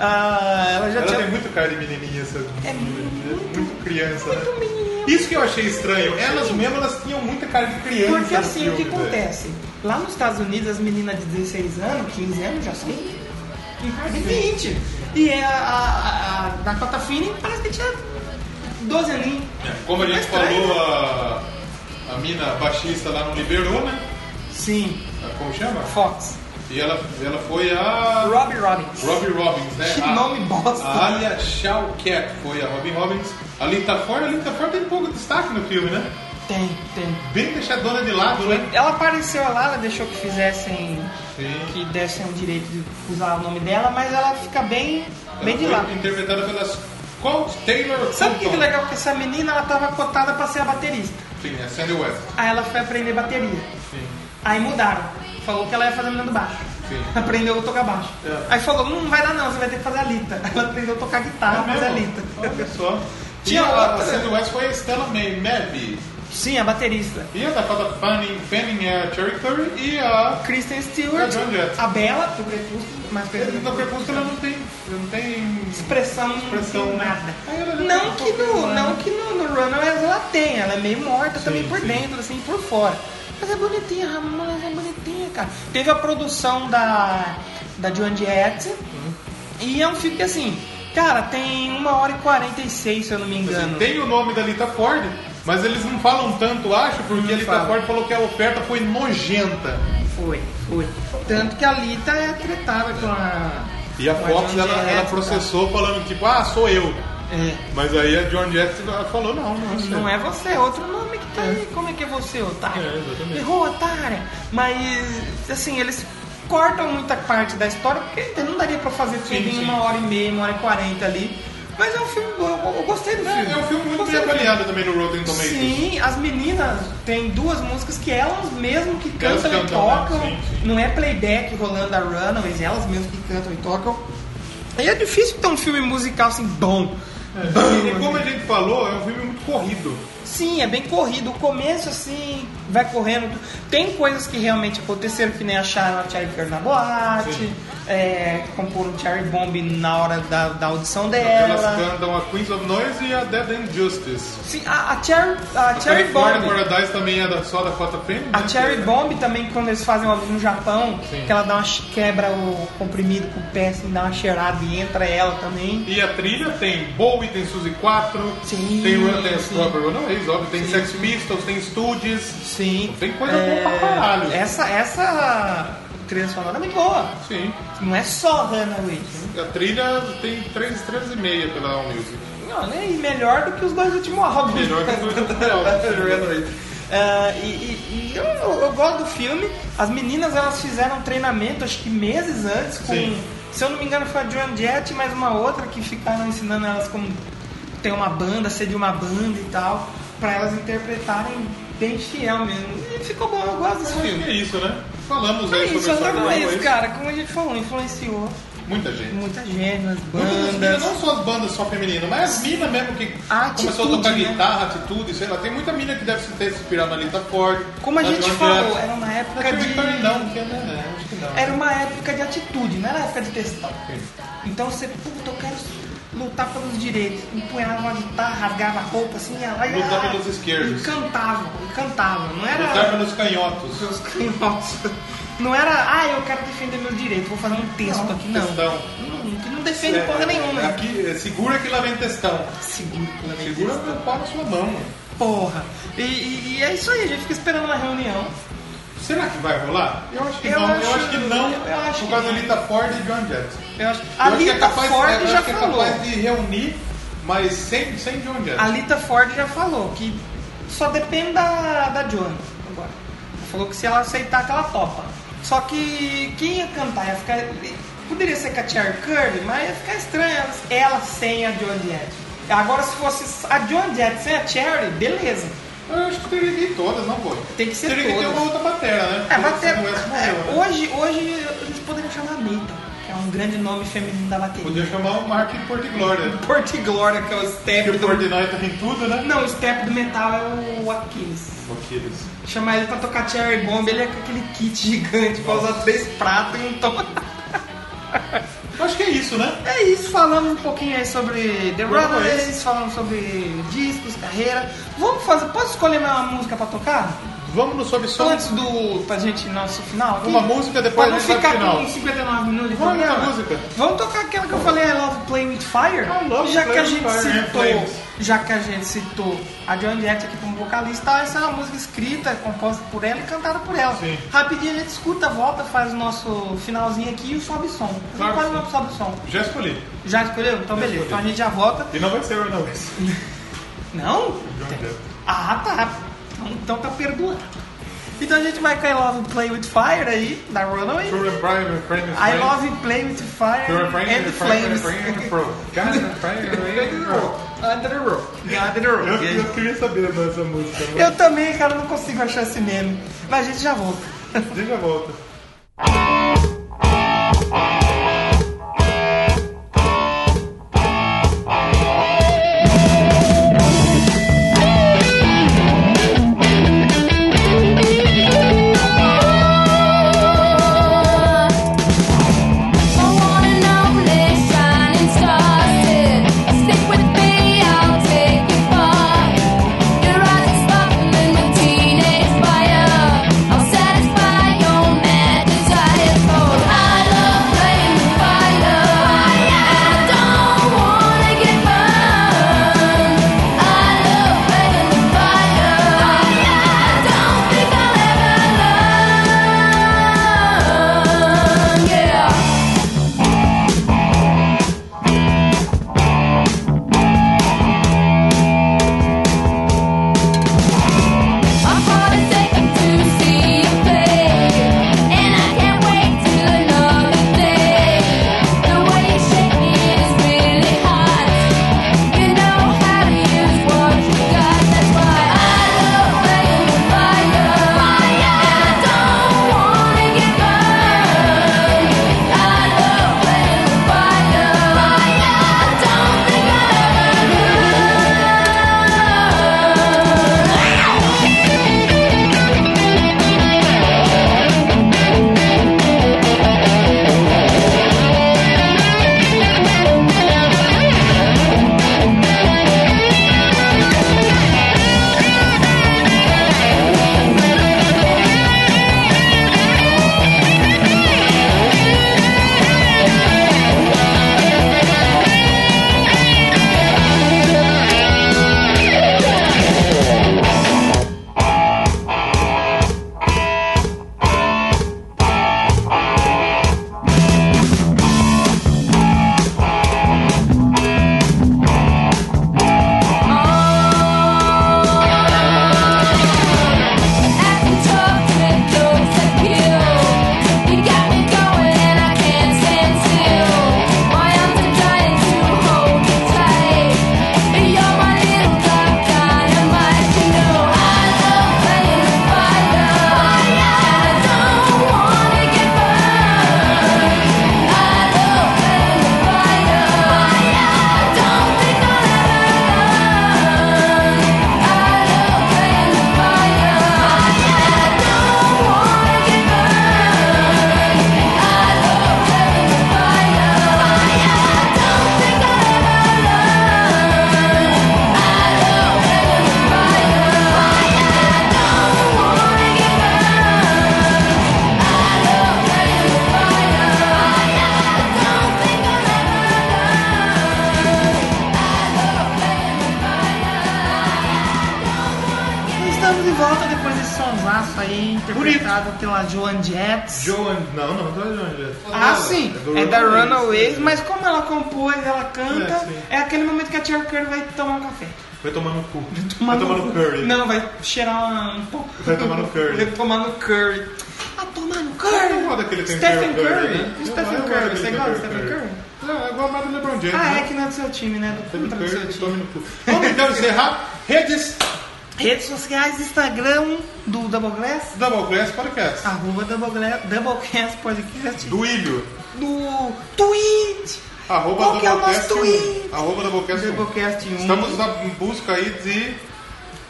Ah, ela já
Ela
tinha...
tem muito cara de menininha, essa é muito, criança.
um
né? Isso que eu achei estranho. Elas mesmas elas tinham muita cara de criança.
Porque
no
assim, o que
filme, né? velho.
acontece? Lá nos Estados Unidos, as meninas de 16 anos, 15 anos, já são de 20. E é a, a, a Dakota Fanning parece que tinha 12 aninhos.
É, Como a gente
Fica É estranho,
falou, a, a mina baixista lá não liberou, né? Ah,
Sim.
Como chama?
Fox.
E ela, ela foi a.
Robbie Robbins.
Robbie Robbins, Ah. né?
Que
A-
nome bosta.
A Alia Shawkat foi a Robin Robbins. A Lita Ford, a Lita Ford tem pouco destaque no filme, né?
Tem, tem.
Bem deixadona de lado, né?
Ela apareceu lá, ela deixou que fizessem,
Sim.
que dessem o direito de usar o nome dela, mas ela fica bem,
Ela
bem de
foi então.
lado.
Interpretada pelas Colt Taylor
Sabe o que, que é
Compton.
legal? Porque essa menina, ela tava cotada pra ser a baterista.
Sim, é Sandy West.
Aí ela foi aprender bateria.
Sim.
Aí mudaram. Falou que ela ia fazer a menina do baixo.
Sim.
Aprendeu a tocar baixo.
É.
Aí falou, "Hum, não vai dar não, você vai ter que fazer a lita. Ela aprendeu a tocar guitarra,
É
fazer a
mesmo?
lita.
Olha só.
Tinha
e a-
outra.
A Sandy West foi a Stella May Mabby.
Sim, a baterista.
E a Dakota Fanning, Fanning é a Cherry Curry e a...
Kristen Stewart,
É, tá Joan Jett.
a Bela, do Crepúsculo, mas
No Crepúsculo ela não tem... Não tem...
expressão,
Expressão,
não tem
né?
nada.
Aí ela- um
Não que no, não que no, no Runaways ela tenha, ela é meio morta também por dentro, assim, por fora. Mas é bonitinha, a mulher é bonitinha, cara. Teve a produção da, da Joan Jett,
Uhum.
e é um filme que assim, cara, tem 1 hora e 46, se eu não me engano.
assim, Tem o nome da Lita Ford, mas eles não falam tanto, acho, porque a Lita Ford falou que a oferta foi nojenta.
Foi, foi. Tanto que a Lita é tretada com a.
E a
com
Fox,
Joan
ela,
Jett,
ela
tá?
processou falando, tipo, ah, sou eu.
É.
Mas aí a John Jett falou, não, não é você.
Não é você, é outro nome que tá aí. Como é que é você, otário? Errou, otária. Mas, assim, eles cortam muita parte da história, porque não daria pra fazer tudo
Sim,
em
sim.
uma hora e meia, uma hora e quarenta ali. Mas é um filme bom, eu, eu gostei do filme.
É um filme muito bem
Gostei do filme.
avaliado também no Rotten Tomatoes.
Sim, as meninas têm duas músicas que elas mesmo que
Elas
cantam e
cantam,
tocam.
né? Sim,
Não é playback rolando a Runaways, elas mesmo que cantam e tocam. E é difícil ter um filme musical assim bom.
E como a gente falou, é um filme muito corrido.
Sim, é bem corrido. O começo, assim, vai correndo. Tem coisas que realmente aconteceram, que nem acharam a Cherry Girl na boate, é, comporam um Cherry Bomb na hora da, da audição
Elas
dela.
cantam a Queens of Noise e a Dead and Justice.
Sim, a, a Cherry, a Cherry
California
Bomb.
Paradise também é da, só da né? Cota Fanning.
A Cherry Bomb também, quando eles fazem uma vez no Japão,
Sim.
que ela dá uma che- quebra o comprimido com o pé, assim, dá uma cheirada e entra ela também.
E a trilha tem Bowie, tem Suzy 4,
Sim,
tem Run, tem
sim.
Strawberry Runaway, depois, óbvio, tem Sex Pistols, tem Studios.
Sim. É,
Tem coisa boa pra caralho.
Essa, essa trilha sonora é muito boa.
Sim.
Não é só Hannah né? Whitney.
A trilha tem 3 estrelas e meia pela All Music.
Não, né? E melhor do que os dois últimos álbuns.
Melhor que os dois últimos álbuns.
Ah, e e- e eu, eu gosto do filme. As meninas elas fizeram um treinamento, acho que meses antes, com.
Sim.
Se eu não me engano, foi a Joan Jett e mais uma outra que ficaram ensinando elas como ter uma banda, ser de uma banda e tal, pra elas interpretarem bem fiel mesmo. E ficou bom, eu gosto desse filme.
É isso, né? Falamos
É
aí
isso,
sobre essa
eu é
coisa.
isso, cara. Como a gente falou, influenciou
Muita gente.
muita gente, as
Muitas minas,
bandas.
não só as bandas só femininas, mas as minas mesmo que começou a tocar
atitude, né?
guitarra, atitude, sei lá. Tem muita mina que deve ter se inspirado na Lita Ford.
Como a
na
gente
Tá Joan
falou,
Jett.
era uma época
Naquele
de.
Curry não, que é, né? Acho que não.
Era uma época de atitude, não era época de textão. Então você, puta, eu quero lutar pelos direitos. Empunhava uma guitarra, rasgava a roupa, assim, ia lá e
Lutar
ah,
pelos esquerdos.
E cantava, e cantava. Não era.
Lutar pelos canhotos.
Pelos canhotos. Não era, ah, eu quero defender meu direito, vou fazer um texto
Não,
aqui, não.
textão.
Não, que não defende
É,
porra nenhuma.
Aqui, é, segura que lá vem textão.
Segura que lá vem
Segura
textão.
o pau na sua mão.
Porra. E, e- e é isso aí, a gente fica esperando uma reunião.
Será que vai rolar? Eu acho que
Eu
não.
acho-
eu acho que não.
eu acho
por causa
que-
da Lita Ford e John Jett.
Eu acho,
Eu
a
acho que
Lita
é capaz,
Ford
eu acho
já
que é
falou.
capaz de reunir, mas sem, sem John Jett.
A Lita Ford já falou que só depende da, da Joan agora. Ela Falou que se ela aceitar que ela topa. Só que quem ia cantar ia ficar. Poderia ser com a Cher Curry, mas ia ficar estranho ela- ela sem a Joan Jett. Agora se fosse a Joan Jett sem a Cherry, beleza.
Eu acho que teria que ir todas, não, pô.
Tem que ser
Teria que ter
todas.
uma outra batera, né?
É, vai
Porque
ter-
o Wes morreu,
é,
né?
hoje, hoje eles poderiam chamar a Anitta, que é um grande nome feminino da bateria.
Podia chamar o Mark Portiglória.
Portiglória, que é o step
Porque o
do...
Portnoy tá em tudo, né?
Não, o step do metal é o Aquiles.
Aquiles.
Chamar ele pra tocar Cherry Bomb, ele é com aquele kit gigante pra usar três pratos e um tom.
Acho que é isso, né?
É isso, falamos um pouquinho aí sobre The
Runaways.
Runaways, falamos sobre discos, carreira. Vamos fazer, posso escolher uma música pra tocar?
Vamos no sob som.
Antes do, pra gente ir no nosso final? aqui?
Uma música, depois
pra não
a gente vai
ficar
pro final.
com 59 minutos de
Vamos
programa.
na música.
Vamos tocar aquela que eu falei, I Love Playing With Fire.
I Love
já que a
Playing
gente
With Fire,
citou,
é, Flames.
já que a gente citou a Joan Jett aqui como vocalista, essa é uma música escrita, composta por ela e cantada por ela.
Sim.
Rapidinho a gente escuta, volta, faz o nosso finalzinho aqui e o sobe som.
Claro que
Quase não sobe som.
Já escolhi.
Já escolheu? Então
Já
beleza.
escolhi.
Então a gente já volta.
E não vai ser o Runaways.
Não?
John Jett.
Ah, tá. Então, então tá perdoado. Então a gente vai com I Love Play With Fire aí, da Runaway.
True and Prime, Prime
I Love Play With Fire
True and Prime,
and Flames.
Pro. Cara, Prime, Prime, Pro.
Under the rope. Under the rope.
Eu, eu queria saber dessa música. mas-
Eu também, cara, não consigo achar esse meme. Mas a gente já volta.
Diga a volta.
I'll satisfy your mad desire for
filmaço aí, interpretado pela Joan Jett.
Joan, não, não, não é Joan Jett.
Ah, sim, é, da Runaways, mas como ela compôs, ela
É,
canta,
sim.
é, aquele momento que a Tia Curry vai tomar um café.
Vai tomar no cu. Vai tomar no curry.
Não, vai cheirar um pouco.
Vai tomar no curry.
Vai tomar no curry. Vai tomar no curry.
Eu gosto daquele tempero
Stephen
curry,
Curry.
né? Eu
Stephen
gosto daquele
Curry. Você
tempero
gosta do Stephen
curry.
Curry?
Não, é igual a Maria LeBron James.
Ah,
né?
é que não é do seu time, né? Do, não é do seu time.
Vamos então encerrar. Redes.
Redes sociais, Instagram do Doubleclass.
Doubleclass Podcast.
Arroba Doubleclass, Doubleclass Podcast.
Do Ilho.
Do Twitch.
Arroba
Qual que é o nosso
Doublecast um.
Twitch?
Arroba Doublecast um.
Doublecast 1.
Estamos na- em busca aí de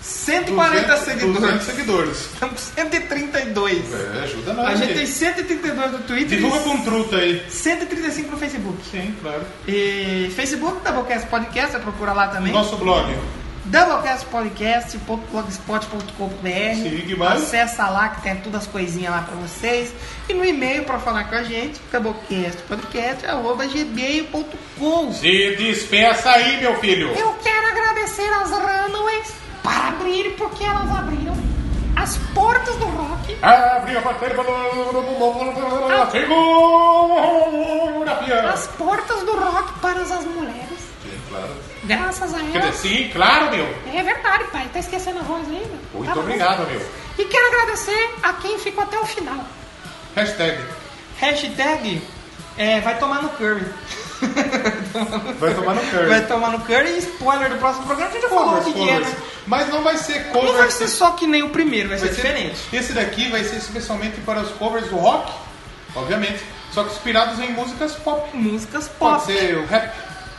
140 seguidores.
200 seguidores.
Estamos com 132.
É, ajuda nós.
A gente
aí.
tem 132 no Twitter.
Divulga
e
com truta aí.
135 no Facebook.
Sim, claro.
E Facebook, Doublecast Podcast, é procurar lá também.
Nosso blog. Siga
doublecastpodcast.blogspot.com.br
mais.
Acessa lá que tem todas as coisinhas lá pra vocês. E no e-mail pra falar com a gente, doublecastpodcast.gmail.com
Se despeça aí, meu filho.
Eu quero agradecer às Runaways para abrir, porque elas abriram as portas do rock.
Abre a bateria.
Ah.
Segura a piada.
As portas do rock para as mulheres.
Sim, claro.
Né?
Graças a
Quer dizer,
elas.
sim, claro, meu.
É verdade, pai. Tá esquecendo a voz ainda?
Muito
Tá bom.
obrigado, meu.
E quero agradecer a quem ficou até o final.
Hashtag.
Hashtag é, vai tomar no curry.
Vai tomar no curry.
Vai tomar no curry e spoiler do próximo programa, a gente já falou
Covers,
o que é,
covers.
né?
Mas não vai ser cover.
Não vai ser só que nem o primeiro, vai,
Vai
ser
ser-
diferente.
Esse daqui vai ser especialmente para os covers do rock, obviamente, só que inspirados em músicas pop.
Músicas pop.
Pode ser o rap,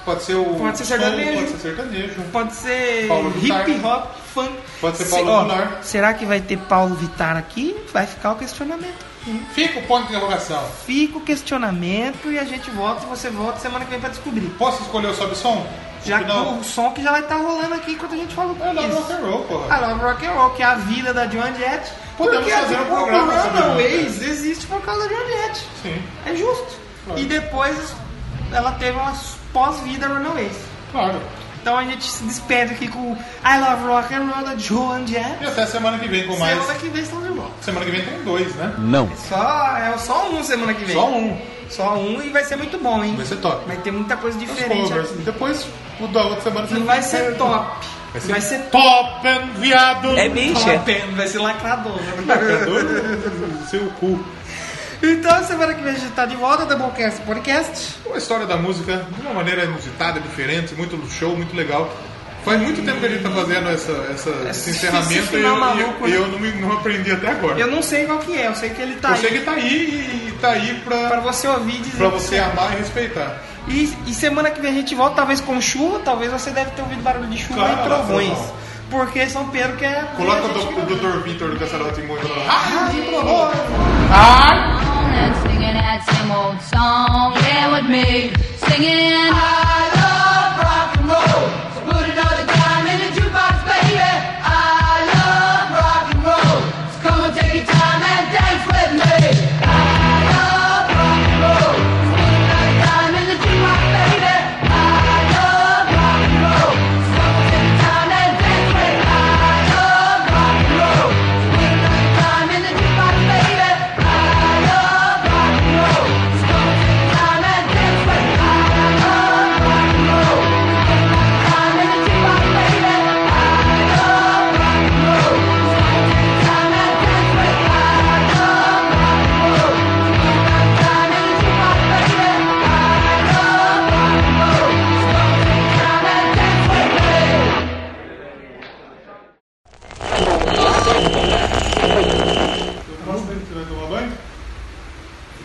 pode ser o
Pode ser
soul,
sertanejo.
pode ser sertanejo.
Pode ser
Paulo Vittar.
hip hop, funk.
Pode ser
Se-
Paulo
ó,
Vittar.
Será que vai ter Paulo Vittar aqui? Vai ficar o questionamento.
Fica o ponto de interrogação.
Fica o questionamento e a gente volta e você volta semana que vem pra descobrir.
Posso escolher o sob som? Tipo,
Já
Não.
o som que já vai estar rolando aqui enquanto a gente fala
É Love Rock and Roll, porra.
I Love Rock and Roll, que é a vida da Joan Jett.
Podemos
porque
fazer
a
um programa sobre
Runaways
isso.
existe por causa da Joan Jett.
Sim.
É justo.
Claro.
E depois ela teve uma pós-vida Runaways.
Claro.
Então a gente se despede aqui com I Love Rock and Roll da Joan Jett.
E até semana que vem com mais.
Semana que vem estamos de volta.
Semana que vem tem dois, né?
Não.
Só, é só um semana que vem.
Só um.
Só um e vai ser muito bom, hein?
Vai ser top.
Vai ter muita coisa
Os
diferente.
covers.
aqui.
Depois o da outra semana
Não vai ser top.
Vai ser,
Vai ser
top enviado.
Top, hein? vai ser lacrador.
Lacrador do seu cu.
então, semana que vem a gente tá de volta, Doublecast Podcast.
Uma história da música de uma maneira inusitada, diferente, muito show, muito legal. Faz muito tempo que a gente tá fazendo essa, essa-
É,
esse
esse
encerramento e
final
eu,
maluco,
e eu-
né?
eu não, me- não aprendi até agora.
Eu não sei qual que é, eu sei que ele tá
eu
aí.
sei que tá aí e tá aí pra,
Pra você ouvir e dizer.
pra
que
você amar e respeitar.
E, e semana que vem a gente volta, talvez com chuva, talvez você deve ter ouvido barulho de chuva
Claro,
e trovões.
não.
Porque São Pedro quer.
Coloca
a
o,
gente-
do, o Dr. Vitor do Castelo Timor falando. Ah, que
and singing that same old song. Yeah, with me singing. I love rock and roll. So put another dime in the jukebox, baby. I love rock and roll. So come and take your time and dance with me. I love rock and roll. So put another dime in the jukebox, baby. I love rock and roll. So come and take your time and dance with me. I love rock and roll. So put another dime in the jukebox, baby. I love rock and roll. So come and take your time and dance with me. I love rock and roll. So put another dime in the jukebox, baby. I love rock and roll. So come and take your time and dance with me. I love rock and roll. So put another dime in the jukebox, baby. I love rock and roll. So come and take your time and dance with me.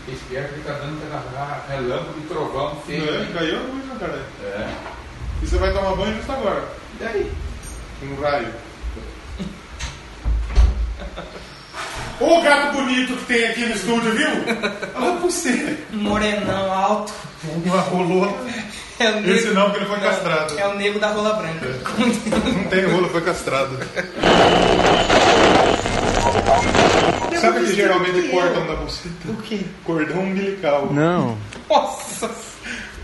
Espero que tá dando relâmpago e trovão É. feio.
É, caiu muito na cara. E você vai tomar banho justo agora. E daí? Um raio. Ô gato bonito que tem aqui no estúdio, viu? Olha você.
Morenão alto.
Uma rolou.
É o
Um Esse não, porque ele foi castrado.
É o nego da rola branca.
Não tem rolo, foi castrado. Sabe que geralmente cortam na buceta?
O quê?
Cordão umbilical.
Não.
Nossa!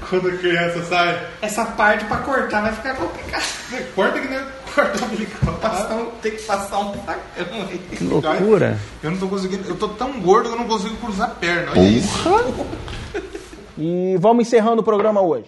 Quando a criança sai,
Essa parte pra cortar vai ficar complicada.
corta que nem Cordão umbilical.
Passar um- Tem que passar um facão aí.
Que loucura.
Eu não tô conseguindo. Eu tô tão gordo que eu não consigo cruzar a perna. Olha isso.
E vamos encerrando o programa hoje.